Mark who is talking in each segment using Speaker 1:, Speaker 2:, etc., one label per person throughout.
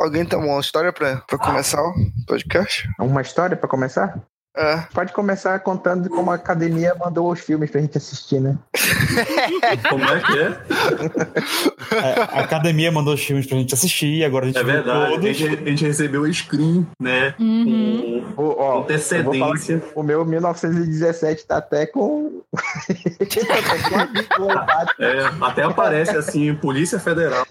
Speaker 1: Alguém tem uma história pra, pra começar o podcast?
Speaker 2: Uma história pra começar?
Speaker 1: É.
Speaker 2: Pode começar contando como a academia mandou os filmes pra gente assistir, né?
Speaker 3: Como é que é?
Speaker 4: É, A, a academia mandou os filmes pra gente assistir e agora a gente
Speaker 3: É
Speaker 4: viu
Speaker 3: verdade. A
Speaker 4: todos.
Speaker 3: gente, a gente recebeu o screen, né?
Speaker 5: Uhum.
Speaker 3: Com
Speaker 2: O, Tipo, ó, eu vou falar
Speaker 3: antecedência.
Speaker 2: que o meu 1917 tá até com. tá com a vírgula embaixo.
Speaker 3: É, até aparece assim, Polícia Federal.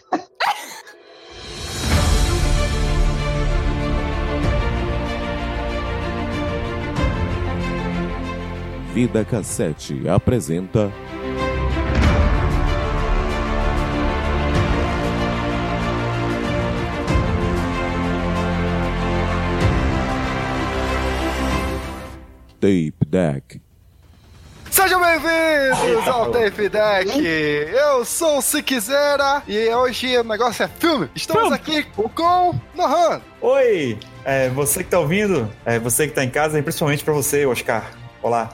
Speaker 6: Vida Cassete apresenta Tape Deck.
Speaker 1: Sejam bem-vindos ao Tape Deck! Eu sou o Se Quisera e hoje o negócio é filme! Estamos aqui com Nohan!
Speaker 4: Oi! É, você que tá ouvindo, é, você que tá em casa, e principalmente pra você, Oscar. Olá.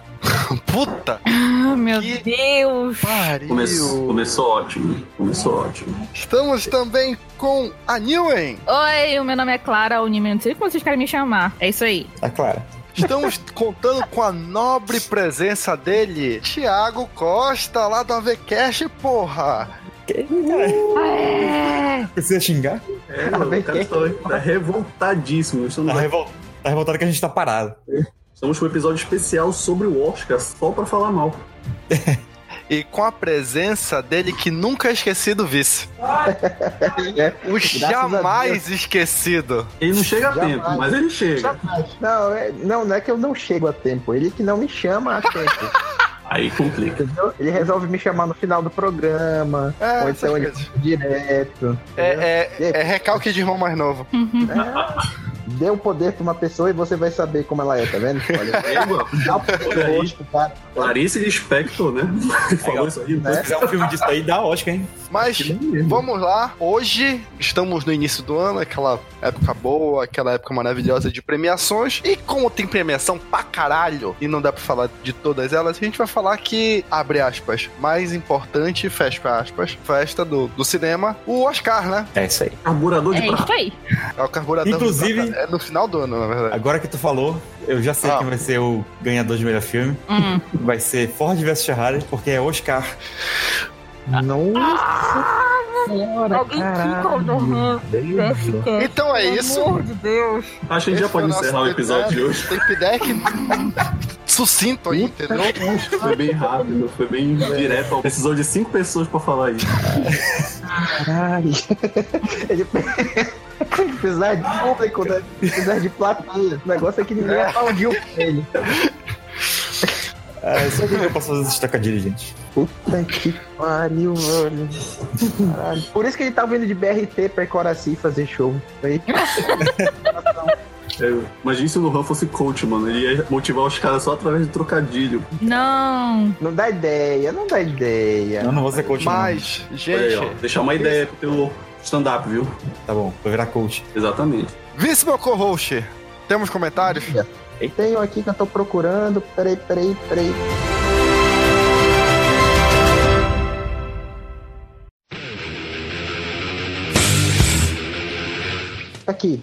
Speaker 1: Puta!
Speaker 5: Ah, meu
Speaker 1: Que-
Speaker 5: Deus.
Speaker 1: Pariu!
Speaker 3: Come- começou ótimo. Começou ótimo.
Speaker 1: Estamos também com a Newen!
Speaker 5: Oi, o meu nome é Clara Unime, não sei como vocês querem me chamar. É isso aí.
Speaker 4: Tá claro.
Speaker 1: Estamos contando com a nobre presença dele, Thiago Costa, lá do AVCast, porra!
Speaker 4: Que- cara,
Speaker 5: Ah, É.
Speaker 4: precisa xingar?
Speaker 3: É, o cara tá, tá revoltadíssimo.
Speaker 4: Tá,
Speaker 3: Estamos,
Speaker 4: revol... tá revoltado que a gente tá parado.
Speaker 3: estamos com um episódio especial sobre o Oscar, só pra falar mal.
Speaker 1: E com a presença dele que nunca é esquecido vice.
Speaker 2: É.
Speaker 1: O
Speaker 2: a
Speaker 1: jamais esquecido.
Speaker 3: Ele não chega a
Speaker 2: Jamais.
Speaker 3: tempo, mas ele chega.
Speaker 2: Não, é- não, não é que eu não chego a tempo. Ele que não me chama a tempo.
Speaker 3: Aí complica.
Speaker 2: entendeu? Ele resolve me chamar no final do programa.
Speaker 1: É,
Speaker 2: ou
Speaker 1: essas
Speaker 2: então ele
Speaker 1: coisas.
Speaker 2: direto. entendeu?
Speaker 1: É, é, é recalque de irmão mais novo.
Speaker 5: Uhum.
Speaker 2: Dê o poder pra uma pessoa e você vai saber como ela é, tá vendo? Olha,
Speaker 3: É igual.
Speaker 2: dá o poder pro
Speaker 3: Olha aí.
Speaker 2: tá? rosto, cara.
Speaker 3: Clarice Lispector, né? Falou isso aí,
Speaker 4: Se
Speaker 3: né?
Speaker 4: fizer um filme disso aí, dá Oscar, hein?
Speaker 1: Mas vamos lá, hoje estamos no início do ano, aquela época boa, aquela época maravilhosa de premiações. E como tem premiação pra caralho e não dá pra falar de todas elas, a gente vai falar que, abre aspas, mais importante, fecha aspas, festa do, do cinema, o Oscar, né?
Speaker 4: É isso aí.
Speaker 3: Carburador de
Speaker 5: É
Speaker 3: prata.
Speaker 5: isso aí.
Speaker 1: É o carburador. do-
Speaker 4: Inclusive-
Speaker 1: É no final do ano, na verdade.
Speaker 4: Agora que tu falou, eu já sei
Speaker 1: Ah.
Speaker 4: quem vai ser o ganhador de melhor filme.
Speaker 5: Hum.
Speaker 4: Vai ser Ford vs Ferrari, porque é Oscar.
Speaker 2: Nossa senhora,
Speaker 5: Alguém fica
Speaker 2: caralho.
Speaker 5: olhando.
Speaker 1: Então é isso.
Speaker 5: Pelo amor de Deus.
Speaker 3: Acho que a gente já pode encerrar o episódio de hoje.
Speaker 1: Tape deck sucinto aí, entendeu?
Speaker 3: Foi bem rápido, foi bem direto. Precisou de cinco pessoas pra falar isso.
Speaker 2: Caralho. Ele ele precisar de público, né? Ele Precisar de plateia. O negócio é que ninguém aplaudiu ele.
Speaker 4: É, só que eu posso fazer esse trocadilho, gente.
Speaker 2: Puta que pariu, mano. Caralho. Por isso que ele tá vindo de BRT pra Coraci fazer show. Foi.
Speaker 3: É, imagina se o Luhan fosse coach, mano. Ele ia motivar os caras só através de trocadilho.
Speaker 5: Não.
Speaker 2: Não dá ideia, não dá ideia.
Speaker 4: Eu não vou ser coach, não.
Speaker 1: Mas,
Speaker 3: Olha aí,
Speaker 1: gente,
Speaker 3: ó. Deixar uma ideia pro teu stand-up, viu?
Speaker 4: Tá bom, vou virar coach.
Speaker 3: Exatamente.
Speaker 1: vice meu co-host, temos comentários?
Speaker 2: Tenho aqui que eu tô procurando. Peraí, peraí, peraí. Aqui.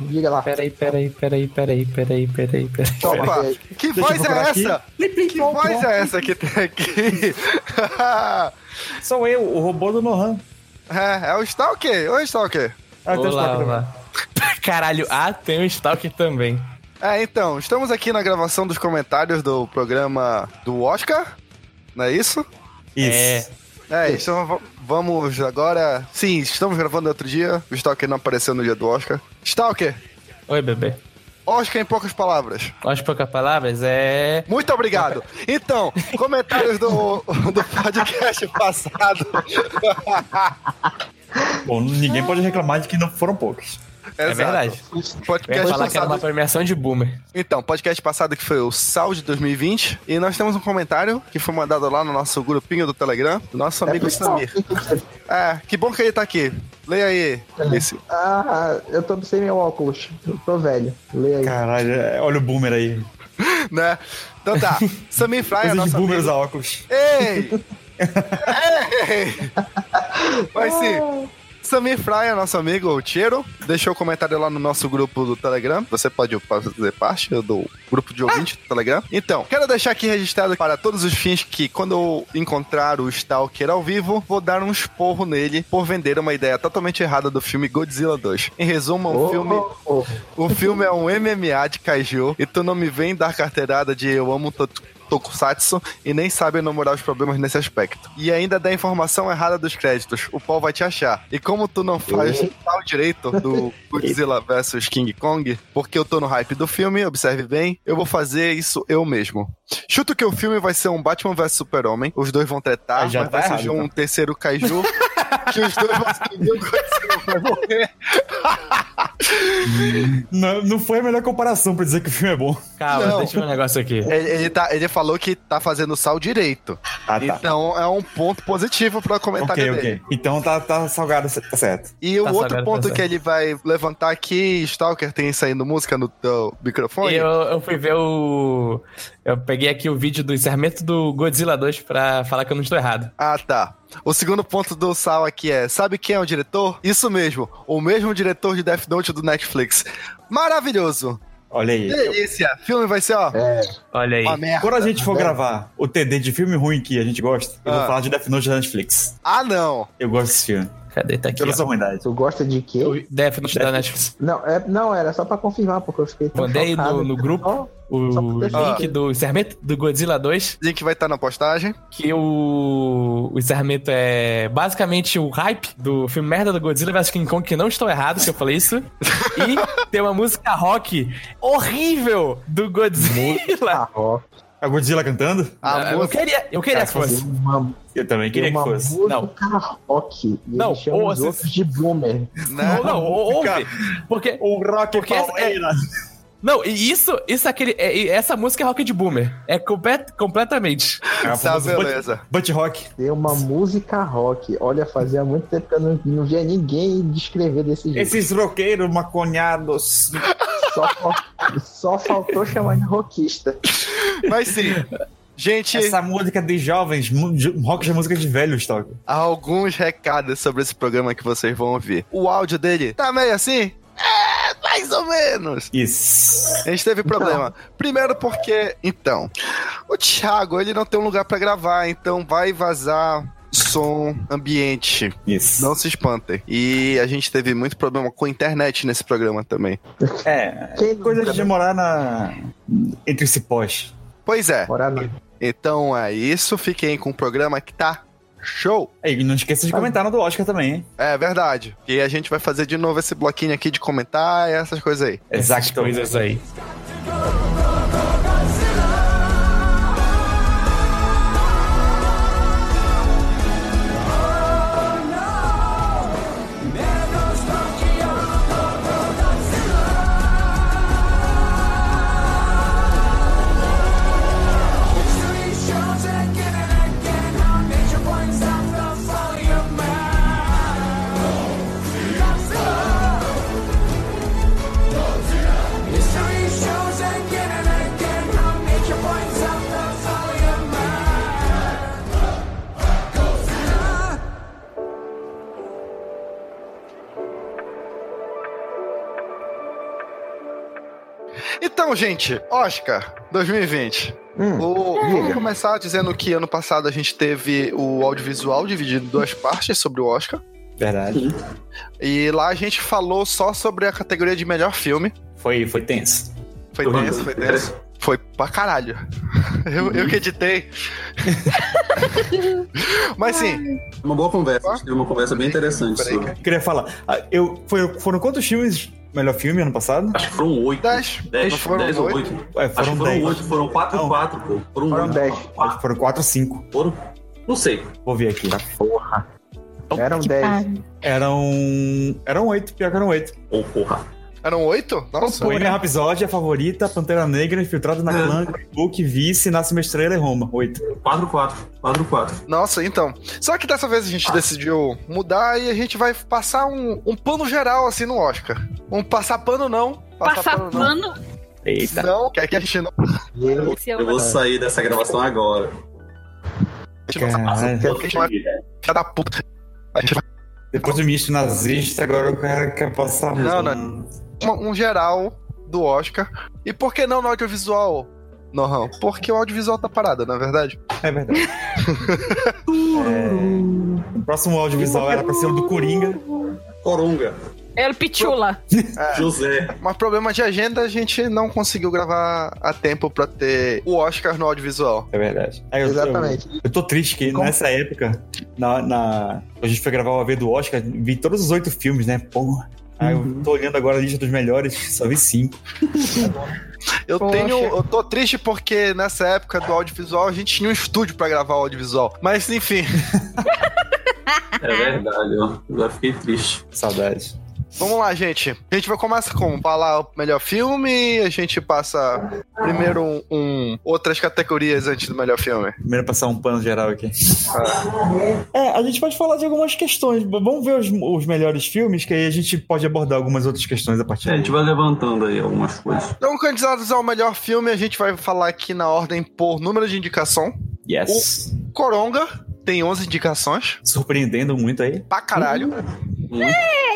Speaker 2: Diga lá.
Speaker 7: Peraí, peraí, peraí, peraí, peraí, peraí, peraí.
Speaker 1: Opa,
Speaker 2: Peraí.
Speaker 1: que
Speaker 4: Deixa eu
Speaker 1: voz é
Speaker 4: procurar aqui.
Speaker 1: essa? Que voz é essa que tem aqui?
Speaker 4: Sou eu, o robô do Nohan.
Speaker 1: é, é o Stalker? Oi, Stalker.
Speaker 4: Ah, tem um
Speaker 7: Olá,
Speaker 4: destaque também.
Speaker 7: olá. Caralho, ah, tem um Stalker também.
Speaker 1: É, então, estamos aqui na gravação dos comentários do programa do Oscar, não é isso?
Speaker 4: Isso.
Speaker 1: É, então v- vamos agora. Sim, estamos gravando outro dia. O Stalker não apareceu no dia do Oscar. Stalker,
Speaker 7: Oi, bebê.
Speaker 1: Oscar em poucas palavras.
Speaker 7: Acho poucas palavras, é.
Speaker 1: Muito obrigado. Então, comentários do, do podcast passado.
Speaker 4: Bom, ninguém pode reclamar de que não foram poucos.
Speaker 7: É verdade. Eu ia
Speaker 1: Podcast
Speaker 7: falar que
Speaker 1: passado.
Speaker 7: era uma premiação de boomer.
Speaker 1: Então, podcast passado que foi o Sal de 2020. E nós temos um comentário que foi mandado lá no nosso grupinho do Telegram, do nosso
Speaker 2: É
Speaker 1: amigo Samir. É, que bom que ele tá aqui. Leia aí. Esse.
Speaker 2: Ah, eu tô sem meu óculos. Eu tô velho. Lê aí.
Speaker 4: Caralho, é, olha o boomer aí.
Speaker 1: Né? Então tá. Samir Fry é
Speaker 4: Coisa de
Speaker 1: nosso
Speaker 4: boomers
Speaker 1: amigo.
Speaker 4: a óculos.
Speaker 1: Ei! Ei! Mas sim. Samir Fraia, nosso amigo Tiro, deixou o comentário lá no nosso grupo do Telegram. Você pode fazer parte do grupo de ouvinte do Telegram. Então, quero deixar aqui registrado para todos os fins que, quando eu encontrar o Stalker ao vivo, vou dar um esporro nele por vender uma ideia totalmente errada do filme Godzilla 2. Em resumo, o filme o filme é um MMA de Kaiju e tu não me vem dar carteirada de eu amo to- Tokusatsu e nem sabe enumerar os problemas nesse aspecto. E ainda dá informação errada dos créditos. O pau vai te achar. E como tu não faz
Speaker 4: Uhum.
Speaker 1: tal direito do Godzilla vs King Kong, porque eu tô no hype do filme, observe bem, eu vou fazer isso eu mesmo. Chuto que o filme vai ser um Batman vs Super-Homem, os dois vão tretar,
Speaker 4: Ah, já
Speaker 1: mas
Speaker 4: tá
Speaker 1: vai
Speaker 4: errado,
Speaker 1: surgir
Speaker 4: então.
Speaker 1: um terceiro Kaiju, que os dois vão se unir, o Godzilla vai morrer.
Speaker 4: Não, não foi a melhor comparação pra dizer que o filme é bom.
Speaker 7: Calma,
Speaker 1: Não.
Speaker 7: deixa eu ver um negócio aqui.
Speaker 1: Ele, ele tá- ele falou que tá fazendo sal direito.
Speaker 4: Ah, tá.
Speaker 1: Então é um ponto positivo pra comentário
Speaker 4: ok,
Speaker 1: dele.
Speaker 4: ok. Então tá, tá salgado, tá certo.
Speaker 1: E o
Speaker 7: Tá
Speaker 1: outro
Speaker 7: sabendo,
Speaker 1: ponto
Speaker 7: tá
Speaker 1: que ele vai levantar aqui, Stalker tem saindo música no teu microfone.
Speaker 7: E eu, eu fui ver o. Eu peguei aqui o vídeo do encerramento do Godzilla 2 pra falar que eu não estou errado.
Speaker 1: Ah, tá. O segundo ponto do Sal aqui é: sabe quem é o diretor? Isso mesmo, o mesmo diretor de Death Note do Netflix. Maravilhoso!
Speaker 4: Olha aí.
Speaker 1: Delícia! Filme vai ser, ó,
Speaker 4: É.
Speaker 7: Olha aí.
Speaker 1: uma merda.
Speaker 4: Quando a gente for gravar o TD de filme ruim que a gente gosta, eu
Speaker 1: Ah.
Speaker 4: vou falar de Death Note da Netflix.
Speaker 1: Ah, não!
Speaker 4: Eu gosto desse filme.
Speaker 7: Cadê? Tá aqui.
Speaker 4: Pela
Speaker 7: ó.
Speaker 4: sua ruindade.
Speaker 2: Tu gosta de quê?
Speaker 7: O Death Note da Netflix.
Speaker 2: Não, é, não, era só pra confirmar, porque eu fiquei tão
Speaker 7: Mandei
Speaker 2: chocado.
Speaker 7: no- no grupo.
Speaker 2: Ó, Só
Speaker 7: O
Speaker 2: pra deixar.
Speaker 7: link do encerramento do Godzilla 2,
Speaker 1: Link vai estar na postagem.
Speaker 7: que o, o encerramento é basicamente o hype do filme merda do Godzilla vs King Kong, que não estou errado se eu falei isso. E tem uma música rock horrível do Godzilla.
Speaker 2: tá, ó.
Speaker 4: A Godzilla cantando?
Speaker 1: A
Speaker 7: eu
Speaker 1: música.
Speaker 7: queria, eu queria que
Speaker 2: Tem
Speaker 7: fosse.
Speaker 2: uma,
Speaker 4: Eu
Speaker 2: tem
Speaker 4: também queria que
Speaker 2: uma
Speaker 4: fosse.
Speaker 2: música rock. E
Speaker 7: Não,
Speaker 2: eles chamam
Speaker 7: ou
Speaker 2: os
Speaker 7: assim-
Speaker 2: outros de boomer.
Speaker 1: Né?
Speaker 7: Ou não, ou- ouve.
Speaker 4: É,
Speaker 7: Porque
Speaker 4: O Rock
Speaker 7: Porque essa-
Speaker 4: Pauleira.
Speaker 7: Não, e isso, isso é aquele. é- e essa música é rock de boomer. É compe- completamente.
Speaker 4: É a
Speaker 1: Tá,
Speaker 4: famosa Butt-
Speaker 1: beleza.
Speaker 4: Butt Rock.
Speaker 2: Tem uma música rock. Olha, fazia muito tempo que eu não, não via ninguém descrever desse jeito.
Speaker 4: Esses roqueiros maconhados.
Speaker 2: Só, fal- só faltou chamar de rockista.
Speaker 1: Mas sim. Gente,
Speaker 4: Essa música de jovens, mu- de- rock de música de velhos, tal.
Speaker 1: Há alguns recados sobre esse programa que vocês vão ouvir. O áudio dele tá meio assim? É, mais ou menos.
Speaker 4: Isso.
Speaker 1: A gente teve problema. Primeiro porque, então, o Thiago, ele não tem um lugar pra gravar, então vai vazar som ambiente.
Speaker 4: Isso.
Speaker 1: Não se espantem. E a gente teve muito problema com a internet nesse programa também.
Speaker 4: É.
Speaker 2: Quem
Speaker 4: Coisa
Speaker 2: nunca
Speaker 4: de morar na. Entre cipós.
Speaker 1: Pois é.
Speaker 2: morar na-
Speaker 1: Então é isso. Fiquem com o programa que tá show.
Speaker 4: E não esqueça de comentar no do Oscar também, hein?
Speaker 1: É verdade. E a gente vai fazer de novo esse bloquinho aqui de comentar e essas coisas aí.
Speaker 7: Essas coisas aí.
Speaker 1: Então, gente, Oscar 2020.
Speaker 2: Hum.
Speaker 1: O- vamos
Speaker 2: diga.
Speaker 1: começar dizendo que ano passado a gente teve o audiovisual dividido em duas partes sobre o Oscar.
Speaker 4: Verdade.
Speaker 1: E lá a gente falou só sobre a categoria de melhor filme.
Speaker 4: Foi, foi tenso.
Speaker 1: Foi tenso, foi tenso. Foi pra caralho. Eu, eu que editei. Mas sim,
Speaker 3: Uma boa conversa. A gente teve uma conversa bem interessante.
Speaker 1: Peraí,
Speaker 3: sobre-
Speaker 4: Eu queria falar. ah, Eu, foi- foram quantos filmes melhor filme ano passado?
Speaker 3: Acho que foram oito.
Speaker 1: 10. Não
Speaker 3: Dez,
Speaker 1: foram
Speaker 3: dez ou
Speaker 1: oito?
Speaker 3: oito.
Speaker 4: É,
Speaker 3: Acho que
Speaker 4: foram
Speaker 3: foram
Speaker 4: 10.
Speaker 3: oito. Foram quatro,
Speaker 4: Não.
Speaker 3: quatro, pô. Foram,
Speaker 2: Foram
Speaker 3: oito.
Speaker 2: dez.
Speaker 3: Quatro,
Speaker 4: Foram 4 ou 5.
Speaker 3: foram... Não sei.
Speaker 4: Vou ver aqui.
Speaker 2: Eram
Speaker 5: Que
Speaker 2: 10.
Speaker 5: pariu.
Speaker 4: Eram. Eram 8, pior que eram 8.
Speaker 3: Ô, porra.
Speaker 1: Eram oito? Nossa.
Speaker 4: Bohemian Rhapsody, é a favorita, Pantera Negra, Infiltrado na Clã, Green Book, Vice, Nasce uma Estrela e Roma. 8.
Speaker 3: Quatro, quatro. Quatro, quatro.
Speaker 1: Nossa, então. Só que dessa vez a gente decidiu mudar e a gente vai passar um, um pano geral assim no Oscar. Um passar pano não. um
Speaker 5: Passar pano.
Speaker 4: Eita.
Speaker 1: Não, quer que a gente não.
Speaker 2: E ele-
Speaker 5: se eu-
Speaker 3: Eu vou sair dessa gravação agora.
Speaker 1: A gente não
Speaker 4: Caralho.
Speaker 1: Filha da puta. A gente vai
Speaker 4: Depois do ministro nazista, agora o cara quer passar.
Speaker 1: Não, não. Uma- um geral do Oscar. E por que não no audiovisual, Norrão? Porque o audiovisual tá parado, na verdade.
Speaker 4: É verdade. É, O próximo audiovisual era pra ser o do Coringa.
Speaker 3: Coronga.
Speaker 5: El Pichula.
Speaker 3: José.
Speaker 1: Mas problema de agenda, a gente não conseguiu gravar a tempo pra ter o Oscar no audiovisual.
Speaker 4: É verdade. Aí eu-
Speaker 2: Exatamente.
Speaker 4: Eu tô triste que nessa época, na, na- a gente foi gravar o AV do Oscar, vi todos os oito filmes, né? Pô. Aí eu tô olhando agora a lista dos melhores, só vi cinco.
Speaker 1: Eu
Speaker 5: Poxa.
Speaker 1: tenho. Eu tô triste porque nessa época do audiovisual a gente tinha um estúdio pra gravar o audiovisual. Mas enfim,
Speaker 3: É verdade, ó. Já fiquei triste.
Speaker 4: Saudades.
Speaker 1: vamos lá, gente. A gente vai começar como? Falar o melhor filme, a gente passa primeiro um, um- outras categorias antes do melhor filme.
Speaker 4: Primeiro passar um pano geral aqui. É, a gente pode falar de algumas questões. B- Vamos ver os, os melhores filmes, que aí a gente pode abordar algumas outras questões a partir
Speaker 3: É, a gente
Speaker 4: daí.
Speaker 3: vai levantando aí algumas coisas.
Speaker 1: Então, candidatos ao melhor filme, a gente vai falar aqui na ordem por número de indicação.
Speaker 4: Yes.
Speaker 1: Coronga tem 11 indicações.
Speaker 4: Uh, Surpreendendo muito aí.
Speaker 1: Pra
Speaker 3: Uhum.
Speaker 1: caralho.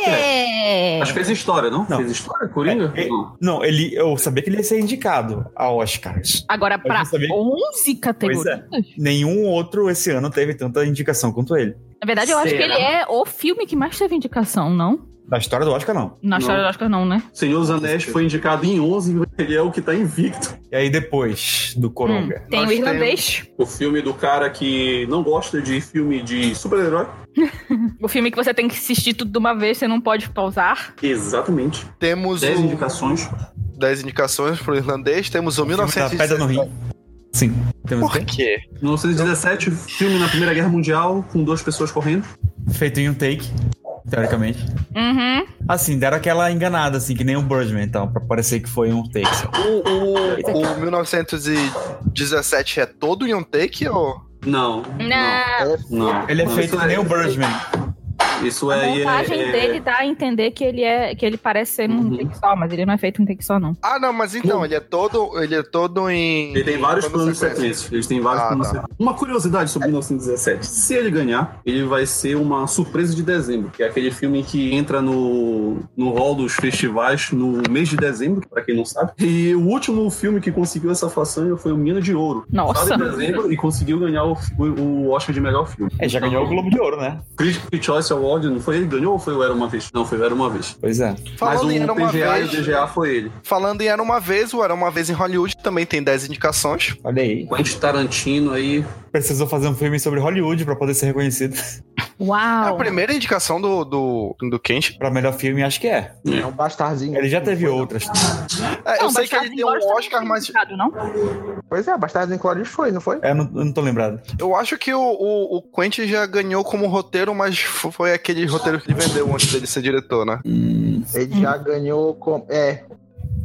Speaker 5: É.
Speaker 3: Acho que fez história, não?
Speaker 4: Não.
Speaker 3: Fez história, Coringa?
Speaker 4: É, é.
Speaker 3: Não.
Speaker 4: Não, ele, eu sabia que ele ia ser indicado a Oscars.
Speaker 5: Agora, pra
Speaker 4: não sabia.
Speaker 5: 11
Speaker 4: Pois
Speaker 5: categorias.
Speaker 4: é. Nenhum outro esse ano teve tanta indicação quanto ele.
Speaker 5: Na verdade, eu acho que
Speaker 3: Será?
Speaker 5: ele é o filme que mais teve indicação, não?
Speaker 4: Da história do Oscar, não.
Speaker 5: Na história
Speaker 3: Não.
Speaker 5: do Oscar, não, né?
Speaker 3: Senhor dos Anéis foi indicado em 11 e ele é o que tá invicto.
Speaker 4: E aí depois do
Speaker 3: Hum.
Speaker 4: Coronga.
Speaker 5: Hum. Tem
Speaker 1: Nós
Speaker 5: o irlandês,
Speaker 3: O filme do cara que não gosta de filme de super-herói.
Speaker 5: o filme que você tem que assistir tudo de uma vez, você não pode pausar.
Speaker 3: Exatamente.
Speaker 1: Temos
Speaker 3: 10
Speaker 1: o...
Speaker 3: indicações. tá
Speaker 1: 10 indicações pro irlandês. Temos o
Speaker 4: O filme da
Speaker 1: 1917.
Speaker 4: Pedra no Rim. Sim. Temos
Speaker 1: Por quê?
Speaker 3: 1917, filme na Primeira Guerra Mundial, com duas pessoas correndo.
Speaker 4: feito em um take, teoricamente.
Speaker 5: Uhum.
Speaker 4: Assim, deram aquela enganada, assim, que nem o Birdman, então, pra parecer que foi um take. só.
Speaker 1: O, o 1917 é todo em um take ou...
Speaker 3: Não.
Speaker 5: Não,
Speaker 3: Não.
Speaker 4: Ele é
Speaker 3: Não,
Speaker 4: feito
Speaker 3: isso
Speaker 4: que nem o Birdman.
Speaker 3: Isso
Speaker 5: a
Speaker 3: aí é.
Speaker 5: montagem
Speaker 3: é-
Speaker 5: dele dá a entender que ele é que ele parece ser um
Speaker 3: Uhum.
Speaker 5: take só, mas ele não é feito um take só, não.
Speaker 1: Ah, não, mas então, ele é todo, ele é todo em...
Speaker 3: Ele tem vários
Speaker 1: em
Speaker 3: planos de
Speaker 1: sequência.
Speaker 3: sequência. Eles têm vários
Speaker 1: Ah,
Speaker 3: planos
Speaker 1: tá. É.
Speaker 3: de sequência. Uma curiosidade sobre 1917. Se ele ganhar, ele vai ser uma surpresa de dezembro, que é aquele filme que entra no, no hall dos festivais no mês de dezembro, pra quem não sabe. E o último filme que conseguiu essa façanha foi O Menino de Ouro. Lançado
Speaker 5: Nossa.
Speaker 3: em dezembro e conseguiu ganhar o, o- o Oscar de melhor filme.
Speaker 4: É, já ganhou o Globo de Ouro, né?
Speaker 3: Critic Choice Award, não foi ele que ganhou ou foi o Era Uma Vez? Não, foi o Era Uma Vez.
Speaker 4: Pois é.
Speaker 1: Falando em
Speaker 3: Mas um
Speaker 1: Era
Speaker 3: o
Speaker 1: Uma
Speaker 3: PGA e o
Speaker 1: Vez...
Speaker 3: DGA foi ele.
Speaker 1: Falando em Era Uma Vez, o Era Uma Vez em Hollywood também tem 10 indicações.
Speaker 4: Olha aí.
Speaker 3: Quentin Tarantino aí.
Speaker 4: Precisou fazer um filme sobre Hollywood pra poder ser reconhecido.
Speaker 1: É a
Speaker 5: Uau.
Speaker 1: primeira indicação do, do, do Kent.
Speaker 4: Pra melhor filme, acho que é.
Speaker 2: É um bastardzinho.
Speaker 4: Ele já teve outras.
Speaker 1: É, eu
Speaker 5: Não,
Speaker 1: sei que ele
Speaker 5: Bastardos
Speaker 1: tem um
Speaker 5: Inglórios também
Speaker 1: Oscar,
Speaker 5: foi
Speaker 1: mas
Speaker 5: indicado, tá Não?
Speaker 4: um.
Speaker 2: Pois é, bastardzinho Clarice foi, não foi?
Speaker 4: É, não, eu não tô lembrado.
Speaker 1: eu acho que o, o, o Quentin já ganhou como roteiro, mas f- foi aquele roteiro que ele vendeu antes dele ser diretor, né?
Speaker 2: Ele já ganhou como. É.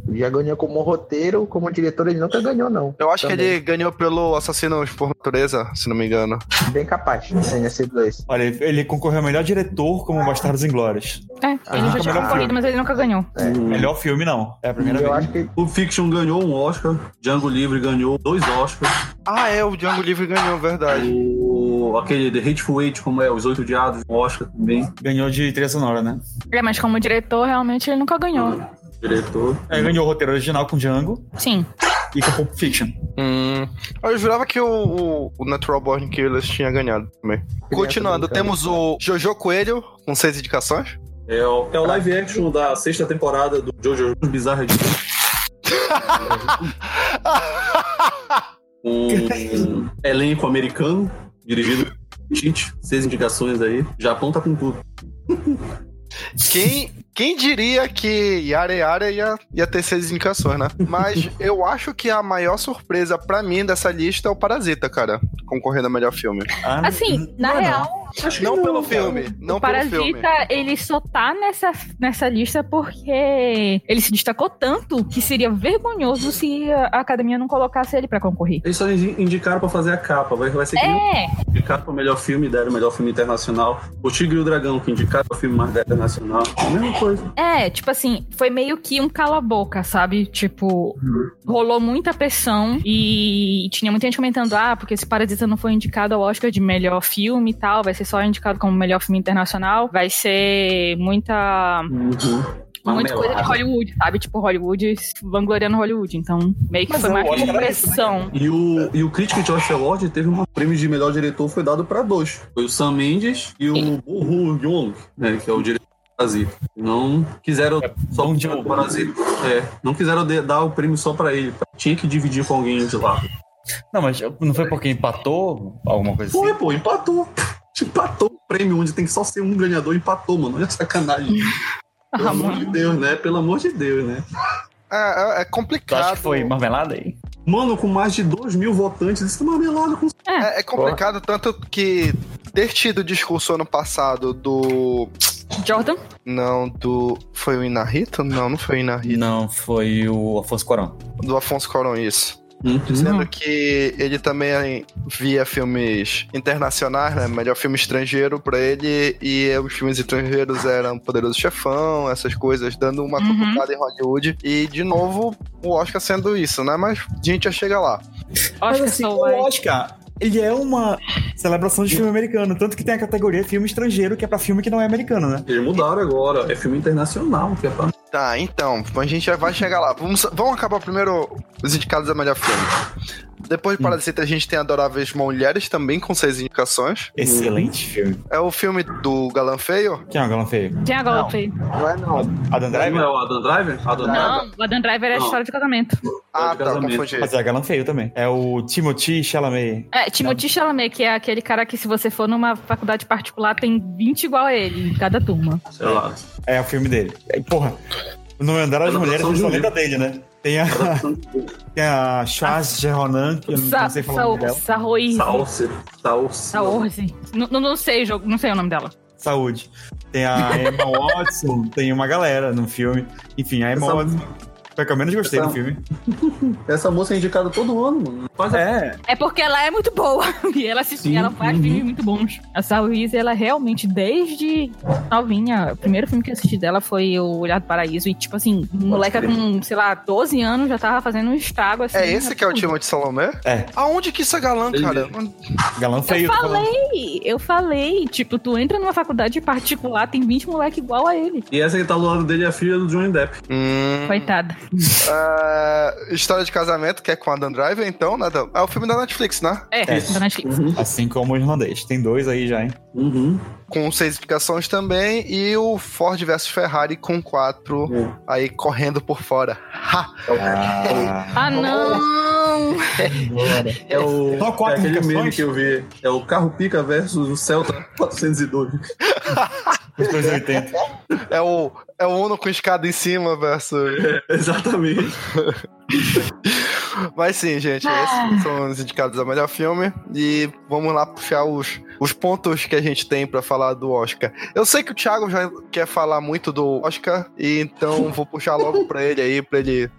Speaker 2: Ele já ganhou como roteiro, como diretor, ele nunca ganhou, não.
Speaker 1: Eu acho que
Speaker 2: Também.
Speaker 1: ele ganhou pelo Assassinos por Natureza, se não me engano.
Speaker 2: Bem capaz, tenha sido esse.
Speaker 4: Olha, ele ele concorreu ao melhor diretor como Bastardos Inglórios.
Speaker 5: É,
Speaker 2: Ah,
Speaker 5: ele já
Speaker 4: melhor
Speaker 5: tinha concorrido, mas ele nunca ganhou.
Speaker 1: É,
Speaker 3: um
Speaker 4: Melhor filme, não. É a primeira
Speaker 2: Eu
Speaker 4: vez.
Speaker 2: acho que
Speaker 3: O Fiction ganhou um Oscar, Django Livre ganhou dois Oscars,
Speaker 1: Ah, é, o Django Livre ganhou, verdade.
Speaker 3: o, aquele The Hateful Eight, como é, Os Oito Odiados, um Oscar também,
Speaker 4: Ganhou de trilha sonora, né?
Speaker 5: É, mas como diretor, realmente ele nunca ganhou.
Speaker 3: diretor.
Speaker 4: É, ganhou o roteiro original com Django
Speaker 5: Sim.
Speaker 4: e com Pulp Fiction.
Speaker 1: Hum. Eu jurava que o, o, o Natural Born Killers tinha ganhado também. Continuando,
Speaker 2: brincando.
Speaker 1: temos o Jojo Coelho, com seis indicações.
Speaker 3: É o, é o live action da sexta temporada do Jojo Bizarre de... um elenco americano, dirigido por Tite, seis indicações aí. Japão tá com tudo.
Speaker 1: Quem, quem diria que Yare Yare ia, ia ter seis indicações, né? Mas eu acho que a maior surpresa pra mim dessa lista é o Parasita, cara, concorrendo ao melhor filme.
Speaker 4: Ah, não-
Speaker 5: Assim, na
Speaker 4: não é não.
Speaker 5: real,
Speaker 1: Não pelo filme, não pelo
Speaker 5: o Parasita,
Speaker 1: filme.
Speaker 5: é- ele só tá nessa, nessa lista porque ele se destacou tanto que seria vergonhoso se a academia não colocasse ele pra concorrer.
Speaker 3: Eles só indi- indicaram pra fazer a capa, vai, vai ser que nem
Speaker 5: É,
Speaker 3: indicaram para o melhor filme, deram o melhor filme internacional. O Tigre e o Dragão, que indicaram o filme mais internacional. A mesma coisa.
Speaker 5: É, tipo assim, foi meio que um cala-boca, sabe? Tipo, rolou muita pressão e tinha muita gente comentando: ah, porque esse Parasita não foi indicado ao Oscar de melhor filme e tal, vai ser só indicado como melhor filme internacional, vai ser muita. Muita coisa de Hollywood, sabe? Tipo, Hollywood vangloriando Hollywood. Então, meio que
Speaker 4: Mas
Speaker 5: foi
Speaker 4: eu
Speaker 5: uma
Speaker 4: acho que era isso,
Speaker 5: pressão.
Speaker 3: E o, e o crítico Josh Award teve um prêmio de melhor diretor, foi dado pra dois. Foi o Sam Mendes e o Bo Hu Young, né, que é o diretor do Brasil. Não quiseram só
Speaker 4: Bong
Speaker 3: pro
Speaker 4: Joon-ho.
Speaker 3: Brasil. É, não quiseram de- dar o prêmio só pra ele. Tinha que dividir com alguém de lá.
Speaker 4: Não, mas não foi porque empatou alguma coisa
Speaker 3: Foi,
Speaker 4: assim?
Speaker 3: pô, empatou. Empatou o prêmio, onde tem que só ser um ganhador, empatou, mano. Olha a sacanagem. Pelo
Speaker 5: Ah,
Speaker 3: amor de Deus, né? Pelo amor de Deus, né?
Speaker 1: É, é- é
Speaker 4: Tu acha
Speaker 1: complicado.
Speaker 4: que foi marmelada aí?
Speaker 3: Mano, com mais de 2 mil votantes, isso é marmelada com
Speaker 1: É, é complicado, tanto que ter tido o discurso ano passado do.
Speaker 5: Jordan?
Speaker 1: Não, do. Foi o Inarrito? Não, não foi o Inarrito.
Speaker 4: Não, foi o Afonso Corão.
Speaker 1: Do Afonso Coron, isso.
Speaker 4: Hum,
Speaker 3: certeza.
Speaker 1: Dizendo que ele também via filmes internacionais, né? Melhor filme estrangeiro pra ele. E os filmes estrangeiros eram Poderoso Chefão, essas coisas, dando uma
Speaker 5: Uhum.
Speaker 1: cutucada em Hollywood. E, de novo, o Oscar sendo isso, né? Mas a gente já chega lá.
Speaker 4: Mas
Speaker 5: Oscar
Speaker 4: assim,
Speaker 5: so
Speaker 4: o
Speaker 5: white.
Speaker 4: Oscar, ele é uma celebração de filme americano. Tanto que tem a categoria filme estrangeiro, que é pra filme que não é americano, né?
Speaker 3: Eles mudaram agora. É filme internacional, que é pra.
Speaker 1: Tá, então, a gente já vai chegar lá. Vamos, vamos acabar primeiro os indicados da melhor filme. Depois de Parasita, a gente tem Adoráveis Mulheres, também com seis indicações.
Speaker 2: Uhum.
Speaker 4: Excelente filme.
Speaker 1: É o filme do Galã Feio?
Speaker 4: Quem é o galã feio?
Speaker 5: Tem a golpe.
Speaker 2: Não é não.
Speaker 3: Não
Speaker 4: Adam Driver?
Speaker 3: é o Adam Driver? Adam Driver.
Speaker 5: Não, o Adam Driver é a
Speaker 3: Não.
Speaker 5: história de casamento.
Speaker 1: Ah, tá,
Speaker 3: casamento.
Speaker 1: confundi.
Speaker 4: Mas é galã feio também. É o Timothy Chalamet.
Speaker 5: É, Timothy Chalamet, que é aquele cara que se você for numa faculdade particular, tem 20 igual a ele em cada turma.
Speaker 3: Sei lá.
Speaker 4: É o filme dele. É, porra, no andar das
Speaker 3: Adaptação
Speaker 4: mulheres
Speaker 3: de um
Speaker 4: justamente a dele, né? Tem a, tem a
Speaker 3: Ah.
Speaker 4: Chaz Geronan, que eu não,
Speaker 5: Sa
Speaker 4: não sei falar o nome dela.
Speaker 5: Saoirse.
Speaker 3: Salsa. Salsa.
Speaker 5: Saoirse. N- Não não sei, jogo, não sei o nome dela.
Speaker 4: Saúde. Tem a Emma Watson, tem uma galera no filme. Enfim, a Emma
Speaker 3: Essa-
Speaker 4: Watson foi a que eu menos gostei
Speaker 3: Essa-
Speaker 4: do filme.
Speaker 3: Essa moça é indicada todo ano, mano. Quase
Speaker 4: É,
Speaker 5: É porque ela é muito boa. E ela, se,
Speaker 3: Sim,
Speaker 5: ela faz
Speaker 3: uhum.
Speaker 5: filmes muito bons. A Saoirse, ela realmente, desde novinha, o primeiro filme que eu assisti dela foi O Olhar do Paraíso. E, tipo assim, moleca
Speaker 3: crer.
Speaker 5: com, sei lá, 12 anos já tava fazendo um estrago assim.
Speaker 1: É esse que é o
Speaker 5: absurdo.
Speaker 1: Timothy Salomé?
Speaker 4: É.
Speaker 1: Aonde que isso é galã,
Speaker 3: Ele
Speaker 1: cara?
Speaker 4: galã feio.
Speaker 5: Eu
Speaker 4: tô falando.
Speaker 1: tipo-
Speaker 5: falei, eu falei. Tipo, tu entra numa faculdade particular, tem 20 moleque igual a
Speaker 1: Uhum.
Speaker 5: ele.
Speaker 3: E essa que tá do lado dele é a filha do Johnny Depp.
Speaker 1: Hum,
Speaker 5: Coitada.
Speaker 1: é, história de casamento, que é com Adam Driver, então, nada. É o filme da Netflix, né?
Speaker 5: É,
Speaker 4: É.
Speaker 5: da Netflix.
Speaker 4: Assim como o irlandês. Tem dois aí já, hein?
Speaker 3: Uhum.
Speaker 1: Com seis indicações também. E o Ford versus Ferrari com quatro
Speaker 3: Hum.
Speaker 1: aí correndo por fora. Ha!
Speaker 4: Ah,
Speaker 5: Ah, não!
Speaker 3: É o.
Speaker 4: Só quatro
Speaker 3: é aquele
Speaker 4: indicações?
Speaker 3: meme que eu vi. É o carro pica versus o Celta 402.
Speaker 4: os dois 80.
Speaker 1: É o, é o Uno com escada em cima versus.
Speaker 3: Exatamente.
Speaker 1: Mas sim, gente,
Speaker 5: Ah.
Speaker 1: esses são os indicados ao melhor filme. E vamos lá puxar os, os pontos que a gente tem pra falar do Oscar. Eu sei que o Thiago já quer falar muito do Oscar, e então vou puxar logo pra ele aí, pra ele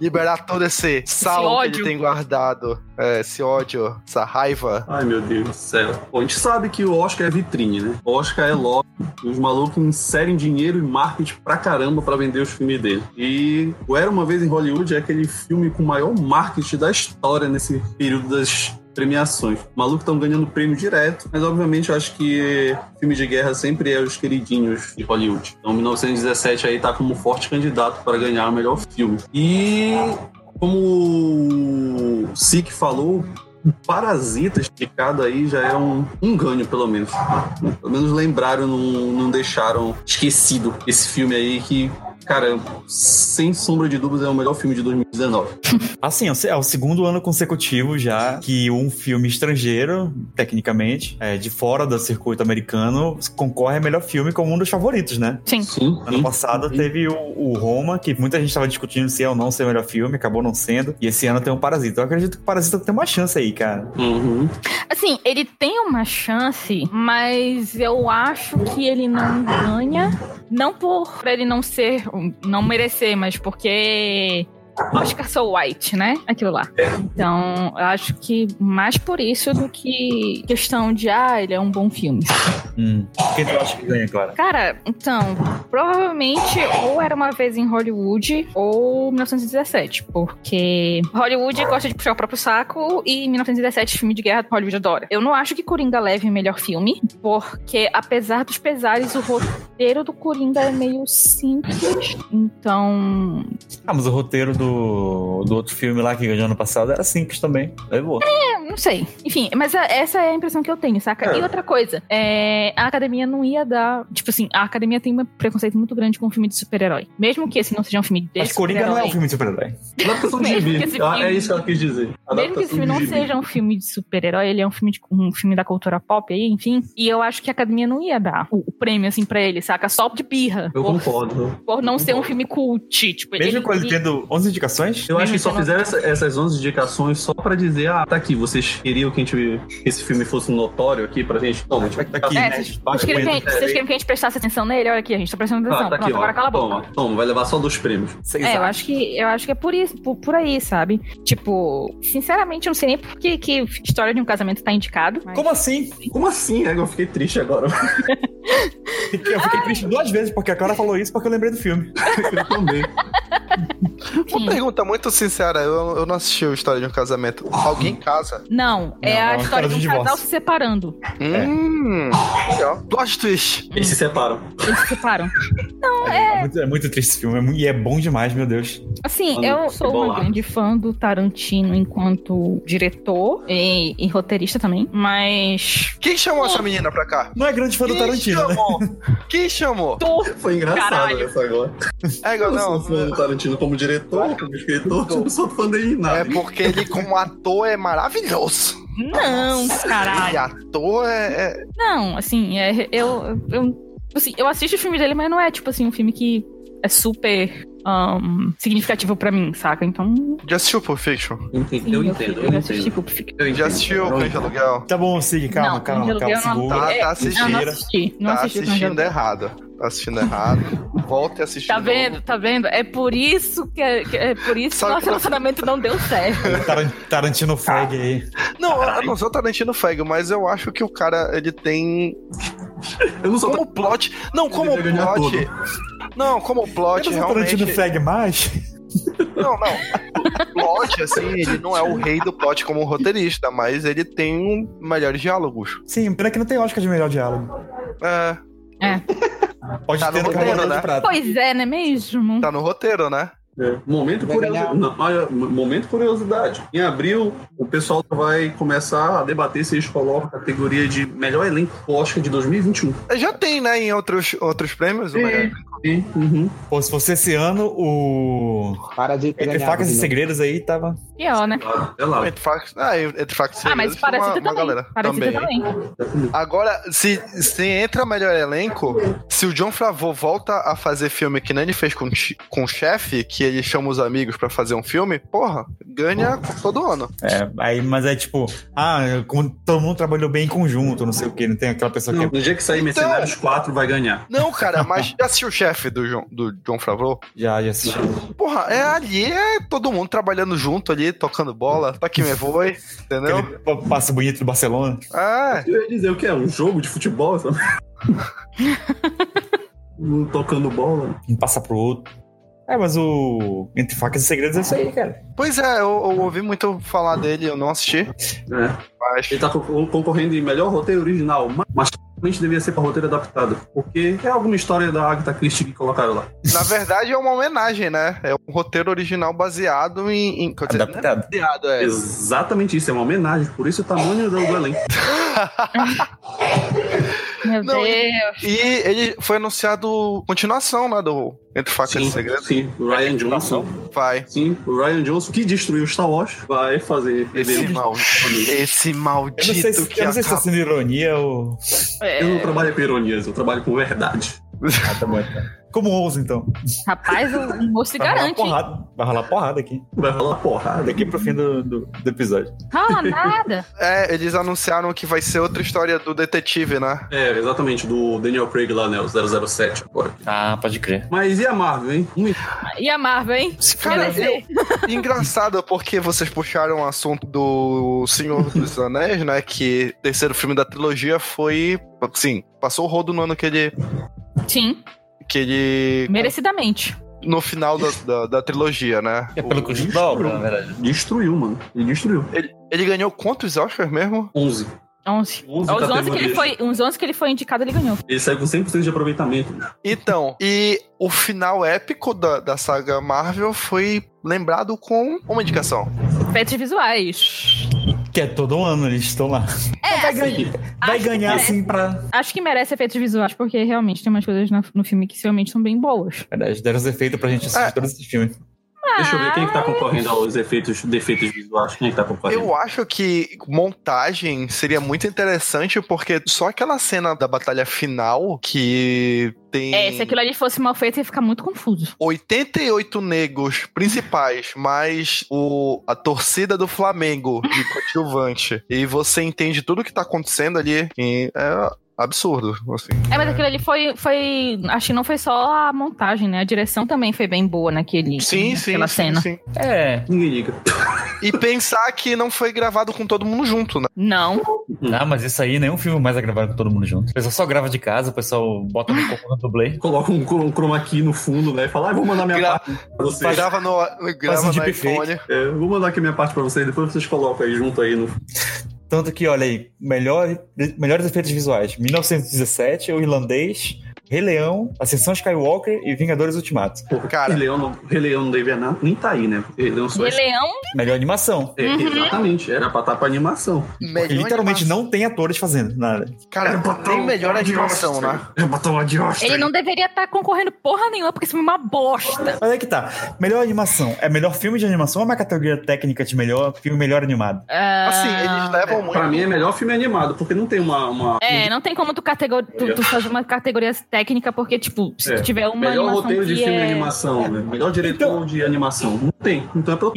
Speaker 1: liberar todo esse sal que
Speaker 5: ódio.
Speaker 1: ele tem guardado. É, esse ódio, essa raiva.
Speaker 3: Ai, meu Deus do céu. Bom, a gente sabe que o Oscar é vitrine, né? O Oscar é lobby. Os malucos inserem dinheiro e marketing pra caramba pra vender os filmes dele. E o Era Uma Vez em Hollywood é aquele filme com o maior marketing da história nesse período das premiações. O maluco estão ganhando prêmio direto, mas obviamente eu acho que filme de guerra sempre é os queridinhos de Hollywood. Então 1917 aí tá como forte candidato para ganhar o melhor filme. E como o Sik falou, Parasitas de cada um aí já é um, um ganho, pelo menos. Pelo menos lembraram, não, não deixaram esquecido esse filme aí que, cara, sem sombra de dúvidas, é o melhor filme de 2019.
Speaker 4: Assim, é o se- é o segundo ano consecutivo já que um filme estrangeiro, tecnicamente, é, de fora do circuito americano, concorre a melhor filme como um dos favoritos, né?
Speaker 5: Sim.
Speaker 3: Sim.
Speaker 4: Ano passado teve o, o Roma, que muita gente estava discutindo se é ou não ser o melhor filme, acabou não sendo. E esse ano tem um Parasita. Eu acredito que o Parasita tem uma chance aí, cara.
Speaker 3: Uhum.
Speaker 5: Assim, ele tem uma chance, mas eu acho que ele não ganha. Não por pra ele não ser, não merecer, mas porque Oscar So White, né? Aquilo lá. Então, eu acho que mais por isso do que questão de, ah, ele é um bom filme.
Speaker 4: Hum. Quem tu acha que ganha, Clara?
Speaker 5: Cara, então, provavelmente ou era uma vez em Hollywood ou 1917, porque Hollywood gosta de puxar o próprio saco e 1917 filme de guerra Hollywood adora. Eu não acho que Coringa leve o melhor filme, porque apesar dos pesares, o roteiro do Coringa é meio simples, então
Speaker 4: Ah, mas o roteiro do, do outro filme lá que ganhou ano passado era simples também. Levou.
Speaker 5: é, não sei. Enfim, mas a- essa é a impressão que eu tenho, saca? E outra coisa, é, a academia não ia dar, tipo assim, a academia tem um preconceito muito grande com filme de super-herói, mesmo que esse não seja um filme de
Speaker 4: Mas Coringa não é um
Speaker 5: super-herói.
Speaker 4: filme de super-herói.
Speaker 3: Adaptação de
Speaker 5: Mesmo que esse
Speaker 3: gibi. Ah, É
Speaker 5: filme-
Speaker 3: isso que ela quis dizer.
Speaker 5: Mesmo que
Speaker 3: Adaptação
Speaker 5: esse filme
Speaker 3: de
Speaker 5: não
Speaker 3: gibi.
Speaker 5: seja um filme de super-herói, ele é um filme, de- um filme da cultura pop aí, enfim. E eu acho que a academia não ia dar o, o prêmio, assim, pra ele, saca? Só de birra.
Speaker 3: Eu
Speaker 5: Por,
Speaker 3: concordo.
Speaker 5: por não ser um filme cult. Tipo,
Speaker 4: Mesmo
Speaker 5: ele,
Speaker 4: com ele
Speaker 5: ele-
Speaker 4: tendo 11 indicações,
Speaker 3: Eu acho que só
Speaker 5: Mesmo
Speaker 3: fizeram essa- essas 11 indicações só pra dizer, ah, tá aqui, vocês queriam que a gente- esse filme fosse um notório aqui pra gente? Não, a gente vai
Speaker 4: tá aqui,
Speaker 5: É,
Speaker 4: né?
Speaker 5: vocês, vocês
Speaker 4: Baixa
Speaker 5: querem que a
Speaker 4: coisa.
Speaker 5: gente, vocês querem que a gente prestasse atenção nele? Olha aqui, a gente tá prestando atenção.
Speaker 3: Ah, tá aqui,
Speaker 5: Pronto,
Speaker 3: ó.
Speaker 5: agora cala a boca.
Speaker 3: Toma, toma, vai levar só dois prêmios.
Speaker 5: É, eu acho que eu acho que é por isso, por, por aí, sabe? Tipo, sinceramente, eu não sei nem por que, que história de um casamento tá indicado. mas-
Speaker 4: Como assim?
Speaker 3: Como assim? É, Eu fiquei triste agora.
Speaker 4: Fiquei- Eu fiquei triste duas vezes porque a Clara falou isso porque eu lembrei do filme.
Speaker 3: Eu também.
Speaker 5: Enfim.
Speaker 1: Uma pergunta muito sincera, eu, eu não assisti a história de um casamento. Alguém casa?
Speaker 5: Não, é
Speaker 4: Não, é
Speaker 5: a
Speaker 4: uma
Speaker 5: história de um
Speaker 4: história de
Speaker 5: casal
Speaker 4: divórcio.
Speaker 5: se separando.
Speaker 4: É.
Speaker 1: Hum, legal. Plot twist.
Speaker 3: Eles se separam.
Speaker 5: Eles se separam.
Speaker 4: É, muito, é muito triste esse filme é mu- e é bom demais, meu Deus.
Speaker 5: Assim,
Speaker 3: Mano,
Speaker 5: eu
Speaker 3: que
Speaker 5: sou uma
Speaker 3: bolado.
Speaker 5: grande fã do Tarantino enquanto diretor e, e roteirista também, mas.
Speaker 1: Quem chamou essa menina pra cá?
Speaker 4: Não é grande fã do
Speaker 1: Quem
Speaker 4: Tarantino, né?
Speaker 1: chamou? Quem chamou?
Speaker 5: Tu
Speaker 3: Foi engraçado
Speaker 5: Caralho.
Speaker 3: essa agora.
Speaker 1: É, igual,
Speaker 3: Eu não
Speaker 1: não,
Speaker 3: sou fã do Tarantino como diretor, como escritor, tipo, eu não sou fã dele em
Speaker 1: é
Speaker 3: nada.
Speaker 1: porque ele como ator é maravilhoso.
Speaker 5: Não,
Speaker 1: E
Speaker 5: caralho.
Speaker 1: ator é... é-
Speaker 5: Não, assim, é, eu, eu, assim, eu assisto o filme dele, mas não é tipo assim um filme que é super ahn, significativo pra mim, saca? Então.
Speaker 1: Já assistiu Pulp Fiction?
Speaker 3: Entendo,
Speaker 5: sim,
Speaker 3: eu
Speaker 5: fi-
Speaker 3: entendo,
Speaker 5: eu
Speaker 3: eu
Speaker 5: assisti
Speaker 3: entendo.
Speaker 5: Pulp Fiction.
Speaker 3: Eu
Speaker 1: Já
Speaker 3: entendo.
Speaker 1: assistiu Cães de Aluguel?
Speaker 4: Tá bom, siga, calma,
Speaker 5: Não,
Speaker 4: calma,
Speaker 5: Cães de
Speaker 4: calma,
Speaker 5: Aluguel não
Speaker 4: segura.
Speaker 1: Tá, tá
Speaker 5: Não, É, não
Speaker 1: assistindo.
Speaker 5: assisti. Não
Speaker 1: Tá
Speaker 5: assisti o filme
Speaker 1: assistindo
Speaker 5: dele.
Speaker 1: errado. Tá assistindo errado. Volta e assiste.
Speaker 5: Tá
Speaker 1: de novo.
Speaker 5: vendo, tá vendo? É por isso que, é, que- é por isso que
Speaker 1: Sabe
Speaker 5: nosso
Speaker 1: que-
Speaker 5: relacionamento não deu certo.
Speaker 4: Taran-
Speaker 1: Tá.
Speaker 4: Tarantino fag aí.
Speaker 1: Não, eu não sou Tarantino Fag, mas eu acho que o cara, ele tem
Speaker 3: Eu não sou
Speaker 1: Como plot. Não, como
Speaker 3: Ele ganha
Speaker 1: plot. Não, como plot,
Speaker 4: Eu não sou Tarantino
Speaker 1: realmente.
Speaker 4: fag mais?
Speaker 1: Não, não. O plot, assim, ele não é o rei do plot como roteirista, mas ele tem um- melhores diálogos.
Speaker 4: Sim, pena que não tem Oscar de melhor diálogo.
Speaker 1: É,
Speaker 4: Pode
Speaker 1: Tá no
Speaker 4: ter no
Speaker 1: roteiro,
Speaker 4: Carnaval
Speaker 1: né?
Speaker 4: de Prata.
Speaker 5: Pois é, não é mesmo?
Speaker 1: tá no roteiro, né?
Speaker 3: É, Momento,
Speaker 2: Vai ganhar.
Speaker 3: curiosidade. Não, olha, m- momento curiosidade. Em abril, o pessoal vai começar a debater se eles colocam a categoria de melhor elenco do Oscar de 2021.
Speaker 1: Já tem, né, em outros, outros prêmios, o melhor.
Speaker 3: Sim, uhum.
Speaker 4: Pô, se fosse esse ano, o.
Speaker 2: Para de
Speaker 4: Entre
Speaker 2: ganhar,
Speaker 4: facas e
Speaker 2: Bruno.
Speaker 4: segredos aí tava.
Speaker 5: Pior, né?
Speaker 3: É lá.
Speaker 1: Entre factos. Ah, entre factos e
Speaker 5: Ah, mas
Speaker 1: segredos,
Speaker 5: Parasita também. Parasita
Speaker 1: também.
Speaker 5: também.
Speaker 1: Agora, se, se entra melhor elenco, se o John Favreau volta a fazer filme que nem ele fez com, chi- com o chefe, que ele chama os amigos pra fazer um filme, porra, ganha todo ano.
Speaker 4: É, aí, mas é tipo, ah, como todo mundo trabalhou bem em conjunto, não sei o que, não tem aquela pessoa
Speaker 3: Não,
Speaker 4: que
Speaker 3: no dia que sair Mercenários 4 vai ganhar.
Speaker 1: Não, cara, mas já assistiu o chefe do, John- do John Favreau?
Speaker 4: já, já assistiu.
Speaker 1: Porra, é ali, é todo mundo trabalhando junto ali, tocando bola, toque me voe, entendeu?
Speaker 4: Aquele pa- passe bonito do Barcelona.
Speaker 1: É,
Speaker 3: Eu ia dizer o que é? Um jogo de futebol? Sabe? um tocando bola.
Speaker 4: Um passa pro outro. É, mas o. Entre facas e segredos é isso aí, cara.
Speaker 1: pois é, eu, eu ouvi muito falar dele, eu não assisti,
Speaker 3: É.
Speaker 1: mas...
Speaker 3: Ele tá co- concorrendo em melhor roteiro original, mas- mas realmente devia ser pra roteiro adaptado. Porque é alguma história da Agatha Christie que colocaram lá.
Speaker 1: Na verdade é uma homenagem, né? É um roteiro original baseado em... em quer dizer, não é
Speaker 4: Adaptado.
Speaker 1: baseado, é...
Speaker 3: Exatamente isso, é uma homenagem, por isso o tamanho do do elenco.
Speaker 5: Meu
Speaker 1: Não,
Speaker 5: Deus.
Speaker 1: E ele foi anunciado continuação, né? Do Entre Facas e Segredos.
Speaker 3: sim, o Ryan Johnson.
Speaker 1: Vai.
Speaker 3: Sim, o Ryan Johnson, que destruiu Star Wars, vai fazer.
Speaker 1: Esse,
Speaker 3: ele-
Speaker 1: mal... Esse
Speaker 4: Eu não sei,
Speaker 1: maldito
Speaker 4: se,
Speaker 1: que
Speaker 4: eu não sei se tá
Speaker 1: acaba.
Speaker 4: sendo ironia ou.
Speaker 5: É,
Speaker 3: Eu não trabalho com ironias, eu trabalho com verdade. Ah, tá bom, então.
Speaker 4: Como ousa, então?
Speaker 5: Rapaz, o moço se
Speaker 4: Vai rolar
Speaker 5: garante, hein?
Speaker 4: porrada. Vai rolar porrada aqui.
Speaker 3: Vai rolar porrada.
Speaker 4: Daqui pro fim do, do, do episódio.
Speaker 5: Rola Ah, nada.
Speaker 1: É, eles anunciaram que vai ser outra história do detetive, né?
Speaker 3: É, exatamente, do Daniel Craig lá, né? O 007 agora.
Speaker 7: Ah, pode crer.
Speaker 3: Mas e a Marvel, hein? Hum,
Speaker 5: E a Marvel, hein?
Speaker 1: Cara,
Speaker 5: Ia ser.
Speaker 1: Engraçado porque vocês puxaram o assunto do Senhor dos Anéis, né? Que o terceiro filme da trilogia foi. Sim, passou o rodo no ano que ele.
Speaker 5: Sim,
Speaker 1: Que ele.
Speaker 5: merecidamente.
Speaker 1: No final da, da, da trilogia, né?
Speaker 7: É pelo
Speaker 1: O-
Speaker 7: custo da obra, na verdade.
Speaker 3: Destruiu, mano. Ele destruiu.
Speaker 1: Ele ganhou quantos Oscars mesmo?
Speaker 3: 11.
Speaker 5: 11.
Speaker 3: 11
Speaker 7: Aos
Speaker 5: É Os
Speaker 3: tá
Speaker 5: 11, que
Speaker 3: tendo
Speaker 5: ele
Speaker 3: ele,
Speaker 5: foi, os 11 que ele foi indicado, ele ganhou.
Speaker 3: ele saiu com 100% de aproveitamento.
Speaker 1: Então, e o final épico da, da saga Marvel foi lembrado com uma indicação.
Speaker 5: Efeitos visuais.
Speaker 4: Que é todo ano, eles estão lá.
Speaker 5: É,
Speaker 3: Tá
Speaker 4: vai
Speaker 5: assim,
Speaker 4: ganhar, vai
Speaker 5: acho que
Speaker 4: ganhar
Speaker 5: merece.
Speaker 4: assim pra.
Speaker 5: acho que merece efeitos visuais, porque realmente tem umas coisas na- no filme que realmente são bem boas.
Speaker 4: Verdade, deram os efeitos pra gente assistir
Speaker 1: É.
Speaker 4: todos esses filmes.
Speaker 3: Deixa eu ver
Speaker 5: Ah,
Speaker 3: quem que tá concorrendo aos efeitos, defeitos visuais. Quem que tá concorrendo?
Speaker 1: Eu acho que montagem seria muito interessante, porque só aquela cena da batalha final que tem.
Speaker 5: É, se aquilo ali fosse mal feito, ia ficar muito confuso.
Speaker 1: 88 negros principais, mais o, a torcida do Flamengo de coadjuvante. e você entende tudo o que tá acontecendo ali. E é absurdo, assim.
Speaker 5: É, mas aquilo ali foi, foi. Acho que não foi só a montagem, né? A direção também foi bem boa naquele.
Speaker 1: Sim, sim,
Speaker 5: naquela
Speaker 1: sim,
Speaker 5: cena.
Speaker 1: sim.
Speaker 7: É.
Speaker 3: Ninguém liga.
Speaker 1: E pensar que não foi gravado com todo mundo junto, né?
Speaker 5: Não.
Speaker 4: Ah, mas isso aí, nenhum filme mais é gravado com todo mundo junto. O pessoal só grava de casa, o pessoal bota no corpo do dublê.
Speaker 3: Coloca um, cro- um chroma key no fundo, né? E fala, ah, eu vou mandar minha
Speaker 1: Gra-
Speaker 3: parte pra vocês.
Speaker 1: Grava no, grava
Speaker 4: um
Speaker 1: no
Speaker 4: deepfake.
Speaker 1: iPhone.
Speaker 3: É, eu vou mandar aqui a minha parte pra vocês, depois vocês colocam aí junto aí no.
Speaker 4: Tanto que, olha aí, melhor, melhores efeitos visuais: 1917, O Irlandês, Rei Leão, Ascensão Skywalker e Vingadores Ultimato.
Speaker 1: Cara,
Speaker 3: Rei Leão não, Rei Leão não deve nada, nem tá aí, né? Rei Leão só é-
Speaker 5: E Leão,
Speaker 4: Melhor animação.
Speaker 3: é,
Speaker 5: Uhum.
Speaker 3: Exatamente, era pra estar pra animação.
Speaker 4: Porque
Speaker 1: melhor
Speaker 4: literalmente
Speaker 1: animação-
Speaker 4: não tem atores fazendo nada.
Speaker 3: um
Speaker 1: Cara, tem melhor animação, né?
Speaker 3: Era botar o Adios.
Speaker 5: ele não deveria estar concorrendo porra nenhuma, porque esse filme é uma bosta.
Speaker 4: Mas é que tá. Melhor animação. É melhor filme de animação ou é uma categoria técnica de melhor filme melhor animado?
Speaker 1: Assim, eles levam muito.
Speaker 3: Pra mim é melhor filme animado, porque não tem uma. uma
Speaker 5: É, não tem como tu, categor... tu, tu fazer uma categoria técnica, porque, tipo, se
Speaker 3: É,
Speaker 5: tu tiver uma
Speaker 3: melhor
Speaker 5: animação
Speaker 3: roteiro de
Speaker 5: que
Speaker 3: filme de
Speaker 5: é...
Speaker 3: animação, né? melhor diretor
Speaker 4: Então-
Speaker 3: de animação. Não tem, então é pro.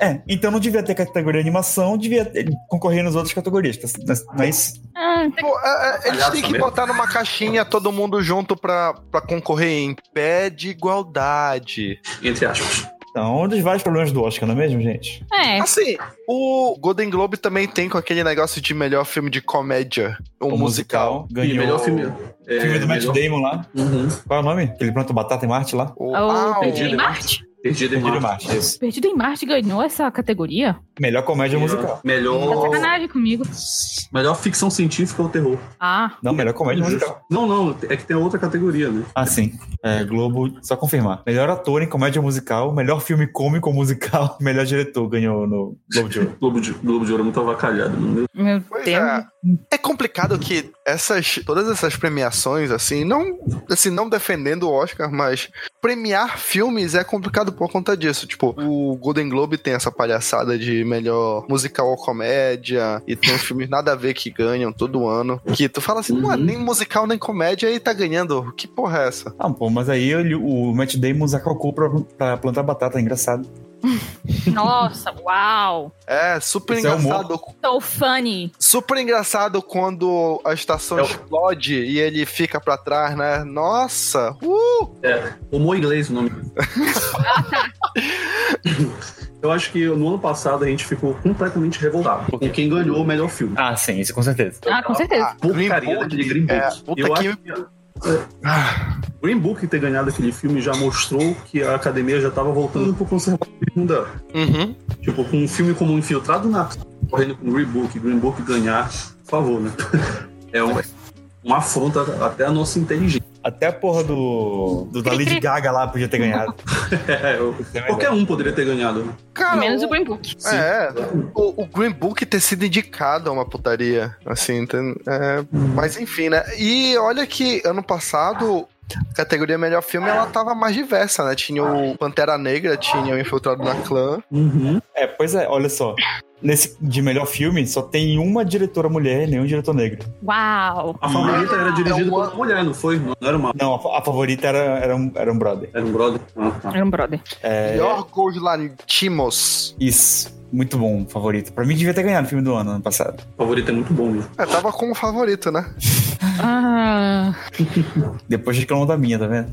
Speaker 4: É, então não devia ter categoria animação, devia ter- concorrer nas outras categorias. tá? Mas- Mas
Speaker 5: Ah,
Speaker 1: Pô, é, é, eles
Speaker 3: Palhaço
Speaker 1: têm que
Speaker 3: mesmo.
Speaker 1: botar numa caixinha todo mundo junto pra, pra concorrer em pé de igualdade.
Speaker 3: Entre aspas.
Speaker 4: então, um dos vários problemas do Oscar, não é mesmo, gente?
Speaker 5: é,
Speaker 1: Assim, o Golden Globe também tem com aquele negócio de melhor filme de comédia ou musical.
Speaker 4: ganhou.
Speaker 3: E melhor filme.
Speaker 4: o
Speaker 3: É,
Speaker 4: filme do Matt
Speaker 3: melhor-
Speaker 4: Damon lá.
Speaker 3: Uhum.
Speaker 4: Qual é o nome? Aquele Pronto Batata em Marte lá?
Speaker 1: O,
Speaker 5: o
Speaker 1: ah, o-
Speaker 5: Perdido
Speaker 3: Entendi.
Speaker 5: em Marte.
Speaker 3: Perdido em
Speaker 4: Perdido em
Speaker 3: Marte.
Speaker 4: Marte, isso.
Speaker 5: Perdido em Marte ganhou essa categoria?
Speaker 4: Melhor comédia musical.
Speaker 5: Tá
Speaker 3: Melhor,
Speaker 5: sacanagem comigo.
Speaker 3: melhor ficção científica ou terror.
Speaker 5: Ah,
Speaker 4: Não, melhor comédia
Speaker 3: Justo.
Speaker 4: musical.
Speaker 3: Não, não, é que tem outra categoria, né?
Speaker 4: Ah, sim. É, Globo, só confirmar. Melhor ator em comédia musical, melhor filme cômico ou musical, melhor diretor ganhou no Globo de Ouro.
Speaker 3: Globo de, Globo de Ouro é muito avacalhado. Meu
Speaker 5: meu
Speaker 1: Pois
Speaker 5: Deus.
Speaker 1: é. É complicado que essas, todas essas premiações, assim, não, assim, não defendendo o Oscar, mas premiar filmes é complicado por conta disso. Tipo, o Golden Globe tem essa palhaçada de melhor musical ou comédia, e tem uns filmes nada a ver que ganham todo ano. Que tu fala assim, não é nem musical nem comédia e tá ganhando. Que porra é essa?
Speaker 4: Ah, pô, mas aí ele- o Matt Damon sacou pra, pra plantar batata, é engraçado.
Speaker 5: Nossa, uau.
Speaker 1: É super
Speaker 4: Isso é humor.
Speaker 1: engraçado.
Speaker 5: So funny.
Speaker 1: super engraçado quando a estação
Speaker 3: É o-
Speaker 1: explode e ele fica pra trás, né? Nossa! Uh!
Speaker 3: Homo inglês o nome. Eu acho que no ano passado a gente ficou completamente revoltado com quem ganhou o melhor filme.
Speaker 4: Ah, sim, isso com certeza.
Speaker 5: Ah, com certeza.
Speaker 3: Porcaria daquele Green Book.
Speaker 1: É, puta
Speaker 3: Eu
Speaker 1: que- Ah.
Speaker 3: acho que Green Book ter ganhado aquele filme já mostrou que a academia já tava voltando pro conservadorismo dela.
Speaker 1: Uhum.
Speaker 3: Tipo, com um filme como Infiltrado na correndo com Green Book, Green Book ganhar, por favor, né? É um- uma afronta até a nossa inteligência.
Speaker 4: Até a porra do, do da Lady Gaga lá podia ter ganhado.
Speaker 3: É, eu- qualquer um poderia ter ganhado. né?
Speaker 1: Cara,
Speaker 5: Menos
Speaker 1: o,
Speaker 5: o Green Book.
Speaker 1: é, o, o Green Book ter sido indicado a uma putaria, assim, tem- é, mas enfim, né? E olha que ano passado categoria melhor filme, ela tava mais diversa, né? Tinha o Pantera Negra, tinha o Infiltrado na Clã.
Speaker 4: É, pois é, olha só. Nesse de melhor filme, só tem uma diretora mulher e nenhum diretor negro.
Speaker 5: Uau!
Speaker 3: A favorita era dirigida
Speaker 1: É
Speaker 3: por
Speaker 1: uma-
Speaker 3: uma mulher, não foi? Não era uma.
Speaker 4: Não, a, a favorita era, era, um, era um brother.
Speaker 3: Era um brother. Ah, tá.
Speaker 5: Era um brother.
Speaker 4: É,
Speaker 1: Yorgos Lantimos.
Speaker 4: Isso. Muito bom, favorito. Pra mim devia ter ganhado o filme do ano, ano passado.
Speaker 3: A favorita é muito bom mesmo.
Speaker 1: É, tava como favorito, né?
Speaker 5: Ah,
Speaker 4: Depois reclamam da minha, tá vendo?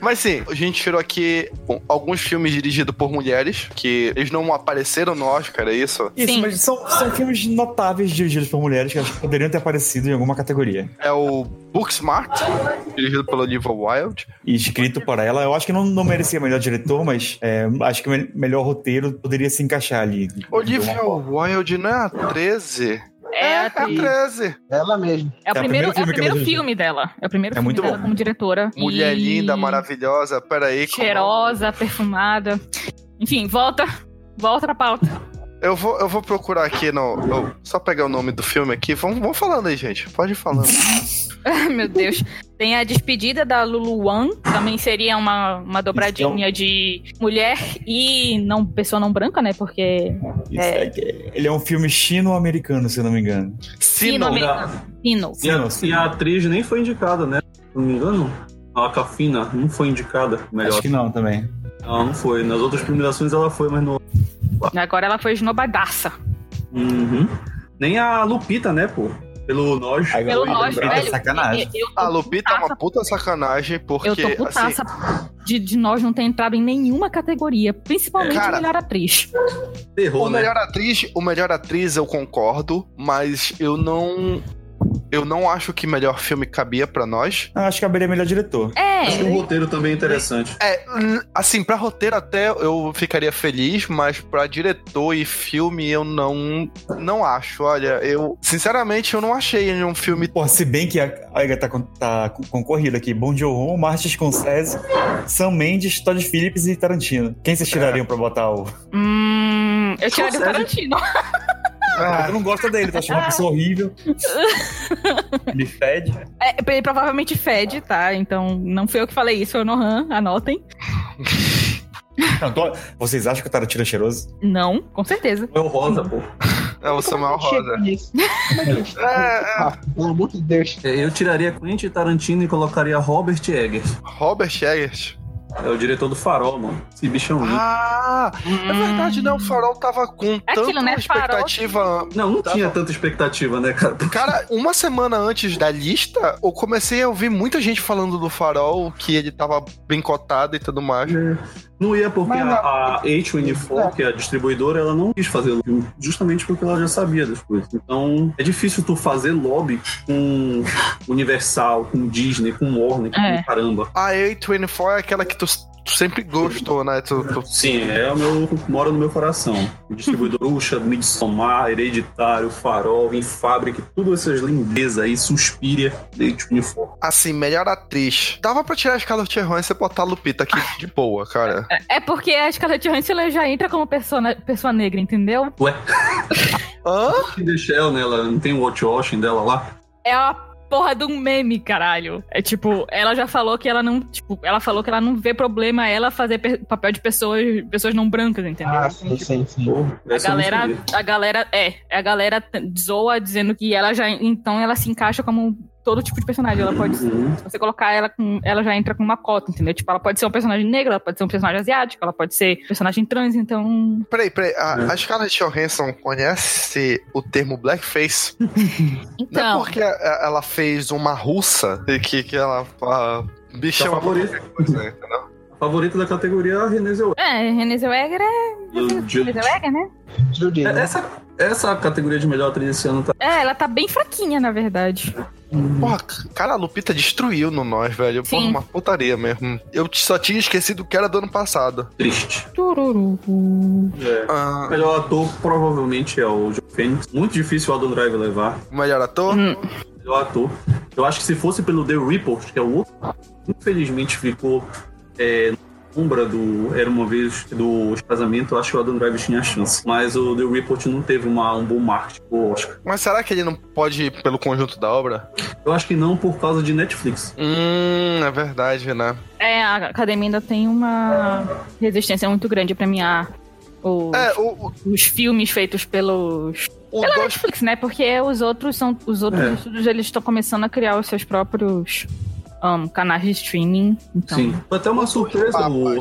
Speaker 1: Mas sim, a gente tirou aqui bom, alguns filmes dirigidos por mulheres, que eles não apareceram no Oscar, é isso?
Speaker 4: Isso,
Speaker 5: Sim.
Speaker 4: mas são, são filmes notáveis dirigidos por mulheres que eu acho que poderiam ter aparecido em alguma categoria.
Speaker 1: É o Booksmart, dirigido pelo Oliver Wilde.
Speaker 4: E escrito para ela, eu acho que não, não merecia melhor diretor, mas é, acho que me- melhor roteiro poderia se encaixar ali.
Speaker 1: Olivia Wilde não é a 13?
Speaker 5: é, a
Speaker 1: a
Speaker 5: atriz.
Speaker 1: 13.
Speaker 2: Ela mesmo.
Speaker 5: É o primeiro, é o primeiro
Speaker 4: que ela
Speaker 5: filme dela. É o primeiro
Speaker 4: É
Speaker 5: filme
Speaker 4: muito
Speaker 5: dela
Speaker 4: bom.
Speaker 5: como diretora.
Speaker 1: Mulher
Speaker 5: E
Speaker 1: linda, maravilhosa, peraí. como-
Speaker 5: Cheirosa, perfumada. Enfim, volta. Volta pra pauta.
Speaker 1: Eu vou, eu vou procurar aqui no. eu- só pegar o nome do filme aqui. Vamos, vamos falando aí, gente. Pode ir falando.
Speaker 5: Ai, Meu Deus. Tem a despedida da Lulu Wan. Também seria uma, uma
Speaker 1: é um-
Speaker 5: dobradinha de mulher e não, pessoa não branca, né? Porque.
Speaker 4: Isso, é que ele é um filme chino-americano, se eu não me engano.
Speaker 1: Sino.
Speaker 5: Sino.
Speaker 3: E a,
Speaker 4: Sim,
Speaker 3: e Assim, a atriz nem foi indicada, né? Se não me engano, a Cafina não foi indicada. Melhor.
Speaker 4: Acho que não também.
Speaker 3: Ela não foi. Nas outras premiações ela foi, mas não.
Speaker 5: Agora ela foi esnobadaça.
Speaker 3: Uhum. Nem a Lupita, né, pô? Pelo nós.
Speaker 4: Aí,
Speaker 5: Pelo
Speaker 4: Lupita,
Speaker 5: nós,
Speaker 4: Lupita,
Speaker 5: velho.
Speaker 4: sacanagem.
Speaker 5: Eu, eu tô
Speaker 1: A É Lupita é uma
Speaker 5: putaça.
Speaker 1: puta sacanagem, porque.
Speaker 5: Eu tô
Speaker 1: assim,
Speaker 5: putaça de, de nós não ter entrado em nenhuma categoria, principalmente
Speaker 1: Cara.
Speaker 5: melhor atriz.
Speaker 3: Terror,
Speaker 1: o
Speaker 3: né?
Speaker 1: melhor atriz, o melhor atriz eu concordo, mas eu não. Eu não acho que melhor filme cabia pra nós.
Speaker 4: Ah, acho que a Abelha é melhor diretor.
Speaker 3: Acho que
Speaker 5: É,
Speaker 3: o roteiro também é interessante.
Speaker 1: É, hum, assim, pra roteiro até eu ficaria feliz, mas pra diretor e filme eu não não acho. Olha, eu sinceramente eu não achei nenhum filme
Speaker 4: Pô, se bem que a Aiga tá, con- tá co- concorrido aqui. Bon Joon, Martin Scorsese, Sam Mendes, Todd Phillips e Tarantino. Quem vocês tirariam pra botar o...
Speaker 5: hum, eu tiraria o
Speaker 3: Scorsese.
Speaker 5: Tarantino.
Speaker 1: Ah.
Speaker 4: Eu não gosto dele, tá achando uma pessoa horrível. Ele fede.
Speaker 5: É, ele provavelmente fede, tá? Então não fui eu que falei isso, foi o Nohan, anotem.
Speaker 4: Não, tô- Vocês acham que o Tarantino é cheiroso?
Speaker 5: Não, com certeza.
Speaker 3: É o Rosa, pô.
Speaker 1: é o Samuel Rosa.
Speaker 2: Nisso? Como é que a gente tá?
Speaker 1: É,
Speaker 2: Ah, pelo amor de Deus.
Speaker 3: É, Eu tiraria Quentin Tarantino e colocaria Robert Eggers.
Speaker 1: Robert Eggers.
Speaker 3: É o diretor do Farol, mano. Esse bicho é um lixo.
Speaker 1: Ah, é verdade, né? O Farol tava com tanta
Speaker 5: Aquilo, né? Farol.
Speaker 1: expectativa.
Speaker 3: Não, não
Speaker 1: Tá
Speaker 3: tinha tanta expectativa, né, cara?
Speaker 1: Cara, uma semana antes da lista, eu comecei a ouvir muita gente falando do Farol, que ele tava bem cotado e tudo mais.
Speaker 3: Não ia porque
Speaker 2: Mas não.
Speaker 3: a, a H24,
Speaker 2: Não.
Speaker 3: que é a distribuidora, ela não quis fazer lobby, justamente porque ela já sabia das coisas. Então, é difícil tu fazer lobby com Universal, com Disney, com Warner, com
Speaker 5: É.
Speaker 3: caramba.
Speaker 1: A A24 é aquela que tu, tu sempre gostou, né? Tu, tu-
Speaker 3: Sim, é o meu mora no meu coração. Distribuidora, Midsommar, Hereditário, Farol, Infabric, todas essas lindezas aí, Suspira, H24.
Speaker 1: assim, melhor atriz. Dava pra tirar a Scarlett Johansson e botar a Lupita aqui de boa, cara.
Speaker 5: É porque a Scarlett Johansson ela já entra como persona, pessoa negra, entendeu?
Speaker 1: Hã?
Speaker 3: Que deixou, né? Ela não tem o Watch Washing dela lá.
Speaker 5: É a porra de um meme, caralho. É tipo, ela já falou que ela não, tipo, ela falou que ela não vê problema ela fazer pe- papel de pessoas, pessoas não brancas, entendeu?
Speaker 2: Ah, sim, sim, sim.
Speaker 3: Pô,
Speaker 5: A
Speaker 3: essa eu não
Speaker 5: galera,
Speaker 3: sabia.
Speaker 5: a galera, é, a galera t- zoa dizendo que ela já, então ela se encaixa como todo tipo de personagem, ela pode, se
Speaker 3: Uhum.
Speaker 5: você colocar ela com, ela já entra com uma cota, entendeu? Tipo, ela pode ser um personagem negro, ela pode ser um personagem asiático, ela pode ser personagem trans, então...
Speaker 1: Peraí, peraí. A, a Scarlett Johansson conhece o termo blackface? Não, é
Speaker 5: Então,
Speaker 1: porque a- a- ela fez uma russa e que, que ela. A, bicha é uma
Speaker 3: favorita.
Speaker 1: coisa, entendeu?
Speaker 3: A favorita da categoria é a Renée Zellweger.
Speaker 5: é, Renée Zellweger é Renée Zellweger, né?
Speaker 2: Judy,
Speaker 3: É,
Speaker 2: né?
Speaker 3: Essa, essa categoria de melhor atriz esse ano tá.
Speaker 5: É, ela tá bem fraquinha, na verdade.
Speaker 1: Porra, c- cara, a Lupita destruiu no nós, velho. Porra,
Speaker 5: Sim.
Speaker 1: uma putaria mesmo. Eu t- só tinha esquecido o que era do ano passado.
Speaker 3: Triste.
Speaker 5: Tururu.
Speaker 1: Ah,
Speaker 3: O melhor ator provavelmente é o Joe Phoenix. Muito difícil o Adam Drive levar.
Speaker 1: o melhor ator?
Speaker 5: Hum.
Speaker 3: Melhor ator. Eu acho que se fosse pelo The Report, que é o outro, infelizmente ficou é, sombra do Era Uma Vez do Casamento, eu acho que o Adam Drive tinha chance. Mas o The Report não teve uma, um bom marketing pro Oscar.
Speaker 1: Mas será que ele não pode ir pelo conjunto da obra?
Speaker 3: Eu acho que não por causa de Netflix.
Speaker 1: Hum, é verdade, né?
Speaker 5: É, a academia ainda tem uma resistência muito grande pra premiar os,
Speaker 1: É, o, o,
Speaker 5: os filmes feitos pelos
Speaker 1: o
Speaker 5: pela
Speaker 1: dois-
Speaker 5: Netflix, né? Porque os outros são os outros
Speaker 3: É.
Speaker 5: estúdios eles estão começando a criar os seus próprios ahn, canais de streaming. Então,
Speaker 3: Sim. Foi até uma surpresa o,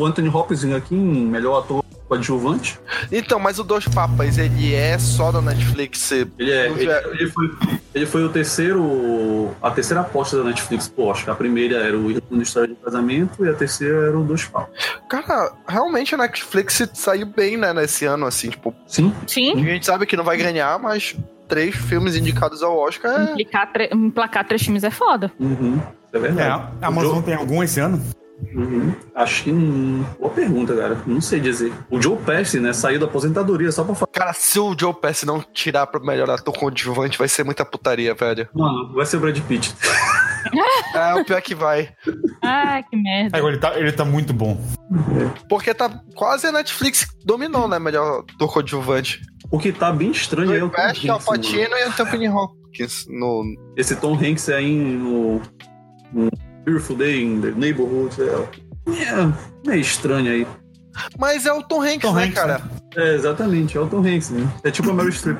Speaker 3: o Anthony Hopkins aqui em melhor ator coadjuvante.
Speaker 1: Então, mas o Dois Papas, ele é só da Netflix.
Speaker 3: Ele, é,
Speaker 1: Não
Speaker 3: ele,
Speaker 1: tiver-
Speaker 3: ele foi, ele foi o terceiro. A terceira aposta da Netflix pro Oscar. A primeira era o Irlanda História de Casamento e a terceira era o Dois Papas.
Speaker 1: Cara, realmente a Netflix saiu bem, né, nesse ano, assim, tipo,
Speaker 3: Sim.
Speaker 5: sim,
Speaker 1: a gente sabe que não vai ganhar, mas três filmes indicados ao Oscar
Speaker 4: Uhum.
Speaker 1: é...
Speaker 5: implicar, tre- emplacar três times é foda.
Speaker 3: Uhum. Isso É
Speaker 4: É,
Speaker 3: verdade.
Speaker 4: a Amazon tem algum esse ano?
Speaker 3: Uhum. Acho que. hum, Boa pergunta, cara. Não sei dizer. O Joe Pesci, né, saiu da aposentadoria só pra falar.
Speaker 1: Cara, se o Joe Pesci não tirar pra melhor ator coadjuvante, vai ser muita putaria, velho.
Speaker 3: Mano, vai ser o Brad Pitt.
Speaker 1: É, o pior que vai.
Speaker 5: Ah, que merda.
Speaker 4: Agora ele tá, ele tá muito bom.
Speaker 1: Porque tá quase a Netflix que dominou, né, melhor ator coadjuvante.
Speaker 3: O que tá bem estranho é
Speaker 1: Joe
Speaker 3: o Tom
Speaker 1: Pesci, Al
Speaker 3: Hanks, mano.
Speaker 1: Pacino e Anthony Hopkins no...
Speaker 3: Esse Tom Hanks aí no, no Beautiful Day in the Neighborhood é, é meio estranho aí.
Speaker 1: Mas é o Tom Hanks,
Speaker 4: Tom
Speaker 1: né,
Speaker 4: Hanks,
Speaker 1: cara?
Speaker 3: É, exatamente, é o Tom Hanks, né? É tipo a Meryl Streep.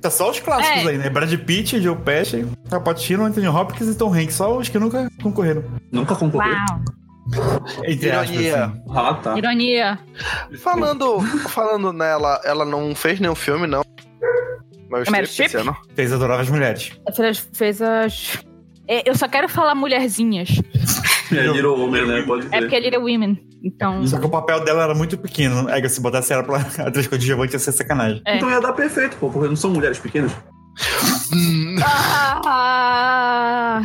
Speaker 4: Tá só os clássicos
Speaker 5: É.
Speaker 4: aí, né? Brad Pitt, Joe Pesci, Al Pacino, Anthony Hopkins e Tom Hanks. Só os que nunca concorreram.
Speaker 3: Nunca concorreu.
Speaker 5: Uau,
Speaker 4: Entre aspas,
Speaker 1: Ironia.
Speaker 4: assim.
Speaker 3: Ah, tá.
Speaker 5: ironia.
Speaker 1: Falando, falando nela, ela não fez nenhum filme, não. Mas
Speaker 5: Meryl Streep?
Speaker 1: esse ano.
Speaker 4: Fez Adoráveis Mulheres.
Speaker 5: A Fez, fez as. É, eu só quero falar mulherzinhas.
Speaker 3: É Little Woman, né? Pode
Speaker 5: É
Speaker 3: ser.
Speaker 5: porque é Little Women. Então.
Speaker 4: Só que o papel dela era muito pequeno. É que se botasse ela pra atriz coadjuvante ia ser sacanagem.
Speaker 5: é.
Speaker 3: Então ia dar perfeito, pô, porque não são mulheres pequenas.
Speaker 5: Ah!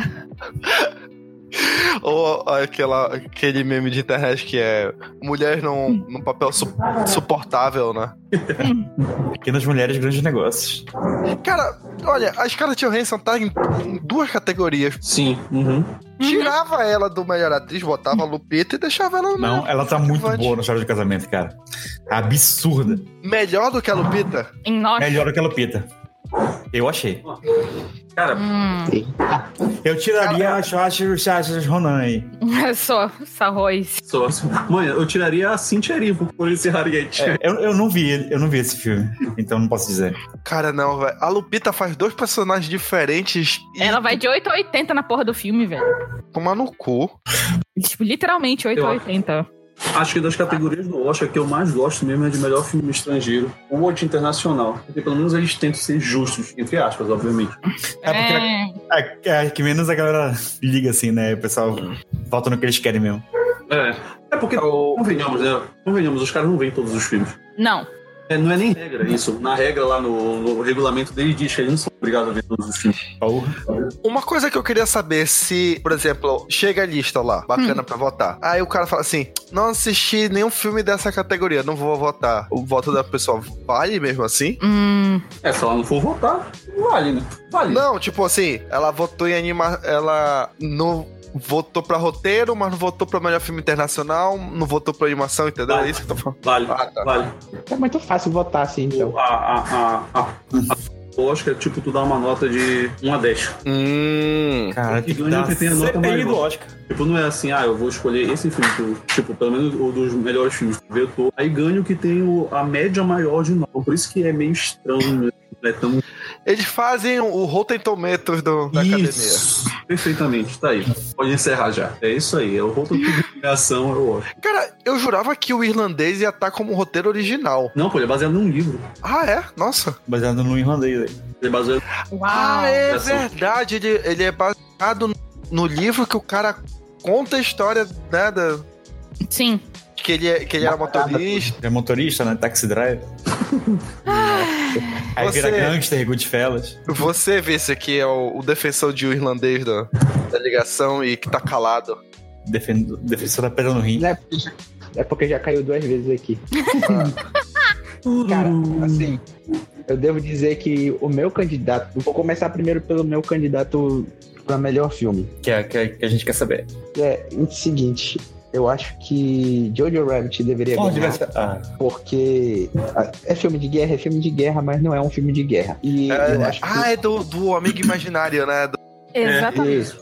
Speaker 1: Ou aquela, aquele meme de internet que é mulher num, num papel su- suportável, né?
Speaker 4: Pequenas mulheres, grandes negócios.
Speaker 1: Cara, olha, a Scarlett Johansson tá em, em duas categorias.
Speaker 3: Sim. Uhum.
Speaker 1: Tirava ela do melhor atriz, botava a Lupita e deixava ela no
Speaker 4: Não, ela tá muito
Speaker 1: Coadjuvante.
Speaker 4: boa na história de casamento, cara. Absurda.
Speaker 1: melhor do que a Lupita.
Speaker 5: Em nós.
Speaker 4: Melhor do que a Lupita. Eu achei.
Speaker 3: Cara,
Speaker 5: Hum,
Speaker 4: Eu tiraria a Chacha Chacha Ronan aí.
Speaker 5: só essa arroz.
Speaker 3: só assim. Mãe, eu tiraria a Cintia Erivo por esse Harriet.
Speaker 4: É, Eu, eu não vi, ele- eu não vi esse filme, então não posso dizer.
Speaker 1: Cara, não, velho. A Lupita faz dois personagens diferentes e
Speaker 5: Ela vai de 8 a 80 na porra do filme, velho.
Speaker 1: tomar no cu.
Speaker 5: Tipo, literalmente 8 a
Speaker 3: Eu-
Speaker 5: 80.
Speaker 3: Acho que das categorias do Oscar, que eu mais gosto mesmo é de melhor filme estrangeiro ou de internacional. Porque pelo menos eles tentam ser justos, entre aspas, obviamente.
Speaker 4: É porque
Speaker 5: É,
Speaker 4: é, é que menos a galera liga assim, né? O pessoal volta no que eles querem mesmo.
Speaker 3: É. É porque, convenhamos, né? Convenhamos, os caras não veem todos os filmes.
Speaker 5: Não.
Speaker 3: É, não é nem regra isso. Na regra lá no, no regulamento dele diz que eles não são obrigados a ver todos os filmes.
Speaker 4: Porra.
Speaker 1: Uma coisa que eu queria saber se, por exemplo, chega a lista lá, bacana pra votar. Aí o cara fala assim: não assisti nenhum filme dessa categoria, não vou votar. O voto da pessoa vale mesmo assim?
Speaker 5: Hum,
Speaker 3: É, se ela não for votar, vale, né? Vale.
Speaker 1: Não, tipo assim, ela votou em anima. Ela não votou pra roteiro, mas não votou pra melhor filme internacional, não votou pra animação, entendeu? É isso que eu tô falando.
Speaker 3: Vale,
Speaker 1: Ah, tá.
Speaker 3: vale.
Speaker 2: É muito fácil votar assim, então.
Speaker 3: O- A, a, a, a, a Oscar é tipo tu dá uma nota de 1 a 10.
Speaker 1: Hum.
Speaker 4: Cara, tem que dar
Speaker 3: é Que tem a nota
Speaker 4: CPI
Speaker 3: mais
Speaker 4: do
Speaker 3: alta.
Speaker 4: Oscar.
Speaker 3: Tipo, não é assim, ah, eu vou escolher esse filme, que, tipo, pelo menos o dos melhores filmes que eu tô. Aí ganho que tem o- a média maior de nota. Por isso que é meio estranho, né? Não É tão
Speaker 1: Eles fazem o Rotten Tomatoes do, da academia.
Speaker 4: Isso.
Speaker 3: perfeitamente, tá aí. Pode encerrar já. É isso aí, é o roteiro de é publicação, eu acho.
Speaker 1: Cara, eu jurava que o irlandês ia estar como roteiro original.
Speaker 3: Não, pô, ele é baseado num livro.
Speaker 1: Ah, é? Nossa.
Speaker 4: Baseado no irlandês aí.
Speaker 3: Ele é baseado
Speaker 1: Ah, é
Speaker 3: Assim.
Speaker 1: verdade. Ele, ele é baseado no- no livro que o cara conta a história, né? Da,
Speaker 5: sim.
Speaker 1: que ele, é- que ele era motorista.
Speaker 4: É motorista, né? Taxi driver. aí vira
Speaker 1: Você-
Speaker 4: gangster, Goodfellas.
Speaker 1: Você vê esse aqui é o, o defensor de um irlandês da, da ligação e que tá calado.
Speaker 4: Defendo, defensor da pedra no rim.
Speaker 2: Não é, porque já- é porque já caiu duas vezes aqui. Cara, assim, eu devo dizer que o meu candidato. Vou começar primeiro pelo meu candidato para melhor filme.
Speaker 4: Que, é, que, é- que a gente quer saber.
Speaker 2: É o seguinte: eu acho que Jojo Rabbit deveria
Speaker 4: Porra,
Speaker 2: ganhar,
Speaker 4: diversa- Ah,
Speaker 2: porque ah, é filme de guerra, é filme de guerra, mas não é um filme de guerra. E eu acho que...
Speaker 1: ah, é do, do amigo imaginário, né? Do-
Speaker 5: Exatamente.
Speaker 2: Isso.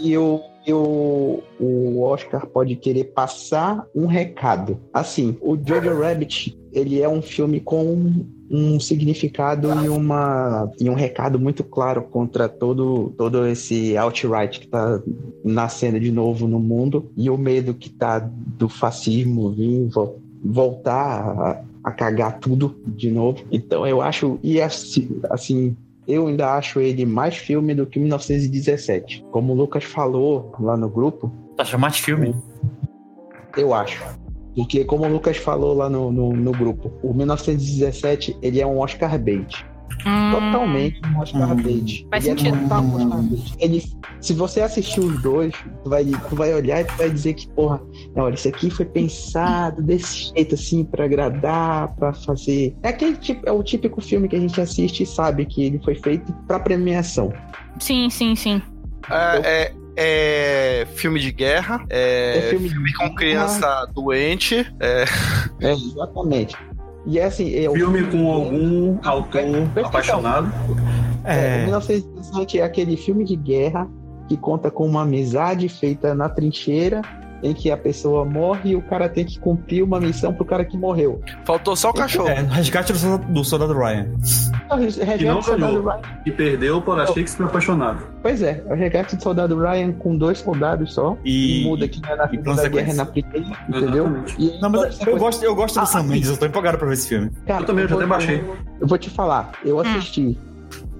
Speaker 2: e o, e o, o Oscar pode querer passar um recado. Assim, o Jojo Rabbit, ele é um filme com um- um significado e, uma, e um recado muito claro contra todo, todo esse alt-right que tá nascendo de novo no mundo e o medo que tá do fascismo vir vo- voltar a, a cagar tudo de novo. Então eu acho, e assi- assim, eu ainda acho ele mais filme do que 1917. Como o Lucas falou lá no grupo,
Speaker 4: tá chamado de filme.
Speaker 2: eu acho. Porque como o Lucas falou lá no, no, no grupo, o 1917 ele é um Oscar bait.
Speaker 5: Hum,
Speaker 2: Totalmente um Oscar bait.
Speaker 5: Faz
Speaker 2: ele
Speaker 5: sentido. tá,
Speaker 2: É total um Oscar bait. Ele, se você assistir os dois, tu vai, tu vai olhar e tu vai dizer que, porra, não, olha, isso aqui foi pensado desse jeito assim, pra agradar, pra fazer. É aquele tipo, é o típico filme que a gente assiste e sabe que ele foi feito pra premiação.
Speaker 5: Sim, sim, sim.
Speaker 1: É, é, é filme de guerra, é,
Speaker 2: É filme de
Speaker 1: filme com
Speaker 2: guerra. Ah.
Speaker 1: criança doente. É,
Speaker 2: É, exatamente. E é assim,
Speaker 1: Uhum.
Speaker 2: eu,
Speaker 3: Filme com algum
Speaker 2: Perfeitão.
Speaker 1: um
Speaker 3: autor apaixonado.
Speaker 2: é,
Speaker 4: É.
Speaker 2: 1917 é aquele filme de guerra que conta com uma amizade feita na trincheira em que a pessoa morre e o cara tem que cumprir uma missão pro cara que morreu.
Speaker 1: faltou só o cachorro.
Speaker 4: É, resgate do Soldado, do Soldado Ryan.
Speaker 2: É O resgate do soldado
Speaker 3: ganhou.
Speaker 2: Ryan.
Speaker 3: E perdeu para Shakespeare apaixonado.
Speaker 2: Pois é, o resgate do soldado Ryan com dois soldados só. E,
Speaker 4: E.
Speaker 2: muda que não é na Segunda Guerra,
Speaker 4: consequência.
Speaker 2: é na primeira, entendeu?
Speaker 3: Exatamente.
Speaker 2: E
Speaker 4: Não, mas eu gosto, eu gosto do Sam Mendes, eu tô empolgado pra ver esse filme.
Speaker 2: Cara,
Speaker 3: Eu também, eu já até
Speaker 2: vou-
Speaker 3: baixei. Hum.
Speaker 2: Eu vou te falar, eu assisti.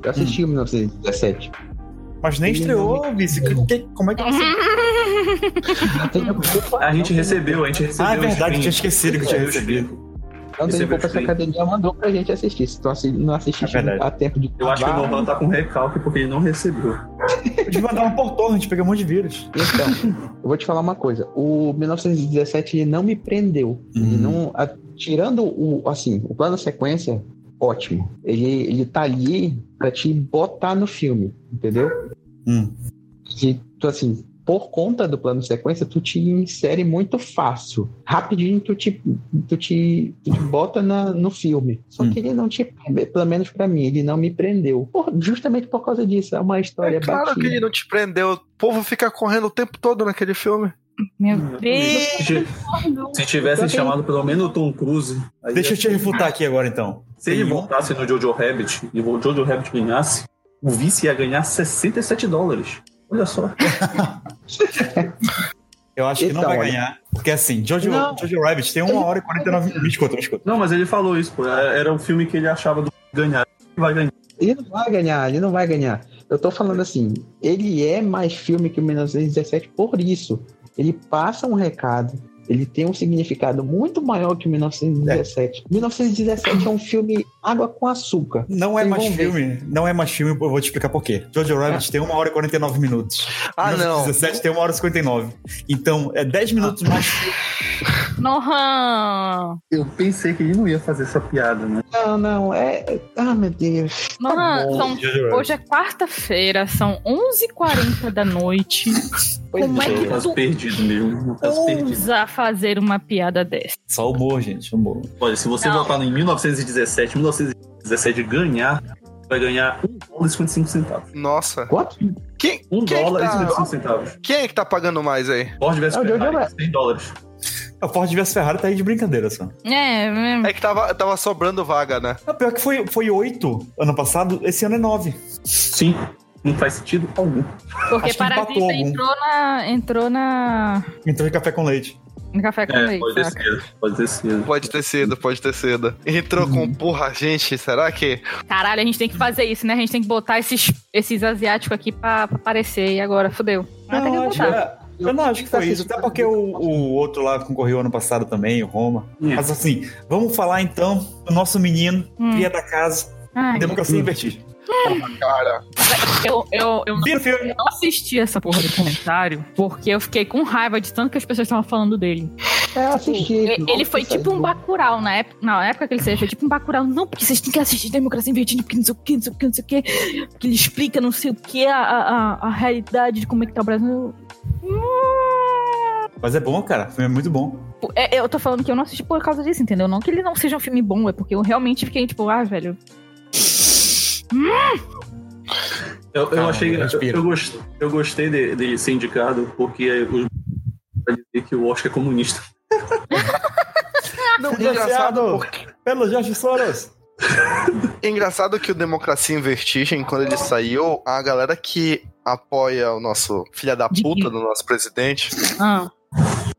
Speaker 2: Eu assisti o 1917.
Speaker 4: Mas nem
Speaker 2: Ele
Speaker 4: estreou, Vice. Que- que- Como é que você.
Speaker 2: Não tenho culpa,
Speaker 3: A gente
Speaker 2: não tenho
Speaker 3: recebeu, a gente recebeu.
Speaker 4: Ah, é verdade, eu
Speaker 3: enfim.
Speaker 4: tinha esquecido que eu tinha
Speaker 3: Eu
Speaker 4: recebido.
Speaker 2: Não tem
Speaker 3: Recebeu
Speaker 2: culpa se a
Speaker 3: free.
Speaker 2: academia mandou pra gente assistir. Se tu assi- não assististe
Speaker 4: É verdade.
Speaker 2: a tempo de
Speaker 3: Eu acho que o
Speaker 2: acabar,
Speaker 3: Nohan tá com recalque porque ele não recebeu.
Speaker 4: Eles mandaram um portão, a gente pegou um monte de vírus.
Speaker 2: Então, eu vou te falar uma coisa. O 1917 ele não me prendeu. Ele
Speaker 3: Uhum.
Speaker 2: não, a- tirando o assim, o plano sequência, ótimo. Ele, ele tá ali pra te botar no filme, entendeu?
Speaker 4: Hum.
Speaker 2: Que tu assim, por conta do plano sequência, tu te insere muito fácil. Rapidinho tu te, tu te, tu te bota na- no filme. Só
Speaker 4: Hum.
Speaker 2: que ele não te, pelo menos pra mim, ele não me prendeu. Por- justamente por causa disso. É uma história
Speaker 1: É claro que
Speaker 2: batida.
Speaker 1: ele não te prendeu. O povo fica correndo o tempo todo naquele filme.
Speaker 5: Meu
Speaker 3: Hum.
Speaker 5: Deus.
Speaker 3: Se- Se tivessem chamado pelo menos o Tom Cruise. aí
Speaker 4: Deixa
Speaker 3: ia-
Speaker 4: eu te refutar aqui agora então.
Speaker 3: Se ele
Speaker 4: Tem um-
Speaker 3: voltasse no Jojo Rabbit e o Jojo Rabbit ganhasse, o vice ia ganhar 67 dólares. Olha só.
Speaker 4: Eu acho que não
Speaker 2: Então,
Speaker 4: vai
Speaker 2: olha.
Speaker 4: ganhar. Porque assim, Jojo,
Speaker 2: Não.
Speaker 4: Jojo Rabbit tem 1 hora e 49 minutos. Me escuta, me escuta.
Speaker 3: Não, mas ele falou isso, pô. Era um filme que ele achava do ganhar. Vai ganhar.
Speaker 2: Ele não vai ganhar, ele não vai ganhar. Eu tô falando assim, ele é mais filme que o 1917 por isso. Ele passa um recado, ele tem um significado muito maior que o 1917. 1917 é um filme água com açúcar.
Speaker 4: Não é
Speaker 2: Vocês
Speaker 4: mais
Speaker 2: vão ver.
Speaker 4: filme. Não é mais filme, eu vou te explicar por quê. Jojo Rabbit tem 1 hora e 49 minutos.
Speaker 1: Ah, não.
Speaker 4: 17 tem 1 hora e 59. Então, é 10 minutos mais
Speaker 5: Nohan.
Speaker 3: Eu pensei que ele não ia fazer essa piada, né?
Speaker 2: Não, não, é. Ah, meu Deus.
Speaker 4: Tá
Speaker 5: Nohan,
Speaker 2: bom.
Speaker 5: são-
Speaker 4: que Jojo Rabbit.
Speaker 5: hoje é quarta-feira, são 11h40 da noite.
Speaker 2: Pois
Speaker 5: Como é
Speaker 2: é.
Speaker 5: que-
Speaker 3: Um caso
Speaker 5: Tu-
Speaker 3: perdido mesmo. Um
Speaker 4: Tá
Speaker 3: caso perdido.
Speaker 5: Ousa fazer uma piada dessa.
Speaker 4: Só humor, gente. Humor.
Speaker 3: Olha, se você
Speaker 5: Não.
Speaker 3: votar em 1917, 1917 ganhar, vai ganhar 1 dólar e 55 centavos.
Speaker 1: Nossa.
Speaker 2: Quanto?
Speaker 1: Quem,
Speaker 3: 1
Speaker 1: Quem
Speaker 3: dólar
Speaker 1: tá-
Speaker 3: e 55 centavos.
Speaker 1: quem é que tá pagando mais aí?
Speaker 3: Ford vs
Speaker 2: É o Jojo
Speaker 3: Ferrari,
Speaker 2: Rabbit.
Speaker 3: 100 dólares.
Speaker 4: A Ford vs Ferrari tá aí de brincadeira só.
Speaker 5: É, é,
Speaker 1: É que tava, tava sobrando vaga, né?
Speaker 4: Ah, pior que foi, foi 8 ano passado, esse ano é 9.
Speaker 3: Sim. Não faz sentido algum.
Speaker 5: porque
Speaker 4: Acho que empatou
Speaker 5: Parasita
Speaker 4: algum.
Speaker 5: entrou na. entrou na.
Speaker 4: Entrou em Então, é café com leite.
Speaker 5: no café com
Speaker 3: É, pode
Speaker 5: leite.
Speaker 3: ter
Speaker 5: saca?
Speaker 3: sido. Pode ter sido.
Speaker 1: Pode ter sido, pode ter sido. Entrou
Speaker 4: Uhum.
Speaker 1: com porra, gente, será que?
Speaker 5: Caralho, a gente tem que fazer isso, né? A gente tem que botar esses, esses asiáticos aqui pra, pra aparecer. E agora, fodeu. Mas tem que
Speaker 4: Não, acho,
Speaker 5: botar.
Speaker 4: que- eu não acho que foi isso. Até porque o, o outro lá concorreu ano passado também, o Roma.
Speaker 3: É.
Speaker 4: Mas assim, vamos falar então do nosso menino,
Speaker 5: Hum.
Speaker 4: cria da casa,
Speaker 5: Ai,
Speaker 4: democracia em vertigem.
Speaker 1: Cara,
Speaker 5: eu, eu, eu
Speaker 4: Vira o filme.
Speaker 5: Eu não assisti essa porra do comentário porque eu fiquei com raiva de tanto que as pessoas estavam falando dele.
Speaker 2: É, assisti.
Speaker 5: E-
Speaker 2: Nossa,
Speaker 5: Ele foi tipo um
Speaker 2: saiu-
Speaker 5: bacural na época, na época que ele saiu, foi tipo um bacural. Não, porque vocês têm que assistir Democracia em Virgínia, porque não sei o que, não sei o que, não sei o que. Que ele explica não sei o que a, a, a- a realidade de como é que tá o Brasil. Hum,
Speaker 4: Mas é bom, cara. O filme é muito bom.
Speaker 5: Tipo, é- eu tô falando que eu não assisti por causa disso, entendeu? Não que ele não seja um filme bom, é porque eu realmente fiquei tipo, ah, velho.
Speaker 3: Eu, eu
Speaker 7: Calma,
Speaker 3: achei.
Speaker 7: respira.
Speaker 3: Eu, gostei, eu gostei de, de ser indicado porque os pra dizer que o Oscar é comunista.
Speaker 1: Não, engraçado,
Speaker 4: Financiado
Speaker 1: porque-
Speaker 4: pelo Jorge Soros.
Speaker 1: engraçado que o Democracia em Vertigem, quando ele saiu, a galera que apoia o nosso filha da
Speaker 5: De-
Speaker 1: puta do nosso presidente,
Speaker 5: Ah,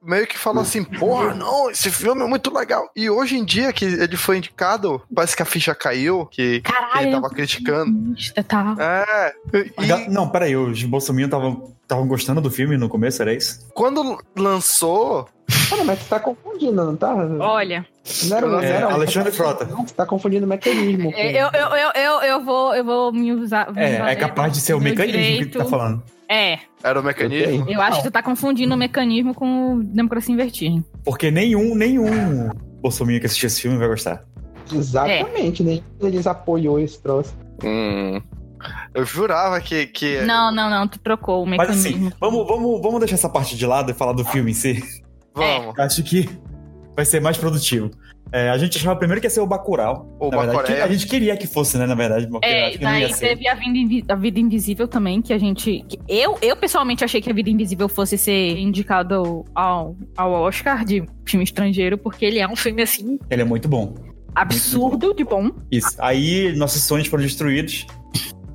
Speaker 1: meio que falou assim,
Speaker 4: Uhum.
Speaker 1: porra, não, esse filme é muito legal. E hoje em dia que ele foi indicado, parece que a ficha caiu, que, que ele
Speaker 5: caralho.
Speaker 1: tava criticando.
Speaker 5: comunista, tá.
Speaker 1: É,
Speaker 4: A ga-
Speaker 1: e
Speaker 4: Não, peraí. Os bolsominions estavam estavam gostando do filme no começo, era isso?
Speaker 1: quando lançou,
Speaker 2: Cara, mas tu tá confundindo, não tá? Não
Speaker 5: Olha,
Speaker 2: era, não
Speaker 1: É,
Speaker 2: era
Speaker 4: Alexandre Frota.
Speaker 2: Não, tu tá confundindo o mecanismo.
Speaker 5: eu, É, eu, eu, eu, eu vou, eu vou me usar. me
Speaker 4: É, é
Speaker 5: valer
Speaker 4: capaz de ser o
Speaker 5: do meu
Speaker 4: mecanismo que
Speaker 5: direito.
Speaker 4: tu tá falando.
Speaker 5: É,
Speaker 1: era o mecanismo.
Speaker 5: eu acho que tu tá confundindo o mecanismo com o democracia em vertigem.
Speaker 4: Porque nenhum, nenhum bolsominion que assistiu esse filme vai gostar.
Speaker 2: Exatamente, né? Eles apoiou esse troço.
Speaker 1: Hum. Eu jurava que. que...
Speaker 5: Não, não, não, tu trocou o
Speaker 4: É. Mas
Speaker 5: mecanismo.
Speaker 4: assim, vamos, vamos, vamos deixar essa parte de lado e falar do filme em si.
Speaker 1: Vamos.
Speaker 4: Eu Acho que vai ser mais produtivo. É, a gente achava primeiro que ia ser o Bacurau. é
Speaker 1: O
Speaker 4: na verdade, que
Speaker 1: Bacoreia.
Speaker 4: a gente queria que fosse, né, na verdade. Porque eu
Speaker 5: É,
Speaker 4: acho
Speaker 5: e
Speaker 4: que não ia
Speaker 5: daí
Speaker 4: ser.
Speaker 5: teve a vida, Invi- a vida Invisível também, que a gente. que eu, eu pessoalmente achei que a Vida Invisível fosse ser indicado ao, ao Oscar de filme estrangeiro, porque ele é um filme assim
Speaker 4: Ele é muito bom.
Speaker 5: absurdo de bom.
Speaker 4: Isso. Aí nossos sonhos foram destruídos.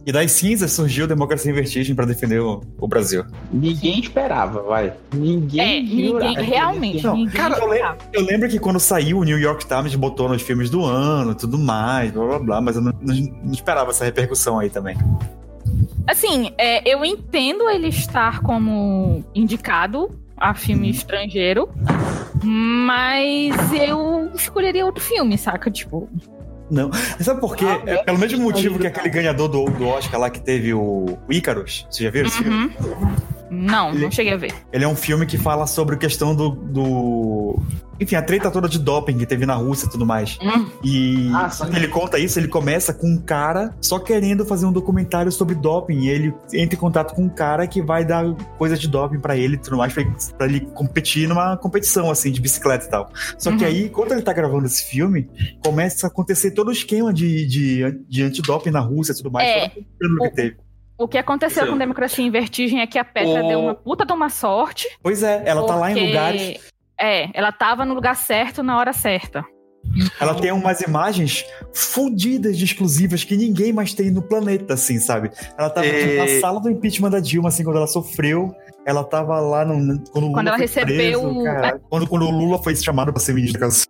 Speaker 4: E das cinzas surgiu a Democracia em Vertigem pra defender o, o Brasil.
Speaker 2: Ninguém esperava, vai. Ninguém.
Speaker 5: é,
Speaker 2: jurava.
Speaker 5: ninguém, realmente.
Speaker 4: Não,
Speaker 5: ninguém
Speaker 4: né? Então, cara, eu lembro-
Speaker 5: esperava.
Speaker 4: Eu lembro que quando saiu o New York Times botou nos filmes do ano e tudo mais, blá blá blá, mas eu não, não- não esperava essa repercussão aí também.
Speaker 5: Assim, é, eu entendo ele estar como indicado a filme estrangeiro, mas eu escolheria outro filme, saca? Tipo,
Speaker 4: Sabe por quê?
Speaker 2: Ah,
Speaker 4: É pelo mesmo motivo
Speaker 2: lindo,
Speaker 4: que aquele ganhador do, do Oscar lá que teve o, o Icarus, vocês já viram esse filme?
Speaker 5: uhum. não,
Speaker 4: Ele-
Speaker 5: não cheguei a ver.
Speaker 4: Ele é um filme que fala sobre questão do. do- Enfim, a treta toda de doping que teve na Rússia e tudo mais.
Speaker 5: Hum.
Speaker 4: E
Speaker 2: Ah,
Speaker 4: só
Speaker 2: sim.
Speaker 4: que ele conta isso, ele começa com um cara só querendo fazer um documentário sobre doping. E ele entra em contato com um cara que vai dar coisa de doping pra ele e tudo mais, pra ele, pra ele competir numa competição assim de bicicleta e tal. Só que
Speaker 5: Uhum.
Speaker 4: aí, quando ele tá gravando esse filme, começa a acontecer todo o esquema de, de, de antidoping na Rússia e tudo mais.
Speaker 5: É.
Speaker 4: todo o escândalo que teve.
Speaker 5: O que aconteceu com Democracia em Vertigem é que a Petra
Speaker 4: O-
Speaker 5: deu uma puta de uma sorte.
Speaker 4: Pois é, ela tá lá em
Speaker 5: porque-
Speaker 4: lugares
Speaker 5: É, ela tava no lugar certo na hora certa.
Speaker 4: Ela tem umas imagens fodidas de exclusivas que ninguém mais tem no planeta, assim, sabe? Ela tava tipo,
Speaker 1: E-
Speaker 4: na sala do impeachment da Dilma, assim, quando ela sofreu. Ela tava lá no, quando o Lula
Speaker 5: Quando ela
Speaker 4: foi
Speaker 5: recebeu
Speaker 4: preso,
Speaker 5: o- Ah.
Speaker 4: cara. Quando, quando o Lula foi chamado pra ser ministro da Casa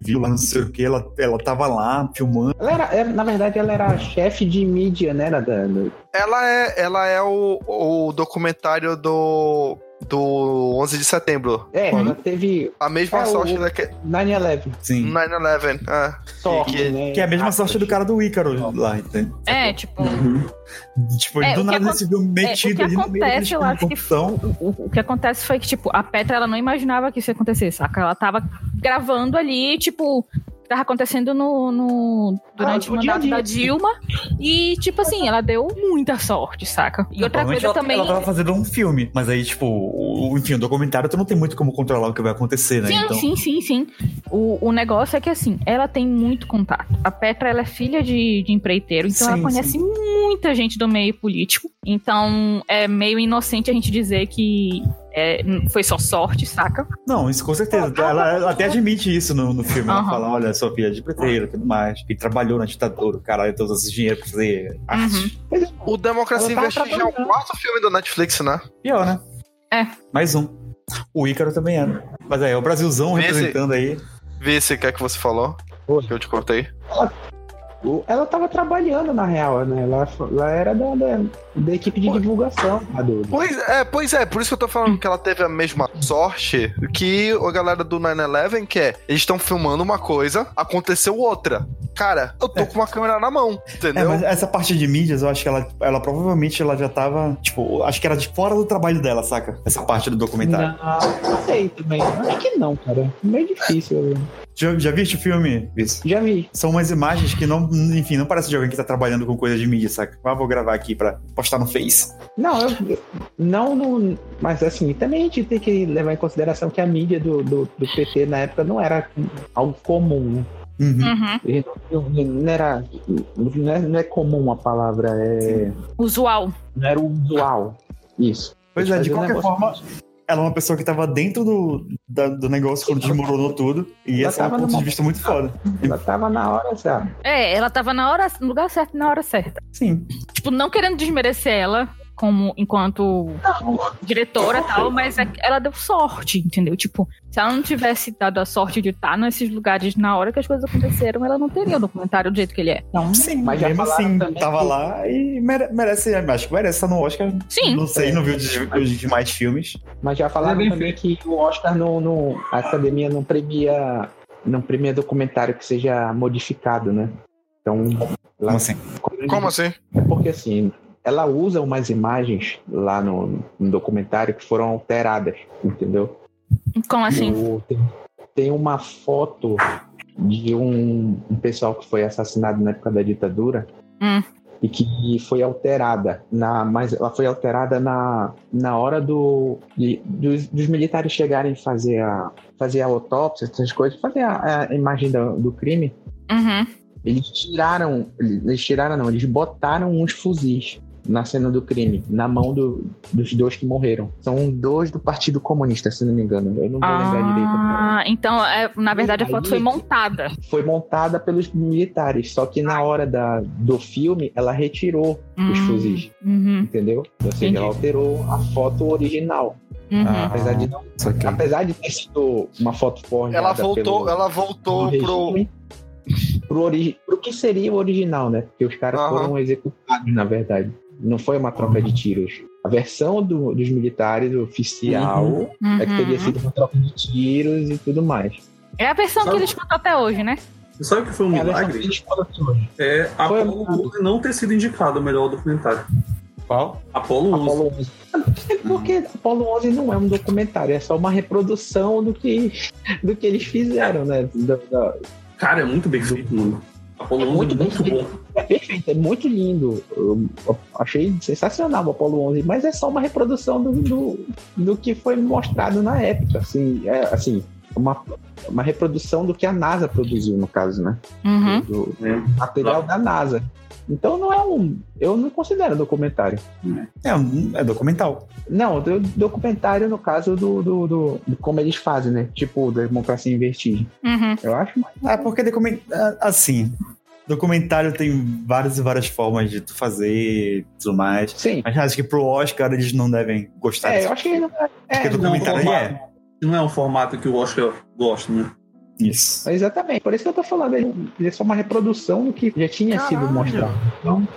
Speaker 4: Civil, lá não sei o que, ela, ela tava lá filmando.
Speaker 2: Ela era, era- na verdade, ela era chefe de mídia, né? Era da, do-
Speaker 1: Ela é, ela é o, o documentário do, do 11 de setembro.
Speaker 2: É,
Speaker 4: Uhum.
Speaker 2: ela teve
Speaker 1: A mesma
Speaker 2: É,
Speaker 1: sorte
Speaker 2: o-
Speaker 1: da que
Speaker 2: 9-11.
Speaker 4: Sim.
Speaker 1: 9-11. é.
Speaker 2: Sorte,
Speaker 1: Que-
Speaker 2: né?
Speaker 4: assim. Que é a mesma
Speaker 2: Aspas.
Speaker 4: sorte do cara do Ícaro lá, entende?
Speaker 5: É, tipo,
Speaker 4: Tipo,
Speaker 5: É, o
Speaker 4: do
Speaker 5: que
Speaker 4: nada ele
Speaker 5: acon-
Speaker 4: se viu metido
Speaker 5: é, o
Speaker 4: ali
Speaker 5: que
Speaker 4: no meio
Speaker 5: acontece, eu
Speaker 4: daquele
Speaker 5: acho que
Speaker 4: confusão.
Speaker 5: o, o que acontece foi que, tipo, a Petra ela não imaginava que isso ia acontecer, saca? Ela tava gravando ali, tipo, tava acontecendo no. no- durante
Speaker 2: Ah,
Speaker 5: o
Speaker 2: o dia a
Speaker 5: mandato da
Speaker 2: dia.
Speaker 5: Dilma. E, tipo assim, ela deu muita sorte, saca? E outra
Speaker 4: Provavelmente
Speaker 5: coisa
Speaker 4: ela,
Speaker 5: também.
Speaker 4: Ela tava fazendo um filme, mas aí, tipo, o, enfim, o documentário tu não tem muito como controlar o que vai acontecer, né?
Speaker 5: Sim,
Speaker 4: então,
Speaker 5: sim, sim, sim. O, o negócio é que assim, ela tem muito contato. A Petra ela é filha de, de empreiteiro, então
Speaker 4: Sim,
Speaker 5: ela conhece muita gente do meio político. Então é meio inocente a gente dizer que é, n- foi só sorte, saca?
Speaker 4: Não, isso com certeza. Ela, ela até admite isso no, no filme. Ela
Speaker 5: ah, Aham.
Speaker 4: fala: olha, sou filha de preteiro e tudo mais. E trabalhou na ditadura, o caralho, todo esse dinheiro pra fazer arte.
Speaker 5: Uhum.
Speaker 1: O Democracia em
Speaker 2: Ela tava
Speaker 1: Vertigem é o
Speaker 2: trabalhando.
Speaker 1: quarto filme do Netflix, né?
Speaker 4: Pior, né?
Speaker 5: É.
Speaker 4: Mais um. O Ícaro também era. Mas aí, é o Brasilzão
Speaker 1: Esse-
Speaker 4: representando aí.
Speaker 1: Vê se que é que você falou.
Speaker 2: Oi.
Speaker 1: Que eu te cortei.
Speaker 2: O- Ela tava trabalhando, na real, né? Ela, ela era da, da, da equipe de divulgação. lá do-
Speaker 1: Pois é, pois é, por isso que eu tô falando que ela teve a mesma sorte que a galera do 9-11, que é, eles estão filmando uma coisa, aconteceu outra. Cara, eu tô com uma câmera na mão,
Speaker 4: É,
Speaker 1: entendeu?
Speaker 4: mas essa parte de mídias, eu acho que ela, ela provavelmente ela já tava. Tipo, acho que era de fora do trabalho dela, saca? Essa parte do documentário.
Speaker 2: Não, não sei também. Acho que não, cara. Meio difícil.
Speaker 4: Já, já viste o filme? Isso.
Speaker 2: Já vi.
Speaker 4: São umas imagens que não, enfim, não parece de alguém que tá trabalhando com coisa de mídia, saca? Ah, vou gravar aqui pra postar no Face.
Speaker 2: Não, eu, eu- não, não, mas assim, também a gente tem que levar em consideração que a mídia do, do, do PT na época não era algo comum, né?
Speaker 4: Uhum.
Speaker 5: Uhum.
Speaker 2: E Não, não era, não é, não é comum a palavra, é,
Speaker 5: Usual.
Speaker 2: não era usual. Isso.
Speaker 4: Pois é, de
Speaker 2: Fazer um
Speaker 4: qualquer
Speaker 2: negócio-
Speaker 4: forma, ela é uma pessoa que tava dentro do, da- do negócio quando desmoronou tudo. E
Speaker 2: Ela
Speaker 4: esse é um
Speaker 2: tava
Speaker 4: ponto
Speaker 2: numa-
Speaker 4: de vista muito foda.
Speaker 2: Ela tava na hora, sabe?
Speaker 5: É, ela tava na hora, no lugar certo, na hora certa.
Speaker 4: Sim.
Speaker 5: Tipo, não querendo desmerecer ela como enquanto diretora e tal, mas é que ela deu sorte, entendeu? Tipo, se ela não tivesse dado a sorte de estar nesses lugares na hora que as coisas aconteceram, ela não teria o documentário do jeito que ele é. Então,
Speaker 4: Sim,
Speaker 2: Mas
Speaker 4: mas
Speaker 2: já
Speaker 4: Uhum. mesmo
Speaker 2: falaram
Speaker 4: assim,
Speaker 2: também
Speaker 4: tava
Speaker 2: que-
Speaker 4: lá e mere- merece, acho que merece, tá no Oscar.
Speaker 5: sim.
Speaker 4: Não sei, não vi os, os demais filmes.
Speaker 2: Mas já falaram
Speaker 3: É bem
Speaker 2: também que o Oscar não, não- a academia não premia, não premia documentário que seja modificado, né? Então,
Speaker 4: Como assim?
Speaker 1: Como assim?
Speaker 2: É porque assim, ela usa umas imagens lá no, no documentário que foram alteradas, entendeu?
Speaker 5: Como assim?
Speaker 2: O- tem, tem uma foto de um, um pessoal que foi assassinado na época da ditadura
Speaker 5: Hum.
Speaker 2: e que foi alterada na, mas ela foi alterada na, na hora do de- dos, dos militares chegarem fazer a fazer a autópsia, essas coisas, fazer a, a imagem do, do crime.
Speaker 5: Uhum.
Speaker 2: Eles tiraram, eles tiraram não, eles botaram uns fuzis na cena do crime, na mão do- dos dois que morreram. São dois do Partido Comunista, se não me engano. Eu não vou lembrar direito.
Speaker 5: Ah, então, é, na verdade, a
Speaker 2: Aí-
Speaker 5: foto foi montada.
Speaker 2: Foi montada pelos militares, só que na hora da, do filme ela retirou os
Speaker 5: Hum.
Speaker 2: fuzis,
Speaker 5: Uhum.
Speaker 2: entendeu? Ou seja,
Speaker 5: Entendi.
Speaker 2: ela alterou a foto original,
Speaker 5: Uhum.
Speaker 2: apesar de não,
Speaker 4: Isso aqui.
Speaker 2: apesar de ter sido uma foto forjada.
Speaker 1: Ela voltou,
Speaker 2: pelo-
Speaker 1: ela voltou
Speaker 2: pro
Speaker 1: pro.
Speaker 2: regime, pro, ori- pro que seria o original, né? Porque os caras
Speaker 1: Aham.
Speaker 2: foram executados, na verdade. Não foi uma troca de tiros. A versão do- dos militares oficial
Speaker 5: Uhum.
Speaker 2: é que teria sido uma troca de tiros e tudo mais.
Speaker 5: É a versão que
Speaker 3: Sabe-
Speaker 5: eles contam até hoje, né?
Speaker 3: Sabe o que foi um
Speaker 2: É a versão que
Speaker 3: milagre?
Speaker 2: eles colocam hoje.
Speaker 3: É
Speaker 2: Foi um
Speaker 3: Apolo
Speaker 2: milagre.
Speaker 3: 11 não ter sido indicado ao melhor documentário.
Speaker 7: Qual?
Speaker 3: Apolo 11.
Speaker 2: Apolo 11. É porque Apolo 11 não é um documentário, é só uma reprodução do que, do que eles fizeram, né? Da- da-
Speaker 3: Cara, é muito bem feito, mano. Apolo
Speaker 2: É
Speaker 3: 11
Speaker 2: muito
Speaker 3: muito,
Speaker 2: bem
Speaker 3: muito bom.
Speaker 2: É perfeito, é muito lindo. Eu eu achei sensacional o Apollo 11, mas é só uma reprodução do, do, do que foi mostrado na época. Assim, é, assim uma, uma reprodução do que a NASA produziu, no caso, né?
Speaker 5: Uhum.
Speaker 2: Do
Speaker 3: né?
Speaker 2: material da NASA. Então não é um. Eu não considero documentário.
Speaker 4: É, um- é documental.
Speaker 2: Não, do- documentário no caso do, do, do- de como eles fazem, né? Tipo, Democracia em Vertigem.
Speaker 5: Uhum.
Speaker 2: Eu acho
Speaker 4: É porque document... ah, assim, documentário tem várias e várias formas de tu fazer e tudo mais.
Speaker 2: Sim.
Speaker 4: Mas acho que pro Oscar eles não devem gostar
Speaker 2: É,
Speaker 4: disso.
Speaker 2: eu acho que. não-
Speaker 4: Porque
Speaker 2: É,
Speaker 3: do-
Speaker 4: documentário
Speaker 3: não,
Speaker 4: é.
Speaker 3: Não é um formato que o Oscar gosta, né?
Speaker 4: Isso.
Speaker 2: Exatamente, por isso que eu tô falando, ele ele é só uma reprodução do que já tinha
Speaker 1: Caralho.
Speaker 2: sido mostrado. Então,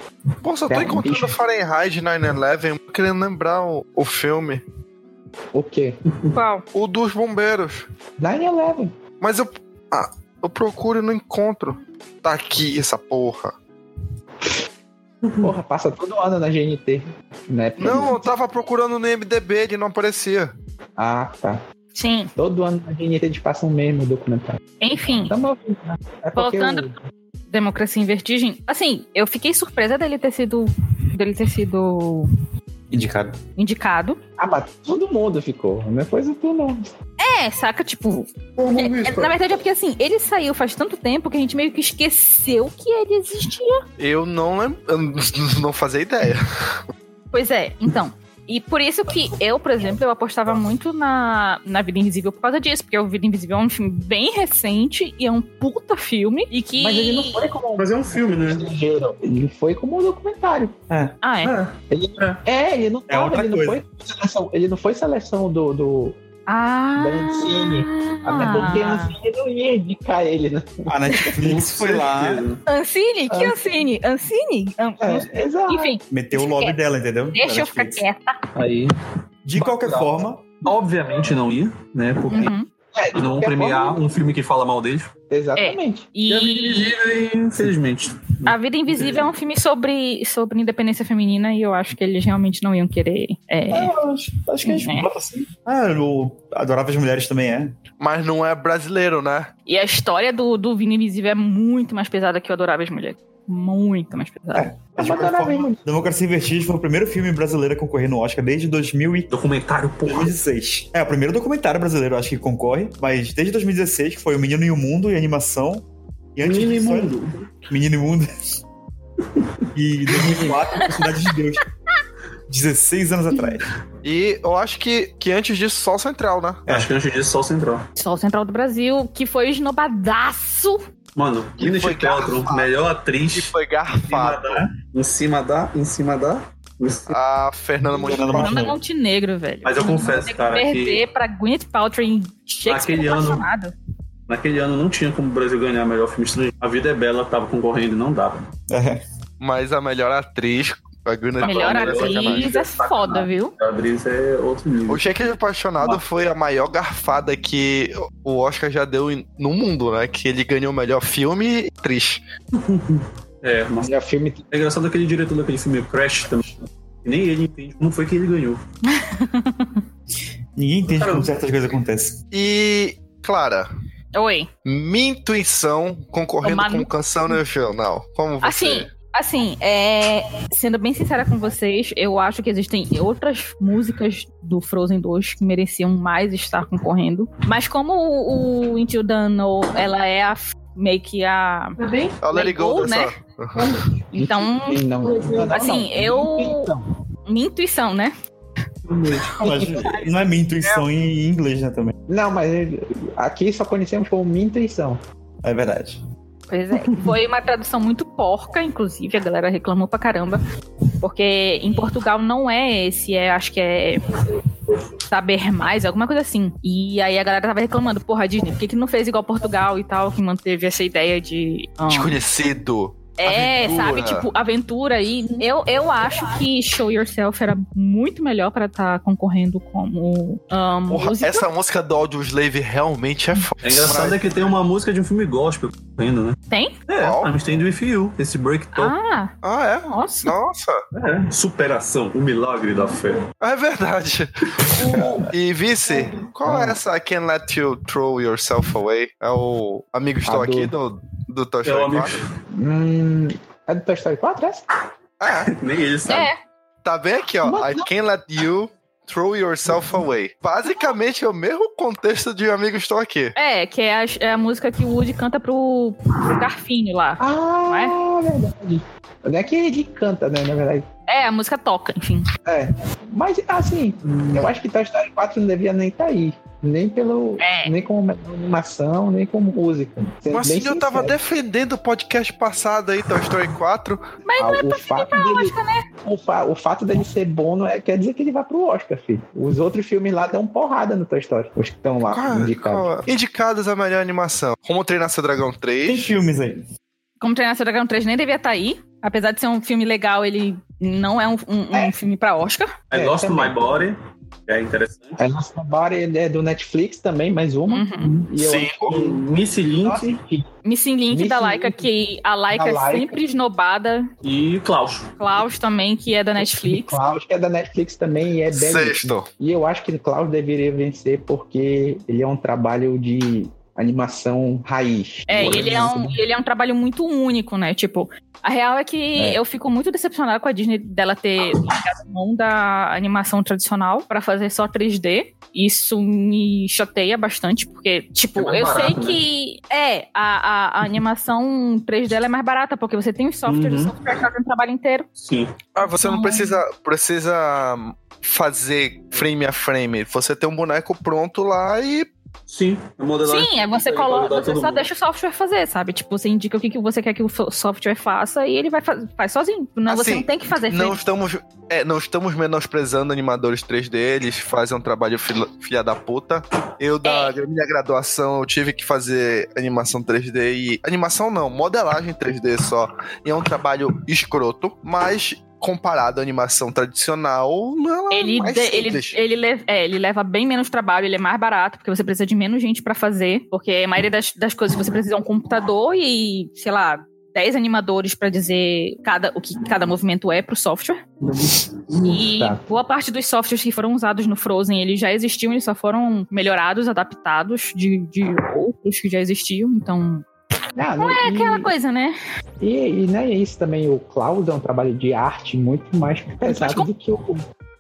Speaker 1: Pô, só tô
Speaker 2: Cara,
Speaker 1: encontrando
Speaker 2: bicho.
Speaker 1: Fahrenheit 9-11, querendo lembrar o, o filme.
Speaker 2: o quê?
Speaker 5: Qual?
Speaker 1: O dos bombeiros.
Speaker 2: 9-11.
Speaker 1: Mas eu. Ah, eu procuro e não encontro. Tá aqui essa porra.
Speaker 2: Porra, passa todo ano na GNT. Na época
Speaker 1: Não, eu tava procurando no MDB, ele não aparecia.
Speaker 2: do- Ah, tá.
Speaker 5: Sim.
Speaker 2: Todo ano na GNT eles passam o mesmo documentário.
Speaker 5: Enfim,
Speaker 2: Tamo ouvindo, né? É porque
Speaker 5: Voltando-
Speaker 2: o-
Speaker 5: Democracia em Vertigem. Assim, eu fiquei surpresa dele ter sido. dele ter sido
Speaker 4: Indicado.
Speaker 5: indicado.
Speaker 2: Ah, mas todo mundo ficou. Não é coisa tu, não.
Speaker 5: É, saca, tipo. é- na verdade é porque assim, ele saiu faz tanto tempo que a gente meio que esqueceu que ele existia.
Speaker 1: Eu não lembro. eu n- não fazia ideia.
Speaker 5: Pois é, então. E por isso que eu, por exemplo, eu apostava muito na, na Vida Invisível por causa disso. Porque o Vida Invisível é um filme bem recente e é um puta filme. E que.
Speaker 2: Mas ele não foi como um
Speaker 3: Mas é um filme, né?
Speaker 2: estrangeiro. Ele foi como um documentário.
Speaker 5: Ah, é.
Speaker 2: Ele... É. ele não tava,
Speaker 4: outra
Speaker 2: ele, não
Speaker 4: coisa.
Speaker 2: foi seleção, ele não foi seleção do. do...
Speaker 5: Ah.
Speaker 2: Dancini. Até porque assim, ele não ia indicar ele, né?
Speaker 4: A Ah, Netflix foi lá,
Speaker 3: Certeza.
Speaker 5: Ancine? Que Ancine? Ancine? An-
Speaker 2: Ah. É, exato.
Speaker 5: Enfim,
Speaker 4: meteu o lobby dela, entendeu?
Speaker 5: deixa
Speaker 4: Da
Speaker 5: eu ficar
Speaker 4: Netflix.
Speaker 5: quieta.
Speaker 3: Aí,
Speaker 4: De qualquer
Speaker 3: Não.
Speaker 4: forma,
Speaker 3: obviamente não ia, né? Porque
Speaker 5: Uhum.
Speaker 2: É, de
Speaker 3: não vão
Speaker 2: qualquer
Speaker 3: premiar
Speaker 2: forma,
Speaker 3: um filme que fala mal deles.
Speaker 2: É, Exatamente.
Speaker 3: E a Vida
Speaker 5: E
Speaker 3: Invisível, infelizmente.
Speaker 5: A Vida Invisível é um filme sobre, sobre independência feminina e eu acho que eles realmente não iam querer. é,
Speaker 4: Ah, acho, acho que a gente
Speaker 5: É.
Speaker 4: bota assim. Ah, o Adoráveis Mulheres também é.
Speaker 1: Mas não é brasileiro, né?
Speaker 5: E a história do, do Vini Invisível é muito mais pesada que o Adoráveis Mulheres. Muito mais pesada.
Speaker 2: Tá
Speaker 4: Mas, de qualquer forma, Democracia em Vertigem foi o primeiro filme brasileiro a concorrer no Oscar desde 2000 e
Speaker 3: Documentário, porra.
Speaker 4: 2016. É, o primeiro documentário brasileiro, acho que concorre, mas desde 2016, que foi O Menino e o Mundo e Animação. E antes
Speaker 3: Menino e
Speaker 4: disso,
Speaker 3: Mundo.
Speaker 4: Menino e Mundo. e 2004, por Cidade de Deus. 16 anos atrás.
Speaker 1: E eu acho que, que antes disso, só o Central, né?
Speaker 4: É.
Speaker 3: Acho que antes disso, só o Central.
Speaker 5: Sol Central do Brasil, que foi esnobadaço.
Speaker 3: Mano,
Speaker 1: foi
Speaker 3: Gwyneth Paltrow,
Speaker 1: garfado.
Speaker 3: melhor
Speaker 1: Que
Speaker 3: atriz.
Speaker 1: foi
Speaker 3: Em cima
Speaker 1: garfado.
Speaker 3: da, em cima da, em cima da. em cima-
Speaker 1: A Fernanda
Speaker 4: Fernanda
Speaker 1: Montenegro.
Speaker 5: Fernanda
Speaker 4: Montenegro.
Speaker 5: Montenegro, velho.
Speaker 3: Mas eu confesso, cara, que
Speaker 5: Perder pra Gwyneth Paltrow em Shakespeare
Speaker 3: Naquele ano-
Speaker 5: apaixonado.
Speaker 3: naquele ano não tinha como o Brasil ganhar melhor filme estrangeiro. A Vida é Bela tava concorrendo e não dava.
Speaker 4: É.
Speaker 1: Mas a melhor atriz, a Gwyneth
Speaker 5: Melhor
Speaker 1: Paltrow, é sacanagem.
Speaker 5: atriz é foda, viu?
Speaker 3: A atriz é outro nível.
Speaker 1: O Shakespeare Apaixonado foi a maior garfada que o Oscar já deu em- no mundo, né? Que ele ganhou o melhor filme e atriz.
Speaker 3: É, mas
Speaker 2: Melhor filme
Speaker 3: é engraçado aquele diretor daquele filme Crash também. Nem ele entende como foi que ele ganhou.
Speaker 4: Ninguém entende
Speaker 3: Cara,
Speaker 4: como certas coisas acontecem.
Speaker 1: E, Clara,
Speaker 5: Oi.
Speaker 1: minha intuição concorrendo
Speaker 5: Tomar
Speaker 1: com
Speaker 5: no-
Speaker 1: canção no final. Como você?
Speaker 5: Assim, assim, é, sendo bem sincera com vocês, eu acho que existem outras músicas do Frozen 2 que mereciam mais estar concorrendo. Mas como o, o Until Dawn, ela é a, meio que a...
Speaker 8: Tá bem?
Speaker 1: É o Let It Go,
Speaker 5: Go,
Speaker 1: dessa-
Speaker 5: Então,
Speaker 2: Sim, não.
Speaker 5: assim, eu- minha intuição, né?
Speaker 4: Ah, mas não é minha intuição em em inglês, né, também.
Speaker 2: Não, mas ele- aqui só conhecemos como minha intuição.
Speaker 4: É verdade.
Speaker 5: Pois é, foi uma tradução muito porca, inclusive, a galera reclamou pra caramba. Porque em Portugal não é esse, é, acho que é saber mais, alguma coisa assim. E aí a galera tava reclamando, porra, Disney, por que, que não fez igual Portugal e tal, que manteve essa ideia de. ah,
Speaker 1: Desconhecido.
Speaker 5: é,
Speaker 1: aventura.
Speaker 5: sabe, tipo, aventura. E eu, eu acho que Show Yourself era muito melhor pra estar concorrendo como ah,
Speaker 1: Porra,
Speaker 5: música.
Speaker 1: essa música do Audio Slave realmente é
Speaker 2: Hum.
Speaker 1: foda.
Speaker 3: É engraçado
Speaker 2: né?
Speaker 3: é que tem uma música de um filme gospel correndo, né?
Speaker 5: Tem?
Speaker 3: É,
Speaker 1: Qual?
Speaker 3: I'm Standing With You, esse break top.
Speaker 5: Ah,
Speaker 1: Ah, é?
Speaker 5: nossa.
Speaker 1: Nossa,
Speaker 3: É, superação, o milagre da fé.
Speaker 1: é verdade. e vice, qual
Speaker 2: Hum.
Speaker 1: é essa I Can't Let You Throw Yourself Away? É o Amigo Estou
Speaker 2: A do-
Speaker 1: Aqui do, do Toy
Speaker 3: É o
Speaker 1: Story
Speaker 3: amigo.
Speaker 1: 4?
Speaker 2: Hum, é do Toy Story 4, essa?
Speaker 1: É,
Speaker 3: Nem ele sabe.
Speaker 5: É,
Speaker 1: tá bem aqui, ó. I Can't Let You Throw Yourself Away. Basicamente é o mesmo contexto de Amigo Estou Aqui.
Speaker 5: É, que é a, é a música que o Woody canta pro, pro Garfinho lá.
Speaker 2: Ah, verdade. Não é que ele canta, né, na verdade.
Speaker 5: É, a música toca, enfim.
Speaker 2: É. Mas, assim, eu acho que Toy Story 4 não devia nem estar aí. Nem pelo.
Speaker 5: É.
Speaker 2: Nem como animação, nem como música. Sendo
Speaker 1: Mas
Speaker 2: É bem
Speaker 1: sim, eu tava
Speaker 2: sincero.
Speaker 1: defendendo o podcast passado aí, Toy Story 4.
Speaker 2: Ah, o, fato dele, o, fa- o fato dele ser bom não é, quer dizer que ele vai pro Oscar, filho. Os outros filmes lá dão porrada no Toy Story. Os que estão lá
Speaker 1: Qual- é?
Speaker 2: indicados.
Speaker 1: qual- indicados a melhor animação. Como treinar seu dragão
Speaker 4: Tem
Speaker 1: 3.
Speaker 4: filmes aí.
Speaker 5: Como Treinar Seu Dragão 3 nem devia estar aí. Apesar de ser um filme legal, ele não é um, um- um filme pra Oscar.
Speaker 3: I
Speaker 2: É,
Speaker 3: Lost
Speaker 2: também.
Speaker 3: My Body, é interessante.
Speaker 2: A nossa Body é do Netflix também, mais uma.
Speaker 5: Uhum.
Speaker 2: E eu
Speaker 1: Sim.
Speaker 2: acho que-
Speaker 3: Missy
Speaker 2: Nossa,
Speaker 3: Link
Speaker 2: enfim,
Speaker 5: Missing Link
Speaker 2: Missing
Speaker 5: da Laika,
Speaker 2: Link.
Speaker 5: que a Laika
Speaker 2: Da
Speaker 5: é
Speaker 2: Laika.
Speaker 5: sempre esnobada.
Speaker 3: e Klaus.
Speaker 5: Klaus também, que é da Netflix.
Speaker 2: Klaus, que é da Netflix também e é bem.
Speaker 1: Sexto.
Speaker 2: E eu acho que Klaus deveria vencer porque ele é um trabalho de animação raiz.
Speaker 5: É, e ele é, um, ele é um trabalho muito único, né? Tipo, a real é que eu fico muito decepcionada com a Disney dela ter largado mão da animação tradicional pra fazer só 3D. Isso me chateia bastante, porque, tipo,
Speaker 3: É mais
Speaker 5: eu sei
Speaker 3: barato, né?
Speaker 5: que é, a, a, a animação 3D ela é mais barata, porque você tem os softwares,
Speaker 3: Uhum.
Speaker 5: o software faz o trabalho inteiro.
Speaker 3: Sim.
Speaker 1: Ah, você não
Speaker 5: Ai.
Speaker 1: precisa, precisa fazer frame a frame. Você tem um boneco pronto lá e.
Speaker 3: Sim. A modelagem.
Speaker 5: Sim, é você
Speaker 3: consegue
Speaker 5: coloca,
Speaker 3: modelar
Speaker 5: você
Speaker 3: todo
Speaker 5: só
Speaker 3: mundo.
Speaker 5: deixa o software fazer, sabe? Tipo, você indica o que, que você quer que o so- software faça e ele vai faz, faz sozinho. Não, você
Speaker 1: Assim,
Speaker 5: não tem que fazer
Speaker 1: Não
Speaker 5: frente.
Speaker 1: estamos, é, não estamos menosprezando animadores 3D, eles fazem um trabalho fila- filha da puta. Eu,
Speaker 5: É.
Speaker 1: da da minha graduação, eu tive que fazer animação 3D e. Animação não, modelagem 3D só. E é um trabalho escroto, mas comparado à animação tradicional, ela é
Speaker 5: Ele,
Speaker 1: mais
Speaker 5: de- ele,
Speaker 1: simples.
Speaker 5: ele, le- é, ele leva bem menos trabalho, ele é mais barato, porque você precisa de menos gente pra fazer. Porque a maioria das, das coisas que você precisa é um computador e, sei lá, 10 animadores pra dizer cada, o que cada movimento é pro software. E
Speaker 2: Tá.
Speaker 5: boa parte dos softwares que foram usados no Frozen, eles já existiam, eles só foram melhorados, adaptados de, de outros que já existiam. Então,
Speaker 2: Ah, não é
Speaker 5: aquela coisa, né?
Speaker 2: E, e não é isso também. O Klaus é um trabalho de arte muito mais pesado
Speaker 5: com-
Speaker 2: do que o.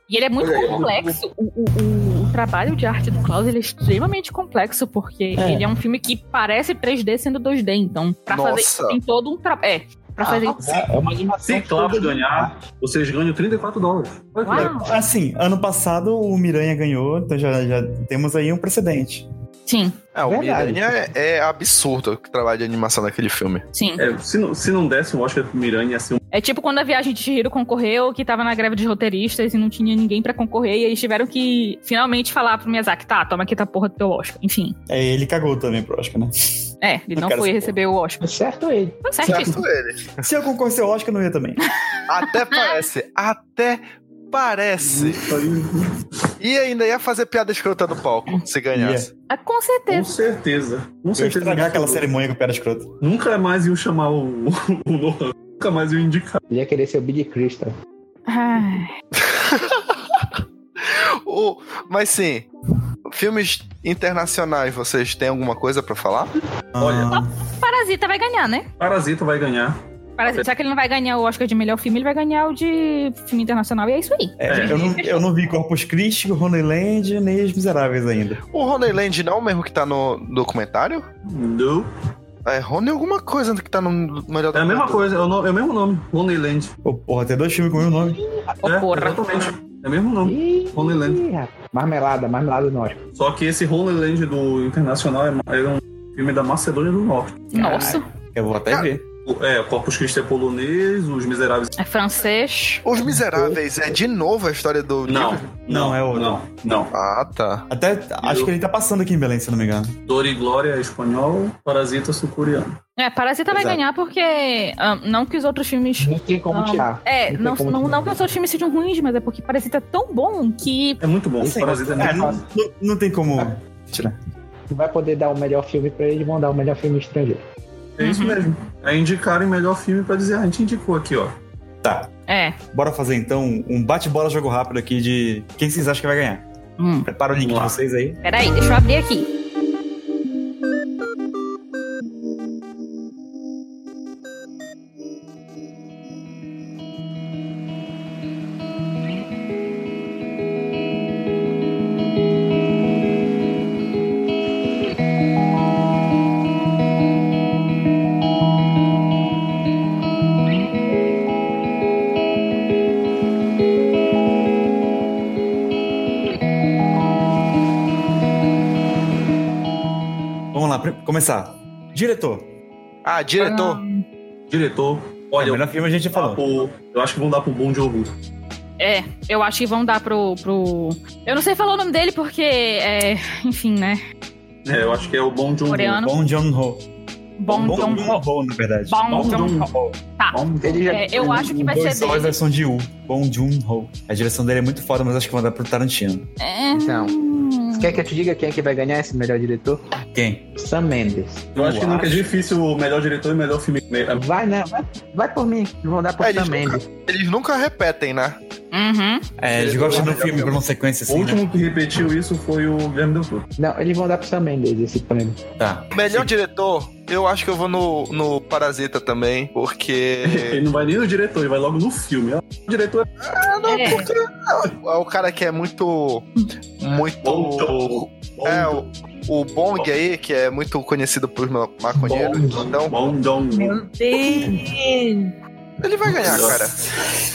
Speaker 5: E ele é muito
Speaker 3: Olha aí.
Speaker 5: complexo. O, o- o- o trabalho de arte do Klaus ele é extremamente complexo, porque
Speaker 2: É.
Speaker 5: ele é um filme que parece 3D sendo 2D. Então, pra fazer
Speaker 1: Nossa.
Speaker 5: isso tem todo um trabalho. É, pra fazer isso.
Speaker 2: É é uma animação.
Speaker 3: Se Klaus
Speaker 2: toda de
Speaker 3: ganhar, vocês ganham 34 dólares. Olha que legal.
Speaker 5: Uau!
Speaker 4: Assim, ano passado o Miranha ganhou, então já, já temos aí um precedente.
Speaker 5: Sim,
Speaker 1: É, o
Speaker 2: Verdade.
Speaker 1: Miranha é, é absurdo o trabalho de animação daquele filme.
Speaker 5: sim.
Speaker 3: É, se, não, se não desse o Oscar pro Miranha, ia ser um
Speaker 5: É tipo quando a viagem de Chihiro concorreu, que tava na greve de roteiristas e não tinha ninguém pra concorrer, e eles tiveram que finalmente falar pro Miyazaki, tá, toma aqui tua porra do teu Oscar. Enfim,
Speaker 4: É, ele cagou também pro Oscar, né?
Speaker 5: é, ele
Speaker 4: Eu
Speaker 5: não
Speaker 4: quero
Speaker 5: foi
Speaker 4: essa
Speaker 5: receber o
Speaker 2: arte.
Speaker 5: Oscar.
Speaker 2: É Certo ele.
Speaker 5: Tá certíssimo.
Speaker 1: Certo ele.
Speaker 4: Se eu concorresse ao Oscar, eu não ia também.
Speaker 1: Até parece. Até parece.
Speaker 3: um,
Speaker 1: E ainda ia fazer piada escrota no palco, se ganhasse.
Speaker 5: Ah, com
Speaker 3: Com
Speaker 5: certeza.
Speaker 3: certeza. Com
Speaker 4: Eu ia
Speaker 3: certeza. um.
Speaker 4: estragar aquela cerimônia com o Pedra Escroto.
Speaker 3: Nunca mais iam chamar o, o Nolan. Nunca mais iam indicar.
Speaker 2: Ele ia querer ser o Billy Crystal.
Speaker 5: Ai,
Speaker 1: O- mas sim, filmes internacionais, vocês têm alguma coisa pra falar?
Speaker 3: Olha.
Speaker 4: Ah,
Speaker 5: Parasita vai ganhar, né?
Speaker 3: Parasita vai ganhar.
Speaker 5: Parasita, já que ele não vai ganhar o Oscar de melhor filme, ele vai ganhar o de filme internacional, e é isso aí.
Speaker 4: é, eu, não, eu não vi Corpus Christi, Honeyland, nem Os Miseráveis ainda.
Speaker 1: O Honeyland não é o mesmo que tá no documentário?
Speaker 3: Não.
Speaker 1: É Rony alguma coisa que tá no melhor
Speaker 3: É a mesma
Speaker 1: documentário.
Speaker 3: coisa, é o, no- é o mesmo nome. Honeyland.
Speaker 4: Ô, porra, tem dois filmes com o mesmo nome.
Speaker 5: Ô,
Speaker 3: é,
Speaker 5: porra.
Speaker 3: Exatamente. É o mesmo nome.
Speaker 2: Ih,
Speaker 3: Homeland.
Speaker 2: ih, rapaz. marmelada, marmelada no Oscar.
Speaker 3: Só que esse Honeyland do Internacional é, ma- é um filme da Macedônia do Norte.
Speaker 5: Nossa,
Speaker 4: Eu vou até ver.
Speaker 3: O- É, Corpus Christi é polonês, Os Miseráveis...
Speaker 5: é francês.
Speaker 1: Os Miseráveis é de novo a história do
Speaker 3: Não,
Speaker 1: livro?
Speaker 4: Não, é outro.
Speaker 3: Não, não.
Speaker 1: Ah, tá.
Speaker 4: Até acho que ele tá passando aqui em Belém, se não me engano.
Speaker 3: Dor e Glória é espanhol, Parasita sul-coreano.
Speaker 5: É, Parasita vai
Speaker 4: Exato.
Speaker 5: ganhar porque. ah, não que os outros filmes
Speaker 2: Não tem como
Speaker 5: Não.
Speaker 2: tirar.
Speaker 5: É,
Speaker 2: Não tem
Speaker 5: não,
Speaker 2: como
Speaker 5: não,
Speaker 2: tirar.
Speaker 5: não que os outros filmes sejam ruins, mas é porque Parasita é tão bom que.
Speaker 3: É muito bom,
Speaker 4: Sim.
Speaker 3: Parasita é muito É.
Speaker 4: É, não, não- não tem como tirar.
Speaker 2: Tu vai poder dar o melhor filme pra eles, vão dar o melhor filme estrangeiro.
Speaker 3: É isso mesmo. É indicar o melhor filme pra dizer, ah, a gente indicou aqui, ó.
Speaker 4: Tá,
Speaker 5: É.
Speaker 4: bora fazer então um bate-bola jogo rápido aqui de quem vocês acham que vai ganhar.
Speaker 5: Hum.
Speaker 4: Prepara o link de
Speaker 3: Vamos lá.
Speaker 4: vocês aí.
Speaker 5: Peraí, deixa eu abrir aqui.
Speaker 4: Vamos lá, pre- começar. Diretor.
Speaker 1: Ah, diretor.
Speaker 3: Diretor, olha,
Speaker 4: Olha, o É melhor filme a gente já
Speaker 3: dá
Speaker 4: falou.
Speaker 3: pro- eu acho que vão dar pro Bom Jogo.
Speaker 5: É, eu acho que vão dar pro. pro... Eu não sei falar o nome dele porque. É, enfim, né?
Speaker 3: É, eu acho que é o Bom Joon.
Speaker 5: Coreano.
Speaker 4: Bom John Ho.
Speaker 5: Bom John Ho.
Speaker 4: Ho, na verdade.
Speaker 5: Bom
Speaker 3: Bom
Speaker 5: John
Speaker 3: Joon.
Speaker 5: Ho.
Speaker 3: Bom Joon.
Speaker 2: Ele já
Speaker 5: É, eu acho que vai ser
Speaker 4: Dois olhos
Speaker 5: dele.
Speaker 4: da Son Jiu. Bom John Ho. A direção dele é muito foda, mas acho que vão dar pro Tarantino.
Speaker 1: né?
Speaker 5: É,
Speaker 2: Então,
Speaker 5: hum,
Speaker 2: Quer que eu te diga quem é que vai ganhar esse melhor diretor?
Speaker 4: Quem?
Speaker 2: Sam Mendes.
Speaker 3: Eu acho que nunca é difícil o melhor diretor e o melhor filme. É,
Speaker 2: Vai, né? Vai, vai por mim. Vão dar por
Speaker 1: É,
Speaker 2: Sam
Speaker 1: eles nunca-
Speaker 2: Mendes.
Speaker 1: Eles nunca repetem, né?
Speaker 5: Uhum.
Speaker 4: É, eles gostam de um filme por uma sequência
Speaker 3: O
Speaker 4: assim, né?
Speaker 3: último que repetiu isso foi o Guilherme Del Toro.
Speaker 2: Não, eles vão dar pro Sam Mendes esse prêmio.
Speaker 4: Tá.
Speaker 1: Melhor diretor, eu acho que eu vou no, no Parasita também, porque.
Speaker 3: Ele não vai nem no diretor, ele vai logo no filme. ó. O diretor é
Speaker 1: ah, não,
Speaker 5: É.
Speaker 1: porque. não, é o cara que é muito.
Speaker 3: Bom
Speaker 1: Muito.
Speaker 3: Joon.
Speaker 1: É, o, o Bong aí, que é muito conhecido por maconheiros. Então,
Speaker 3: Bom Joon.
Speaker 1: ele vai ganhar,
Speaker 3: Nossa.
Speaker 1: cara.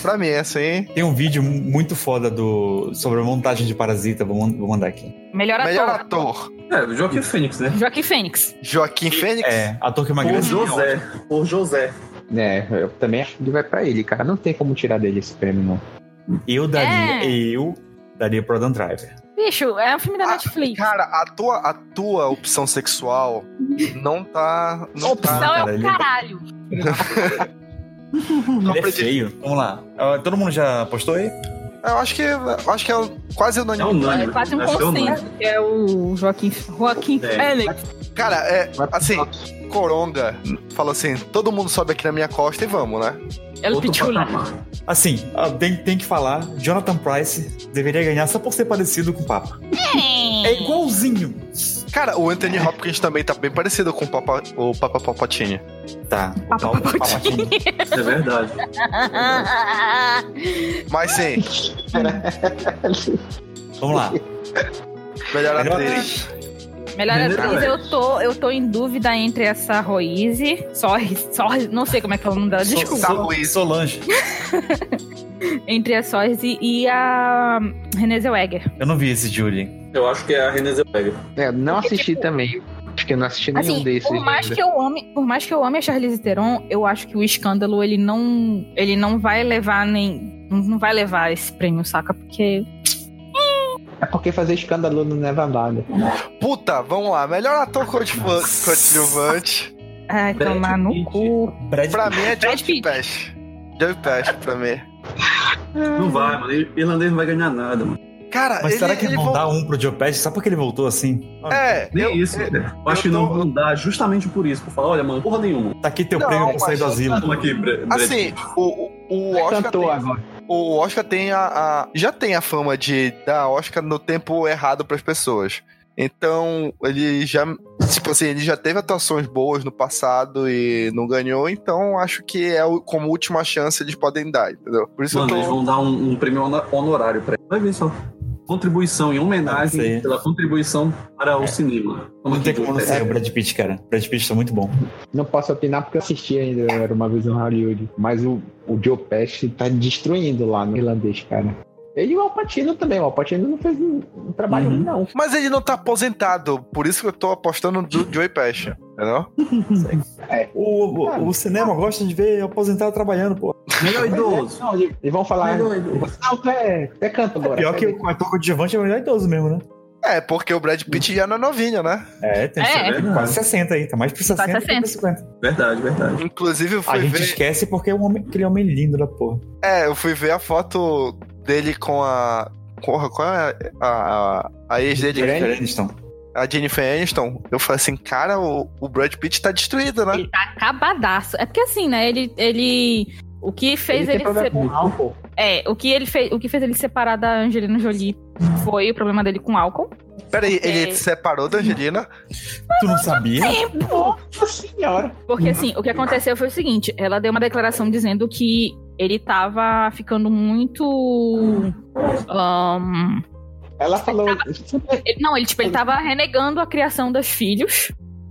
Speaker 1: Pra mim, é assim.
Speaker 4: Tem um vídeo muito foda do... sobre a montagem de Parasita. Vou, man- vou mandar aqui.
Speaker 5: Melhor ator.
Speaker 1: Melhor ator,
Speaker 3: É, o Joaquim Fênix, né?
Speaker 5: Joaquim Fênix.
Speaker 1: Joaquim Fênix.
Speaker 4: É, ator que
Speaker 3: Por
Speaker 4: emagrece.
Speaker 3: José. Por José.
Speaker 2: É, eu também acho que vai pra ele, cara. Não tem como tirar dele esse prêmio, não.
Speaker 4: Eu daria,
Speaker 5: É.
Speaker 4: eu daria pro Adam Driver.
Speaker 5: Bicho, é um filme da
Speaker 1: Ah,
Speaker 5: Netflix.
Speaker 1: Cara, a tua, a tua opção sexual não tá. Não
Speaker 5: Opção
Speaker 1: tá.
Speaker 5: é
Speaker 4: cara,
Speaker 5: o
Speaker 4: ele-
Speaker 5: caralho.
Speaker 1: Não
Speaker 4: Ele é
Speaker 1: acredito.
Speaker 4: né? feio. Vamos lá. Ah, Todo mundo já postou aí?
Speaker 1: Eu acho que, eu acho que é quase
Speaker 3: É
Speaker 1: unânime.
Speaker 5: É
Speaker 3: unânime.
Speaker 5: quase um
Speaker 3: acho que é unânime.
Speaker 5: consenso, que é o Joaquim, Joaquim
Speaker 3: É.
Speaker 5: Fênix.
Speaker 1: Cara, é
Speaker 2: Vai pro
Speaker 1: assim,
Speaker 2: Fox.
Speaker 1: Coronga falou assim: todo mundo sobe aqui na minha costa e vamos, né?
Speaker 5: El
Speaker 3: Outro
Speaker 5: Pichula.
Speaker 3: patamar.
Speaker 4: Assim, ah, tem, tem que falar, Jonathan Price deveria ganhar só por ser parecido com o Papa. É igualzinho.
Speaker 1: Cara, o Anthony Hopkins também tá bem parecido com o Papa, o Papa Palpatine.
Speaker 4: Tá, o tal do
Speaker 5: Papatinho.
Speaker 4: Palpatine.
Speaker 3: É verdade.
Speaker 1: Mas sim,
Speaker 4: Vamos lá.
Speaker 1: melhor
Speaker 4: Melhor
Speaker 1: atriz.
Speaker 5: Melhor
Speaker 3: Melhor
Speaker 5: atriz,
Speaker 3: atriz.
Speaker 5: eu tô, eu tô em dúvida entre essa Roise, Sorri, Sorri, não sei como é que é o nome dela, desculpa.
Speaker 1: Sabe,
Speaker 4: E
Speaker 1: Luiz?
Speaker 4: Solange.
Speaker 5: Entre a Sorri e a Renée Zellweger.
Speaker 4: Eu não vi esse Julie.
Speaker 3: Eu acho que é a Renée Zellweger.
Speaker 2: É, não
Speaker 5: Porque,
Speaker 2: assisti
Speaker 5: tipo,
Speaker 2: também. Acho que eu não assisti nenhum
Speaker 5: Assim,
Speaker 2: desses.
Speaker 5: por mais
Speaker 2: ainda.
Speaker 3: né?
Speaker 5: que eu ame, por mais que eu ame a Charlize Theron, eu acho que o escândalo ele não, ele não vai levar nem não- não vai levar esse prêmio, saca? Porque
Speaker 2: É porque fazer escândalo não leva a nada.
Speaker 1: Puta, vamos lá. Melhor ator coadjuvan- coadjuvante.
Speaker 5: ai,
Speaker 3: Brad
Speaker 5: tomar no
Speaker 3: Pitt.
Speaker 5: cu.
Speaker 4: Brad
Speaker 1: Pra mim é
Speaker 5: Brad
Speaker 1: Johnny
Speaker 5: Pitt.
Speaker 1: Pesci. Johnny Pesci, pra mim.
Speaker 3: Não vai, mano. O irlandês não vai ganhar nada, mano.
Speaker 1: Cara,
Speaker 4: Mas
Speaker 1: ele,
Speaker 4: será que
Speaker 1: ele
Speaker 4: vão
Speaker 1: vol-
Speaker 4: dar um pro Joe Pesci só porque ele voltou assim? Olha,
Speaker 1: É,
Speaker 3: Nem
Speaker 1: eu-
Speaker 3: isso. né?
Speaker 1: eu-
Speaker 3: Eu, acho que
Speaker 1: eu
Speaker 3: não
Speaker 1: tô-
Speaker 3: vão dar justamente por isso. Por falar, olha, mano, porra nenhuma.
Speaker 4: Tá aqui teu
Speaker 1: Não,
Speaker 4: prêmio pra sair
Speaker 1: mas-
Speaker 4: do asilo.
Speaker 3: Toma aqui, Bre- Brad.
Speaker 1: Assim, o, o, o
Speaker 5: é
Speaker 1: Oscar
Speaker 2: Cantou
Speaker 1: tem,
Speaker 2: agora.
Speaker 1: o Oscar tem a, a- Já tem a fama de dar Oscar no tempo errado pras pessoas. Então, ele já. Tipo assim, ele já teve atuações boas no passado e não ganhou, então acho que é o- como última chance eles podem dar, entendeu? Por isso é
Speaker 3: Mano,
Speaker 1: eu
Speaker 3: eles
Speaker 1: tô.
Speaker 3: vão dar um, um prêmio honor- honorário pra ele. Vai ver só. Contribuição em
Speaker 4: Não sei.
Speaker 3: homenagem pela contribuição para o
Speaker 4: É.
Speaker 3: cinema. Toma
Speaker 4: Não
Speaker 3: aqui, é.
Speaker 4: tem como não
Speaker 3: Brad.
Speaker 4: ser o Brad Pitt, cara. Brad Pitt tá muito bom.
Speaker 2: Não posso opinar porque eu assisti ainda, era uma vez em Hollywood. Mas o, o Joe Pesci tá destruindo lá no irlandês, cara. Ele e o Alpatino também. O Alpatino não fez um, um trabalho
Speaker 4: Uhum.
Speaker 2: ruim, não.
Speaker 1: Mas ele não tá aposentado, por isso que eu tô apostando do Joey Pesci, entendeu?
Speaker 4: O, o- o cinema gosta de ver aposentado trabalhando, pô.
Speaker 3: Melhor
Speaker 2: é
Speaker 3: idoso.
Speaker 2: Não, eles eles vão falar.
Speaker 3: Melhor idoso.
Speaker 2: Não, tu é, tu é canto agora.
Speaker 4: Pior que o ator coadjuvante é o melhor idoso mesmo, né?
Speaker 1: É, porque o Brad Pitt já não é novinho, né?
Speaker 4: É, tem,
Speaker 5: É.
Speaker 4: tem quase 60 aí. Tá mais pro 60 que pro
Speaker 5: 60.
Speaker 4: 50.
Speaker 3: Verdade, verdade.
Speaker 1: Inclusive, eu
Speaker 4: A
Speaker 1: fui
Speaker 4: gente
Speaker 1: ver.
Speaker 4: esquece porque é um homem, aquele homem lindo da porra.
Speaker 1: É, eu fui ver a foto dele com a. Porra, qual é a, a, a ex dele?
Speaker 4: Jennifer Aniston.
Speaker 1: A Jennifer Aniston. Eu falei assim, cara, o, o Brad Pitt tá destruído, né?
Speaker 5: Ele tá acabadaço. É porque assim, né? Ele ele o que fez
Speaker 2: tem
Speaker 5: ele,
Speaker 2: problema
Speaker 5: ser-
Speaker 2: com álcool.
Speaker 5: é, o que ele fez, o que fez ele separar da Angelina Jolie foi o problema dele com álcool.
Speaker 1: Peraí,
Speaker 5: porque-
Speaker 1: ele se separou da Angelina.
Speaker 4: Tu não sabia?
Speaker 5: É
Speaker 2: Nossa senhora.
Speaker 5: Porque assim, o que aconteceu foi o seguinte: ela deu uma declaração dizendo que ele tava ficando muito. ahn,
Speaker 2: Ela falou.
Speaker 5: ele- não, ele, tipo, ele tava renegando a criação dos filhos.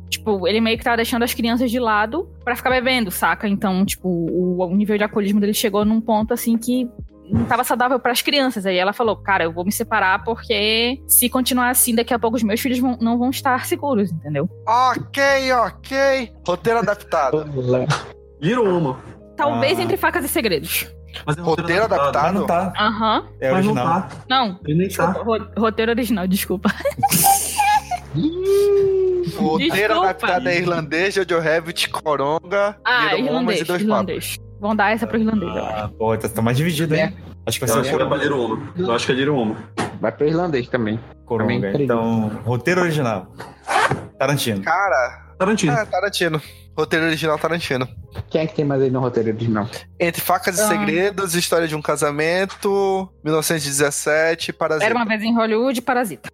Speaker 5: Tipo, ele meio que tava deixando as crianças de lado pra ficar bebendo, saca? Então, tipo, o, o nível de alcoolismo dele chegou num ponto assim que não tava saudável pras crianças. Aí ela falou: Cara, eu vou me separar porque se continuar assim, daqui a pouco os meus filhos vão- não vão estar seguros, entendeu?
Speaker 1: Ok, ok. Roteiro
Speaker 2: é
Speaker 1: adaptado.
Speaker 3: Little Woman.
Speaker 5: Talvez
Speaker 4: Ah.
Speaker 5: entre facas e segredos.
Speaker 3: Mas é
Speaker 1: Roteiro adaptado.
Speaker 4: Ah, não tá.
Speaker 5: Aham.
Speaker 4: É
Speaker 3: Mas não
Speaker 4: original.
Speaker 3: tá.
Speaker 5: Não,
Speaker 3: Ele nem
Speaker 4: Ah.
Speaker 3: tá.
Speaker 5: Desculpa, ro- roteiro original, desculpa.
Speaker 1: Roteiro
Speaker 5: Desculpa.
Speaker 1: adaptado é irlandês, Jojo Rabbit, Coronga,
Speaker 5: Ah,
Speaker 1: Little Women
Speaker 5: irlandês,
Speaker 1: e dois papas.
Speaker 5: irlandês. Vão dar essa pro irlandês, eu acho.
Speaker 4: Ah, pô, tá, tá mais dividido, hein? Acho que
Speaker 3: Eu
Speaker 4: vai
Speaker 3: acho
Speaker 4: ser
Speaker 3: que vai pra
Speaker 4: Coronga.
Speaker 3: Little Woman. Eu acho que é Little Woman.
Speaker 2: Vai pro irlandês também.
Speaker 4: Coronga.
Speaker 2: Também.
Speaker 4: Então, roteiro original. Tarantino.
Speaker 1: Cara,
Speaker 3: Tarantino.
Speaker 1: é, Tarantino. Roteiro original Tarantino.
Speaker 2: Quem é que tem mais aí no roteiro original?
Speaker 1: Entre Facas e
Speaker 5: Ah.
Speaker 1: Segredos, História de um Casamento, 1917,
Speaker 4: Ah.
Speaker 1: Parasita.
Speaker 5: Era uma vez em Hollywood, Parasita.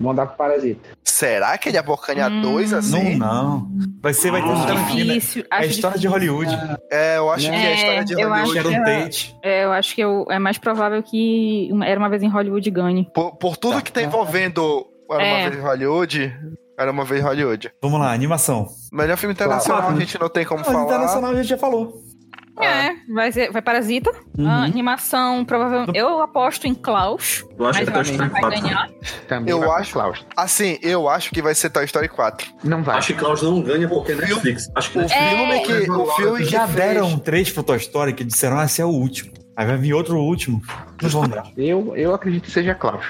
Speaker 2: Vão dar pro Parasita.
Speaker 1: Será que ele abocanha
Speaker 5: Hum.
Speaker 1: dois assim?
Speaker 4: Não, não. Vai ser, vai ter o Tarantino. né?
Speaker 5: Difícil.
Speaker 4: É a
Speaker 5: acho
Speaker 4: história de
Speaker 5: difícil.
Speaker 4: Hollywood.
Speaker 1: É, eu acho
Speaker 2: Né?
Speaker 1: que é a história de
Speaker 5: É, eu
Speaker 1: Hollywood.
Speaker 5: acho
Speaker 4: Sharon
Speaker 5: que é-
Speaker 4: Tate.
Speaker 5: É, eu acho que eu- é mais provável que uma- Era uma vez em Hollywood ganhe.
Speaker 1: Por, por tudo
Speaker 4: Tá.
Speaker 1: que tá envolvendo Era
Speaker 5: É.
Speaker 1: uma vez Hollywood, Era uma vez Hollywood.
Speaker 4: Vamos lá, animação.
Speaker 1: Melhor filme internacional
Speaker 3: Claro.
Speaker 1: a gente não tem como
Speaker 4: Mas
Speaker 1: falar.
Speaker 4: internacional a gente já falou.
Speaker 1: Ah.
Speaker 5: É, vai, ser, vai Parasita. Ah, animação, provavelmente. Eu aposto em Klaus,
Speaker 3: Eu acho
Speaker 5: mas
Speaker 3: que
Speaker 5: eu
Speaker 3: tá
Speaker 5: acho que não vai
Speaker 3: Claus.
Speaker 5: ganhar.
Speaker 2: Também
Speaker 1: Eu
Speaker 2: vai pra
Speaker 1: acho-
Speaker 2: Klaus.
Speaker 1: Assim, eu acho que vai ser Toy Story 4.
Speaker 2: Não vai.
Speaker 3: Acho que Klaus não ganha porque é Netflix. Acho que
Speaker 1: O
Speaker 3: Netflix.
Speaker 1: filme que. O filme que
Speaker 4: Já
Speaker 1: fez-
Speaker 4: deram um três pro Toy Story que disseram, ah, esse é o último. Aí vai vir outro último. Não vão dar.
Speaker 2: Eu, eu acredito que seja Klaus.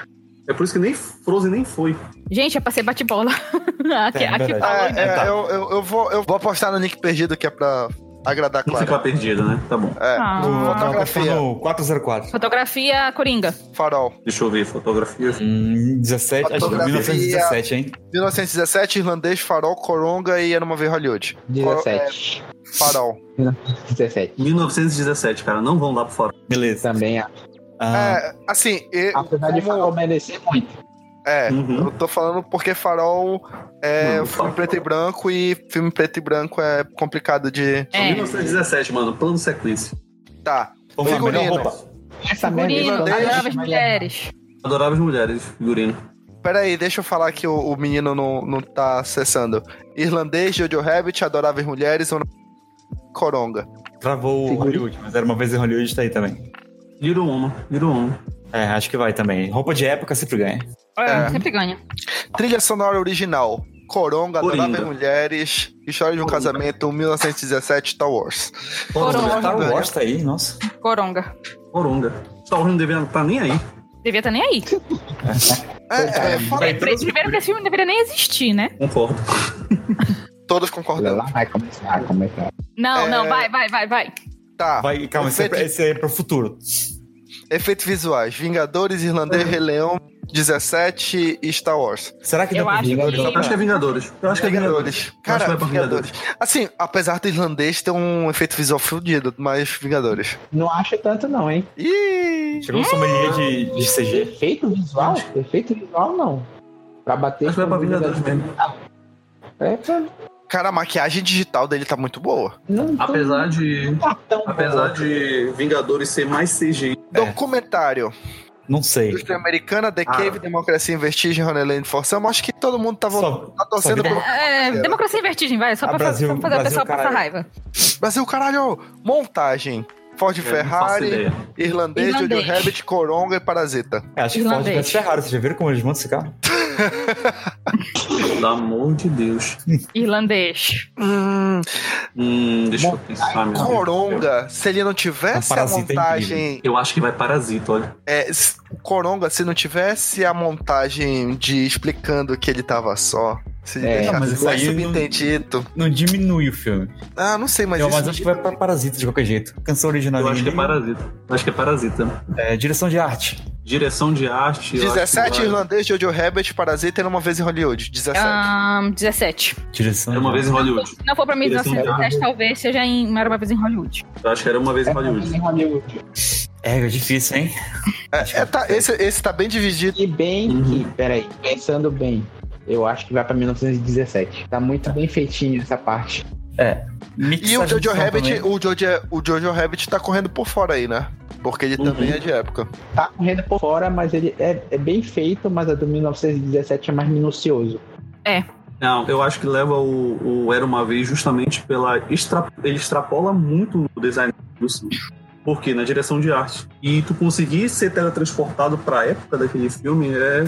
Speaker 3: É por isso que nem Frozen nem foi.
Speaker 5: Gente, é pra ser bate-bola. aqui
Speaker 4: É,
Speaker 5: aqui
Speaker 4: verdade.
Speaker 5: falou.
Speaker 1: É, é,
Speaker 4: Tá.
Speaker 1: eu, eu, eu vou, eu vou apostar no link perdido que é pra agradar
Speaker 3: Não
Speaker 1: claro.
Speaker 3: ficar perdido, né? Tá bom.
Speaker 1: É,
Speaker 5: Ah.
Speaker 1: fotografia.
Speaker 4: Tá no 404.
Speaker 5: Fotografia Coringa.
Speaker 1: farol.
Speaker 3: Deixa eu ver, fotografia.
Speaker 4: Hum, 17, acho que
Speaker 1: Fotografia.
Speaker 4: 1917, hein?
Speaker 1: 1917, irlandês, farol, coronga e era uma vez Hollywood.
Speaker 2: 17.
Speaker 1: Farol.
Speaker 2: 17.
Speaker 3: 1917, cara. Não vão lá pro fora.
Speaker 4: Beleza.
Speaker 2: Também, a-
Speaker 4: Ah,
Speaker 1: É, assim, e-
Speaker 2: apesar de
Speaker 1: como-
Speaker 2: falar, merecer muito.
Speaker 1: é,
Speaker 3: Uhum.
Speaker 1: eu tô falando porque farol é
Speaker 3: Não,
Speaker 1: filme
Speaker 3: tá.
Speaker 1: preto e branco e filme preto e branco é complicado de.
Speaker 5: É.
Speaker 3: 1917, mano. Plano sequência.
Speaker 1: Tá.
Speaker 4: vamos lá, melhor
Speaker 1: figurino.
Speaker 4: roupa.
Speaker 2: Essa
Speaker 5: Figurino,
Speaker 1: Irlandês,
Speaker 5: adoráveis
Speaker 2: Maria-
Speaker 5: mulheres.
Speaker 3: Adoráveis mulheres, figurino.
Speaker 1: Pera aí, deixa eu falar que o, o menino não, não tá acessando. Irlandês, Jojo Rabbit, Adoráveis Mulheres, ou Coronga.
Speaker 4: Travou o
Speaker 2: Figurino.
Speaker 4: Hollywood, mas era uma vez em Hollywood, tá aí também.
Speaker 3: Little Woman, Little Woman.
Speaker 4: É, acho que vai também. Roupa de época sempre ganha.
Speaker 1: É.
Speaker 5: Sempre ganha.
Speaker 1: Trilha sonora original. Coronga, Adoráveis
Speaker 3: Coringa.
Speaker 1: Mulheres, História de um
Speaker 3: Coringa.
Speaker 1: Casamento, 1917, Star Wars.
Speaker 5: Coronga.
Speaker 4: Star
Speaker 1: ganha.
Speaker 4: Wars tá aí, nossa.
Speaker 5: Coronga.
Speaker 3: Coronga. Star Wars não devia estar nem aí.
Speaker 5: Devia estar nem aí.
Speaker 1: É, é, fala-
Speaker 5: Pre- Primeiro que esse filme não deveria nem existir, né?
Speaker 3: Concordo.
Speaker 1: todos
Speaker 2: Olha
Speaker 1: concordando.
Speaker 2: lá, vai começar, vai começar.
Speaker 5: Não,
Speaker 1: É.
Speaker 5: não, vai, vai, vai, vai.
Speaker 1: Tá.
Speaker 4: Vai, calma, esse é, pra- esse é pro futuro.
Speaker 1: Efeitos visuais: Vingadores, Irlandês, Rei Leão, 17 e Star Wars.
Speaker 4: Será que
Speaker 5: Eu
Speaker 4: dá pra
Speaker 5: acho
Speaker 4: Vingadores
Speaker 5: que-
Speaker 4: só
Speaker 3: Eu
Speaker 4: pra-
Speaker 3: acho que é Vingadores. Eu acho que é Vingadores.
Speaker 1: Cara,
Speaker 3: Acho que vai pra
Speaker 1: Vingadores. Assim, apesar do irlandês ter um efeito visual fudido, mas Vingadores.
Speaker 2: Não acho tanto, não, hein?
Speaker 1: Ih!
Speaker 4: Chegou um sommelier de, de CG.
Speaker 2: Efeito visual? Efeito visual, não. Pra bater.
Speaker 3: Acho que vai pra
Speaker 2: com o
Speaker 3: Vingadores mesmo.
Speaker 2: É, pra...
Speaker 1: Cara, a maquiagem digital dele tá muito boa.
Speaker 2: não,
Speaker 3: Apesar de.
Speaker 2: não tá tão
Speaker 3: Apesar
Speaker 2: bom.
Speaker 3: de Vingadores ser mais CGI.
Speaker 1: Documentário.
Speaker 4: Não sei.
Speaker 1: Indústria Americana, The
Speaker 3: É. Ah.
Speaker 1: Cave, Democracia em Vestígio, Honeyland Forçamos. Acho que todo mundo tá, voltando,
Speaker 4: Só-
Speaker 1: tá torcendo
Speaker 4: só vi-
Speaker 1: pro
Speaker 5: É, democracia em vertigem, vai. Só
Speaker 4: Ah,
Speaker 5: pra,
Speaker 4: Brasil-
Speaker 5: só pra fazer
Speaker 4: Brasil,
Speaker 5: a pessoa passar
Speaker 4: caralho.
Speaker 5: raiva.
Speaker 1: Brasil, caralho! Montagem. Ford
Speaker 3: eu É, não faço
Speaker 1: Ferrari,
Speaker 3: ideia.
Speaker 1: Irlandês, Jojo
Speaker 5: Irlandês.
Speaker 1: Rabbit, Coronga e Parasita.
Speaker 4: É, acho que Ford
Speaker 5: Irlandês.
Speaker 4: versus Ferrari. Vocês já viram como eles montam esse carro?
Speaker 3: Pelo amor de Deus.
Speaker 5: Irlandês.
Speaker 1: Hum,
Speaker 3: Hum, deixa eu pensar, meu Deus.
Speaker 1: Coronga, se ele não
Speaker 4: A
Speaker 1: tivesse a,
Speaker 4: Parasita é
Speaker 1: montagem.
Speaker 3: Eu acho que vai Parasita, olha.
Speaker 1: é, s- Coronga, se não tivesse a montagem de explicando que ele tava só. Se ele
Speaker 2: É,
Speaker 4: mas
Speaker 1: deixasse
Speaker 4: isso
Speaker 1: mais
Speaker 4: aí não-
Speaker 1: subentendido.
Speaker 4: Não diminui o filme.
Speaker 1: Ah, não sei, mas
Speaker 4: Eu,
Speaker 1: isso.
Speaker 4: mas acho que vai pra Parasita de qualquer jeito. Canção original
Speaker 3: Eu
Speaker 4: de
Speaker 3: acho que é
Speaker 4: ninguém.
Speaker 3: Parasita. Eu acho que é Parasita.
Speaker 4: É, direção de arte.
Speaker 3: Direção de arte. eu acho que
Speaker 1: 17
Speaker 3: vai-
Speaker 1: irlandês, Jojo Rabbit, Parasita e uma vez em Hollywood. 17.
Speaker 5: Ah, Ahn, 17.
Speaker 4: Direção
Speaker 3: Era uma
Speaker 4: de
Speaker 3: vez em Hollywood.
Speaker 5: Se não for pra mim,
Speaker 3: Direção de
Speaker 5: 1917, talvez seja em. Era uma vez em Hollywood.
Speaker 3: Eu acho que era uma vez
Speaker 2: É
Speaker 3: em
Speaker 2: pra
Speaker 3: Hollywood.
Speaker 2: mim, Hollywood.
Speaker 4: É, é difícil, hein?
Speaker 1: É, é, tá, esse, esse tá bem dividido.
Speaker 2: E bem
Speaker 3: Uhum.
Speaker 2: que, peraí, pensando bem, eu acho que vai pra 1917. Tá muito bem feitinho essa parte.
Speaker 4: Mix
Speaker 1: E o Jojo Rabbit,
Speaker 4: Também.
Speaker 1: o Jojo, o Jojo Rabbit tá correndo por fora aí, né? Porque ele
Speaker 3: Uhum.
Speaker 1: também é de época.
Speaker 2: Tá correndo por fora, mas ele é, é bem feito, mas a do 1917 é mais minucioso.
Speaker 3: Não, eu acho que leva o, o Era Uma Vez justamente pela... extra- ele extrapola muito o design do filme. Por quê? Na direção de arte. E tu conseguir ser teletransportado pra época daquele filme é...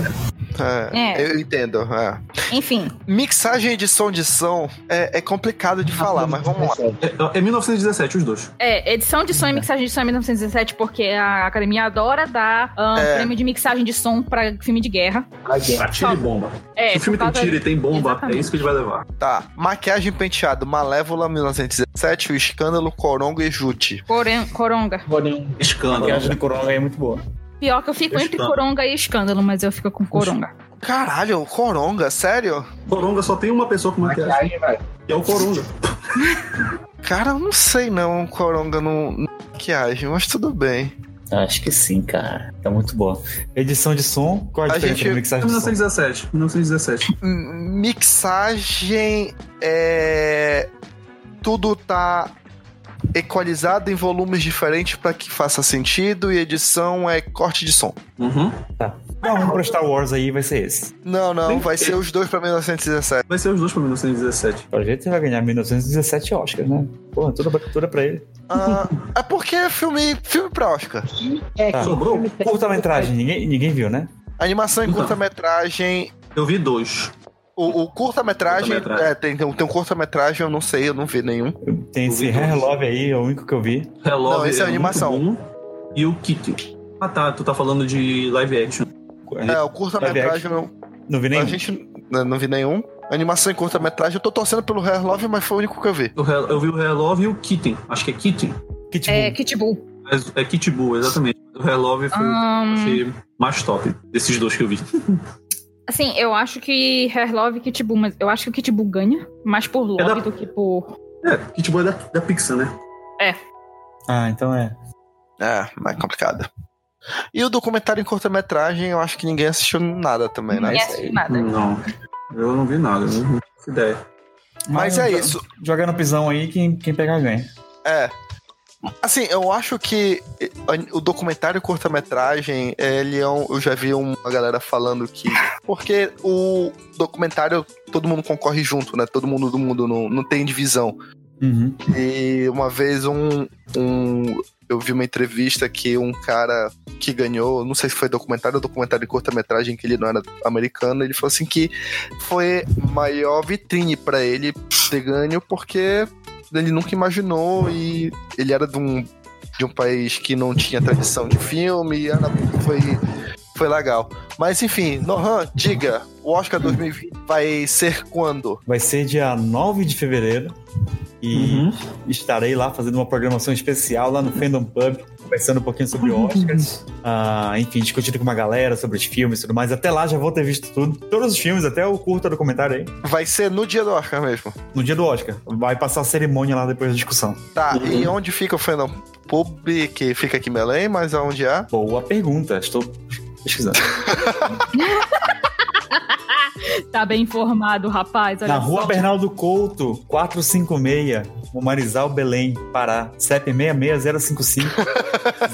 Speaker 1: É,
Speaker 5: É.
Speaker 1: Eu entendo. é.
Speaker 5: Enfim.
Speaker 1: Mixagem de som de som é, é complicado
Speaker 4: Ah,
Speaker 1: de falar, mas vamos lá.
Speaker 2: 1917.
Speaker 3: É, é 1917, os dois.
Speaker 5: É, edição de som e mixagem de som em 1917, porque a academia adora dar ahn,
Speaker 1: É.
Speaker 5: prêmio de mixagem de som pra filme de guerra.
Speaker 2: Pra guerra.
Speaker 3: Pra tiro e bomba.
Speaker 5: É,
Speaker 3: Se o filme
Speaker 5: por
Speaker 3: tem
Speaker 5: causa-
Speaker 3: tiro e tem bomba,
Speaker 5: Exatamente.
Speaker 3: é isso que ele vai levar.
Speaker 1: Tá. Maquiagem e penteado, Malévola 1917, O Escândalo, Coronga e Jute.
Speaker 5: Coren- Coronga.
Speaker 2: Vou nenhum.
Speaker 4: A
Speaker 3: Escândalo.
Speaker 4: viagem do Coronga é muito boa.
Speaker 5: Pior que eu fico entre
Speaker 3: Escândalo.
Speaker 5: Coronga e Escândalo, mas eu fico com Coronga.
Speaker 1: Caralho, Coronga, sério?
Speaker 3: Coronga só tem uma pessoa com maquiagem,
Speaker 2: Maquiagem, vai.
Speaker 3: que é o Coronga.
Speaker 1: Cara, eu não sei não, Coronga no no maquiagem, mas tudo bem.
Speaker 4: Acho que sim, cara. Tá muito boa. Edição de som. Qual a
Speaker 1: A
Speaker 4: diferença
Speaker 1: gente-
Speaker 4: do
Speaker 3: É
Speaker 4: mixagem de som?
Speaker 3: 1917, 1917.
Speaker 1: M- Mixagem é tudo tá equalizado em volumes diferentes pra que faça sentido e edição é corte de som.
Speaker 3: Uhum.
Speaker 4: Dá um pra Star Wars aí, vai ser esse.
Speaker 1: Não, não,
Speaker 3: Tem
Speaker 1: vai
Speaker 3: que-
Speaker 1: ser os dois pra 1917.
Speaker 3: Vai ser os dois pra 1917.
Speaker 4: Pelo jeito, ele vai ganhar 1917 Oscars, né? Porra, toda abertura pra ele.
Speaker 1: Ah, é porque é filme, filme pra Oscar.
Speaker 2: É,
Speaker 4: Tá.
Speaker 2: que
Speaker 3: Sobrou?
Speaker 2: filme tem-
Speaker 4: Curta-metragem, ninguém, ninguém viu, né?
Speaker 1: Animação em
Speaker 3: Então.
Speaker 1: curta-metragem.
Speaker 3: Eu vi dois.
Speaker 1: O, o curta-metragem.
Speaker 3: Curta-metragem.
Speaker 1: é, tem, tem um, tem um curta-metragem, eu não sei, eu não vi nenhum.
Speaker 4: Tem esse
Speaker 3: Eu vi
Speaker 4: Hair
Speaker 3: todos.
Speaker 4: Love aí, é o único que eu vi.
Speaker 3: Hello,
Speaker 1: Não, esse é
Speaker 3: muito
Speaker 1: animação.
Speaker 3: bom. E o Kiki. Ah tá, tu tá falando de live action.
Speaker 1: É, o curta-metragem eu
Speaker 4: Não vi
Speaker 1: a
Speaker 4: nenhum.
Speaker 1: gente n- não vi nenhum. Animação em curta-metragem. Eu tô torcendo pelo Hair Love, mas foi o único que eu vi.
Speaker 3: O Hell- Eu vi o Helove e o Kitten. Acho que é Kitten.
Speaker 4: Kit
Speaker 8: É,
Speaker 4: Bull.
Speaker 8: Kitbull.
Speaker 3: Mas é Kitbull, exatamente. O Helove foi
Speaker 5: Ahn.
Speaker 3: o que eu achei mais top desses dois que eu vi.
Speaker 5: Assim, eu acho que Hair Love e Kitbull, mas eu acho que o Kitbull ganha mais por love
Speaker 3: É da-
Speaker 5: do que por.
Speaker 3: É, Kitbull é da, da Pixar, né?
Speaker 4: Ah, então é.
Speaker 1: É, mas é complicado. E o documentário em curta-metragem, eu acho que ninguém assistiu nada também, né?
Speaker 5: Ninguém assistiu nada.
Speaker 3: Não. Eu não vi nada, eu não faço ideia.
Speaker 1: Mas é isso.
Speaker 4: Joga no pisão aí, quem, quem pegar ganha.
Speaker 1: É. Assim, eu acho que eh, o documentário curta-metragem, ele é um, eu já vi uma galera falando que. Porque o documentário, todo mundo concorre junto, né? Todo mundo do mundo não, não tem divisão.
Speaker 4: Uhum.
Speaker 1: E uma vez um, um. Eu vi uma entrevista que um cara que ganhou, não sei se foi documentário ou documentário de curta-metragem, que ele não era americano, ele falou assim que foi a maior vitrine pra ele ter ganho, porque ele nunca imaginou e ele era de um, de um país que não tinha tradição de filme e era, foi, foi legal. Mas enfim, Nohan, diga, o Oscar 2020 vai ser quando?
Speaker 4: Vai ser dia 9 de fevereiro. E
Speaker 1: Uhum.
Speaker 4: estarei lá fazendo uma programação especial lá no Fandom Pub, conversando um pouquinho sobre Oscars. Ah, enfim, discutindo com uma galera sobre os filmes e tudo mais. Até lá já vou ter visto tudo. Todos os filmes, até o curta documentário aí.
Speaker 1: Vai ser no dia do Oscar mesmo.
Speaker 4: No dia do Oscar. Vai passar a cerimônia lá depois da discussão.
Speaker 1: Tá, e onde fica o Fandom Pub, que fica aqui em Belém, mas aonde é?
Speaker 4: Boa pergunta. Estou pesquisando.
Speaker 5: Tá bem informado, rapaz. Olha
Speaker 4: Na
Speaker 5: só.
Speaker 4: rua Bernardo Couto, 456, Marizal Belém, Pará. CEP 66055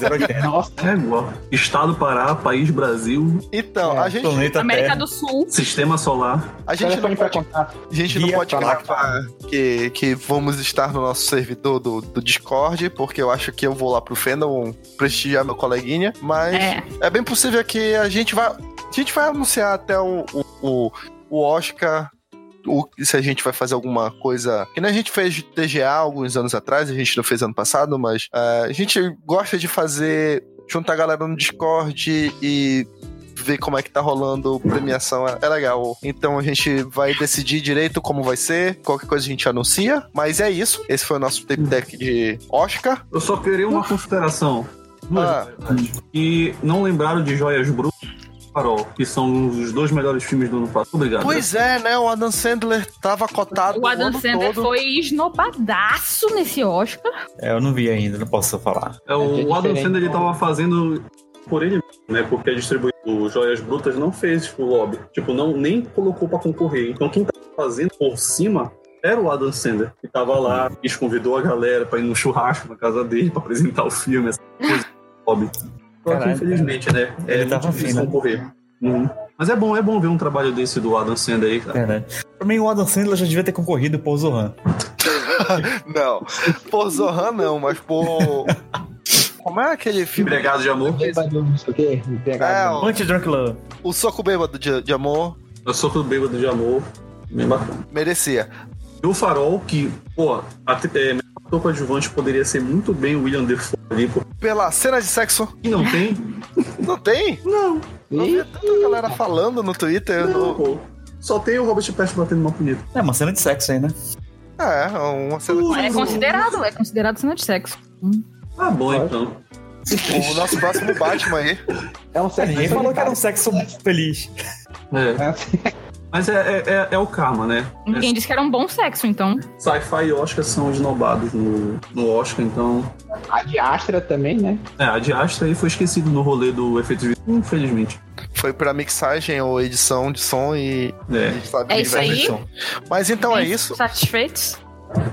Speaker 4: 080.
Speaker 2: Nossa,
Speaker 3: É igual. Estado Pará, país Brasil,
Speaker 1: Então, a gente,
Speaker 4: Planeta
Speaker 5: América
Speaker 4: Terra.
Speaker 5: do Sul.
Speaker 3: sistema solar.
Speaker 1: a gente não
Speaker 2: telefone tá pra
Speaker 1: pode,
Speaker 2: contato.
Speaker 1: a gente não
Speaker 4: Via
Speaker 1: pode gravar que, que vamos estar no nosso servidor do, do Discord, porque eu acho que eu vou lá pro Fandom prestigiar meu coleguinha, mas é,
Speaker 5: É.
Speaker 1: bem possível que a gente vai. A gente vai anunciar até o, o, o- o Oscar. o- se a gente vai fazer alguma coisa. Que nem a gente fez TGA alguns anos atrás, a gente não fez ano passado, mas ah, a gente gosta de fazer juntar a galera no Discord e ver como é que tá rolando premiação é, é legal. Então a gente vai decidir direito como vai ser, qualquer coisa a gente anuncia, mas é isso. Esse foi o nosso tape deck de Oscar.
Speaker 3: Eu só queria uma consideração. Duas,
Speaker 1: Ah.
Speaker 3: na verdade. Que não lembraram de Joias Brutas e Farol, que são os dois melhores filmes do ano passado. Obrigado.
Speaker 1: Pois é, né? O Adam Sandler tava cotado
Speaker 5: O Adam
Speaker 1: ano
Speaker 5: Sandler
Speaker 1: todo.
Speaker 5: foi esnobadaço nesse Oscar.
Speaker 4: É, eu não vi ainda, não posso falar.
Speaker 3: É, o
Speaker 2: É que é
Speaker 3: Adam
Speaker 2: diferente.
Speaker 3: Sandler
Speaker 4: né?
Speaker 3: ele tava fazendo por ele mesmo, né? Porque a distribuidora do Joias Brutas não fez o lobby. Tipo, não, nem colocou pra concorrer. Então quem tava fazendo por cima era o Adam Sandler, que tava lá, bicho, convidou a galera pra ir no churrasco na casa dele pra apresentar o filme, essa coisa do lobby. Só que,
Speaker 4: Caralho.
Speaker 3: infelizmente, né?
Speaker 4: Ele
Speaker 3: é
Speaker 4: tava
Speaker 3: muito difícil
Speaker 4: afim, né?
Speaker 3: concorrer. Uhum. Mas é bom, é bom ver um trabalho desse do Adam Sandler aí, cara.
Speaker 4: É, né? Pra mim, o Adam Sandler já devia ter concorrido por Zohan.
Speaker 1: Não, por Zohan não, mas por... como é aquele filme?
Speaker 3: Empregado de amor.
Speaker 2: Bêbado, não sei o quê.
Speaker 1: É,
Speaker 2: Pegado.
Speaker 1: o,
Speaker 4: Anti-Drunk Love.
Speaker 1: o Soco Bêbado de, de Amor
Speaker 3: Eu sou do bêbado de amor. Bem bacana.
Speaker 1: merecia.
Speaker 3: E o Farol, que, pô, até, é, melhor ator coadjuvante poderia ser muito bem o William Defoe ali, porque
Speaker 1: Pela cena de sexo,
Speaker 3: não tem.
Speaker 1: não tem? Eu vi
Speaker 2: Ih,
Speaker 1: tanta galera falando no Twitter. eu não-
Speaker 3: Não, pô. Só tem o Robert Pattinson batendo uma punheta.
Speaker 4: É uma cena de sexo aí, né?
Speaker 1: É, uma cena que
Speaker 5: É considerado, é considerado cena de sexo.
Speaker 3: Tá bom,
Speaker 2: Pode.
Speaker 3: então.
Speaker 1: O nosso próximo Batman aí.
Speaker 2: É um
Speaker 4: É,
Speaker 2: sexo
Speaker 4: ninguém falou que era um
Speaker 2: solitário.
Speaker 4: sexo feliz.
Speaker 3: É. Mas é, é, é- é o karma, né?
Speaker 5: Ninguém disse que era um bom sexo, então.
Speaker 3: Sci-fi e Oscar são esnobados no, no Oscar, então...
Speaker 2: A de Astra também, né?
Speaker 3: É, a de Astra aí foi esquecido no rolê do efeito visual, infelizmente.
Speaker 1: Foi pra mixagem ou edição de som e. a
Speaker 3: É.
Speaker 1: gente sabe
Speaker 5: É
Speaker 1: que
Speaker 5: isso
Speaker 1: vai
Speaker 5: aí.
Speaker 1: ter som. Mas então é isso.
Speaker 5: Satisfeitos?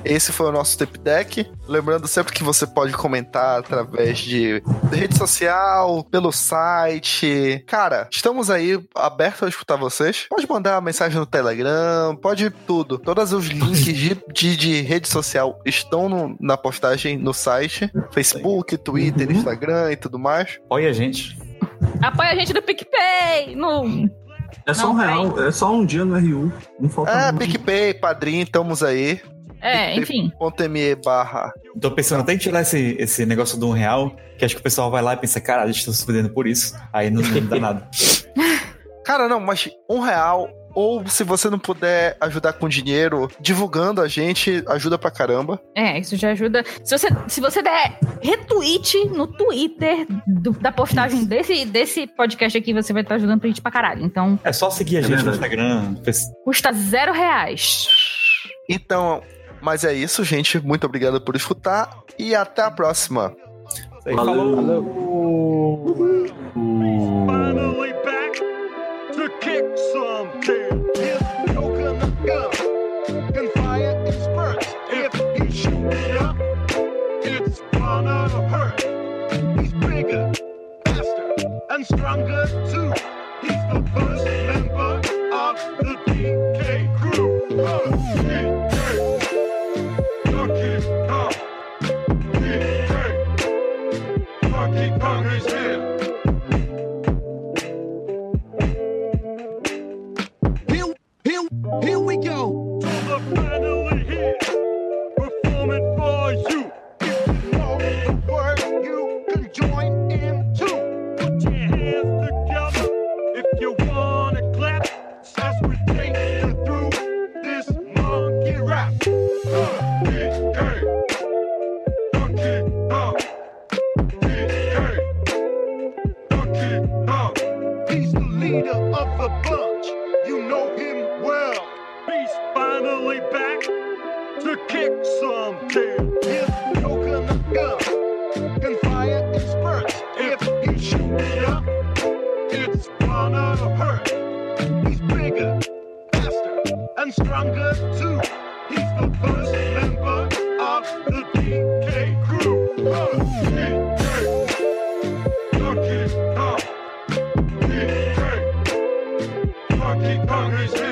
Speaker 1: Esse foi o nosso tip deck. Lembrando sempre que você pode comentar através de rede social, pelo site. Cara, estamos aí abertos a escutar vocês. Pode mandar mensagem no Telegram, pode tudo. Todos os links de, de, de rede social estão no- na postagem no site: Facebook, Twitter, Instagram e tudo mais.
Speaker 4: Olha a gente.
Speaker 5: Apoia a gente do PicPay! No...
Speaker 3: É só
Speaker 5: Não
Speaker 3: um real, é só um dia no RU. Não falta
Speaker 1: É,
Speaker 4: Ah,
Speaker 3: muito.
Speaker 1: PicPay, Padrim, estamos aí.
Speaker 5: É, enfim.
Speaker 1: .me barra.
Speaker 4: Tô pensando até em tirar esse, esse negócio do um real, que acho que o pessoal vai lá e pensa, cara, a gente tá se fudendo por isso. Aí não, não dá nada.
Speaker 1: Cara, não, mas um real Ou se você não puder ajudar com dinheiro, divulgando a gente, ajuda pra caramba.
Speaker 5: É, isso já ajuda. Se você, se você der retweet no Twitter do- da postagem desse, desse podcast aqui, você vai estar ajudando a gente pra caralho. Então,
Speaker 4: É só seguir a
Speaker 3: É
Speaker 4: gente no
Speaker 3: verdade.
Speaker 4: Instagram.
Speaker 5: custa zero reais.
Speaker 1: Então, mas é isso, gente. Muito obrigado por escutar e até a próxima.
Speaker 4: Aí,
Speaker 3: Valeu.
Speaker 4: falou.
Speaker 2: Valeu.
Speaker 8: finally back to kick something. If coconut gun can fire experts, if he shoots up, it's gonna hurt. He's bigger, faster, and stronger too. He's the first member of the DK crew. Oh, DK, Donkey Kong, DK, Donkey Kong is here. Here, here, here we go. To the finally here, performing for you. If you know the word, you can join in too. Put your hands together if you wanna clap. As we take you through this monkey rap. Monkey, hey. Monkey, huh. Hey, Monkey, huh. He's the leader of the bunch. You know him well. He's finally back to kick something. His coconut gun can fire experts. If he shoots up, it's gonna hurt. He's bigger, faster, and stronger too. He's the first member of the DK crew. Oh, DK, Donkey Kong. DK, Donkey Kong is here.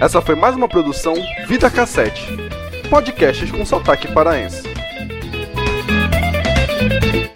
Speaker 1: Essa foi mais uma produção Vida Cassete. Podcasts com sotaque paraense.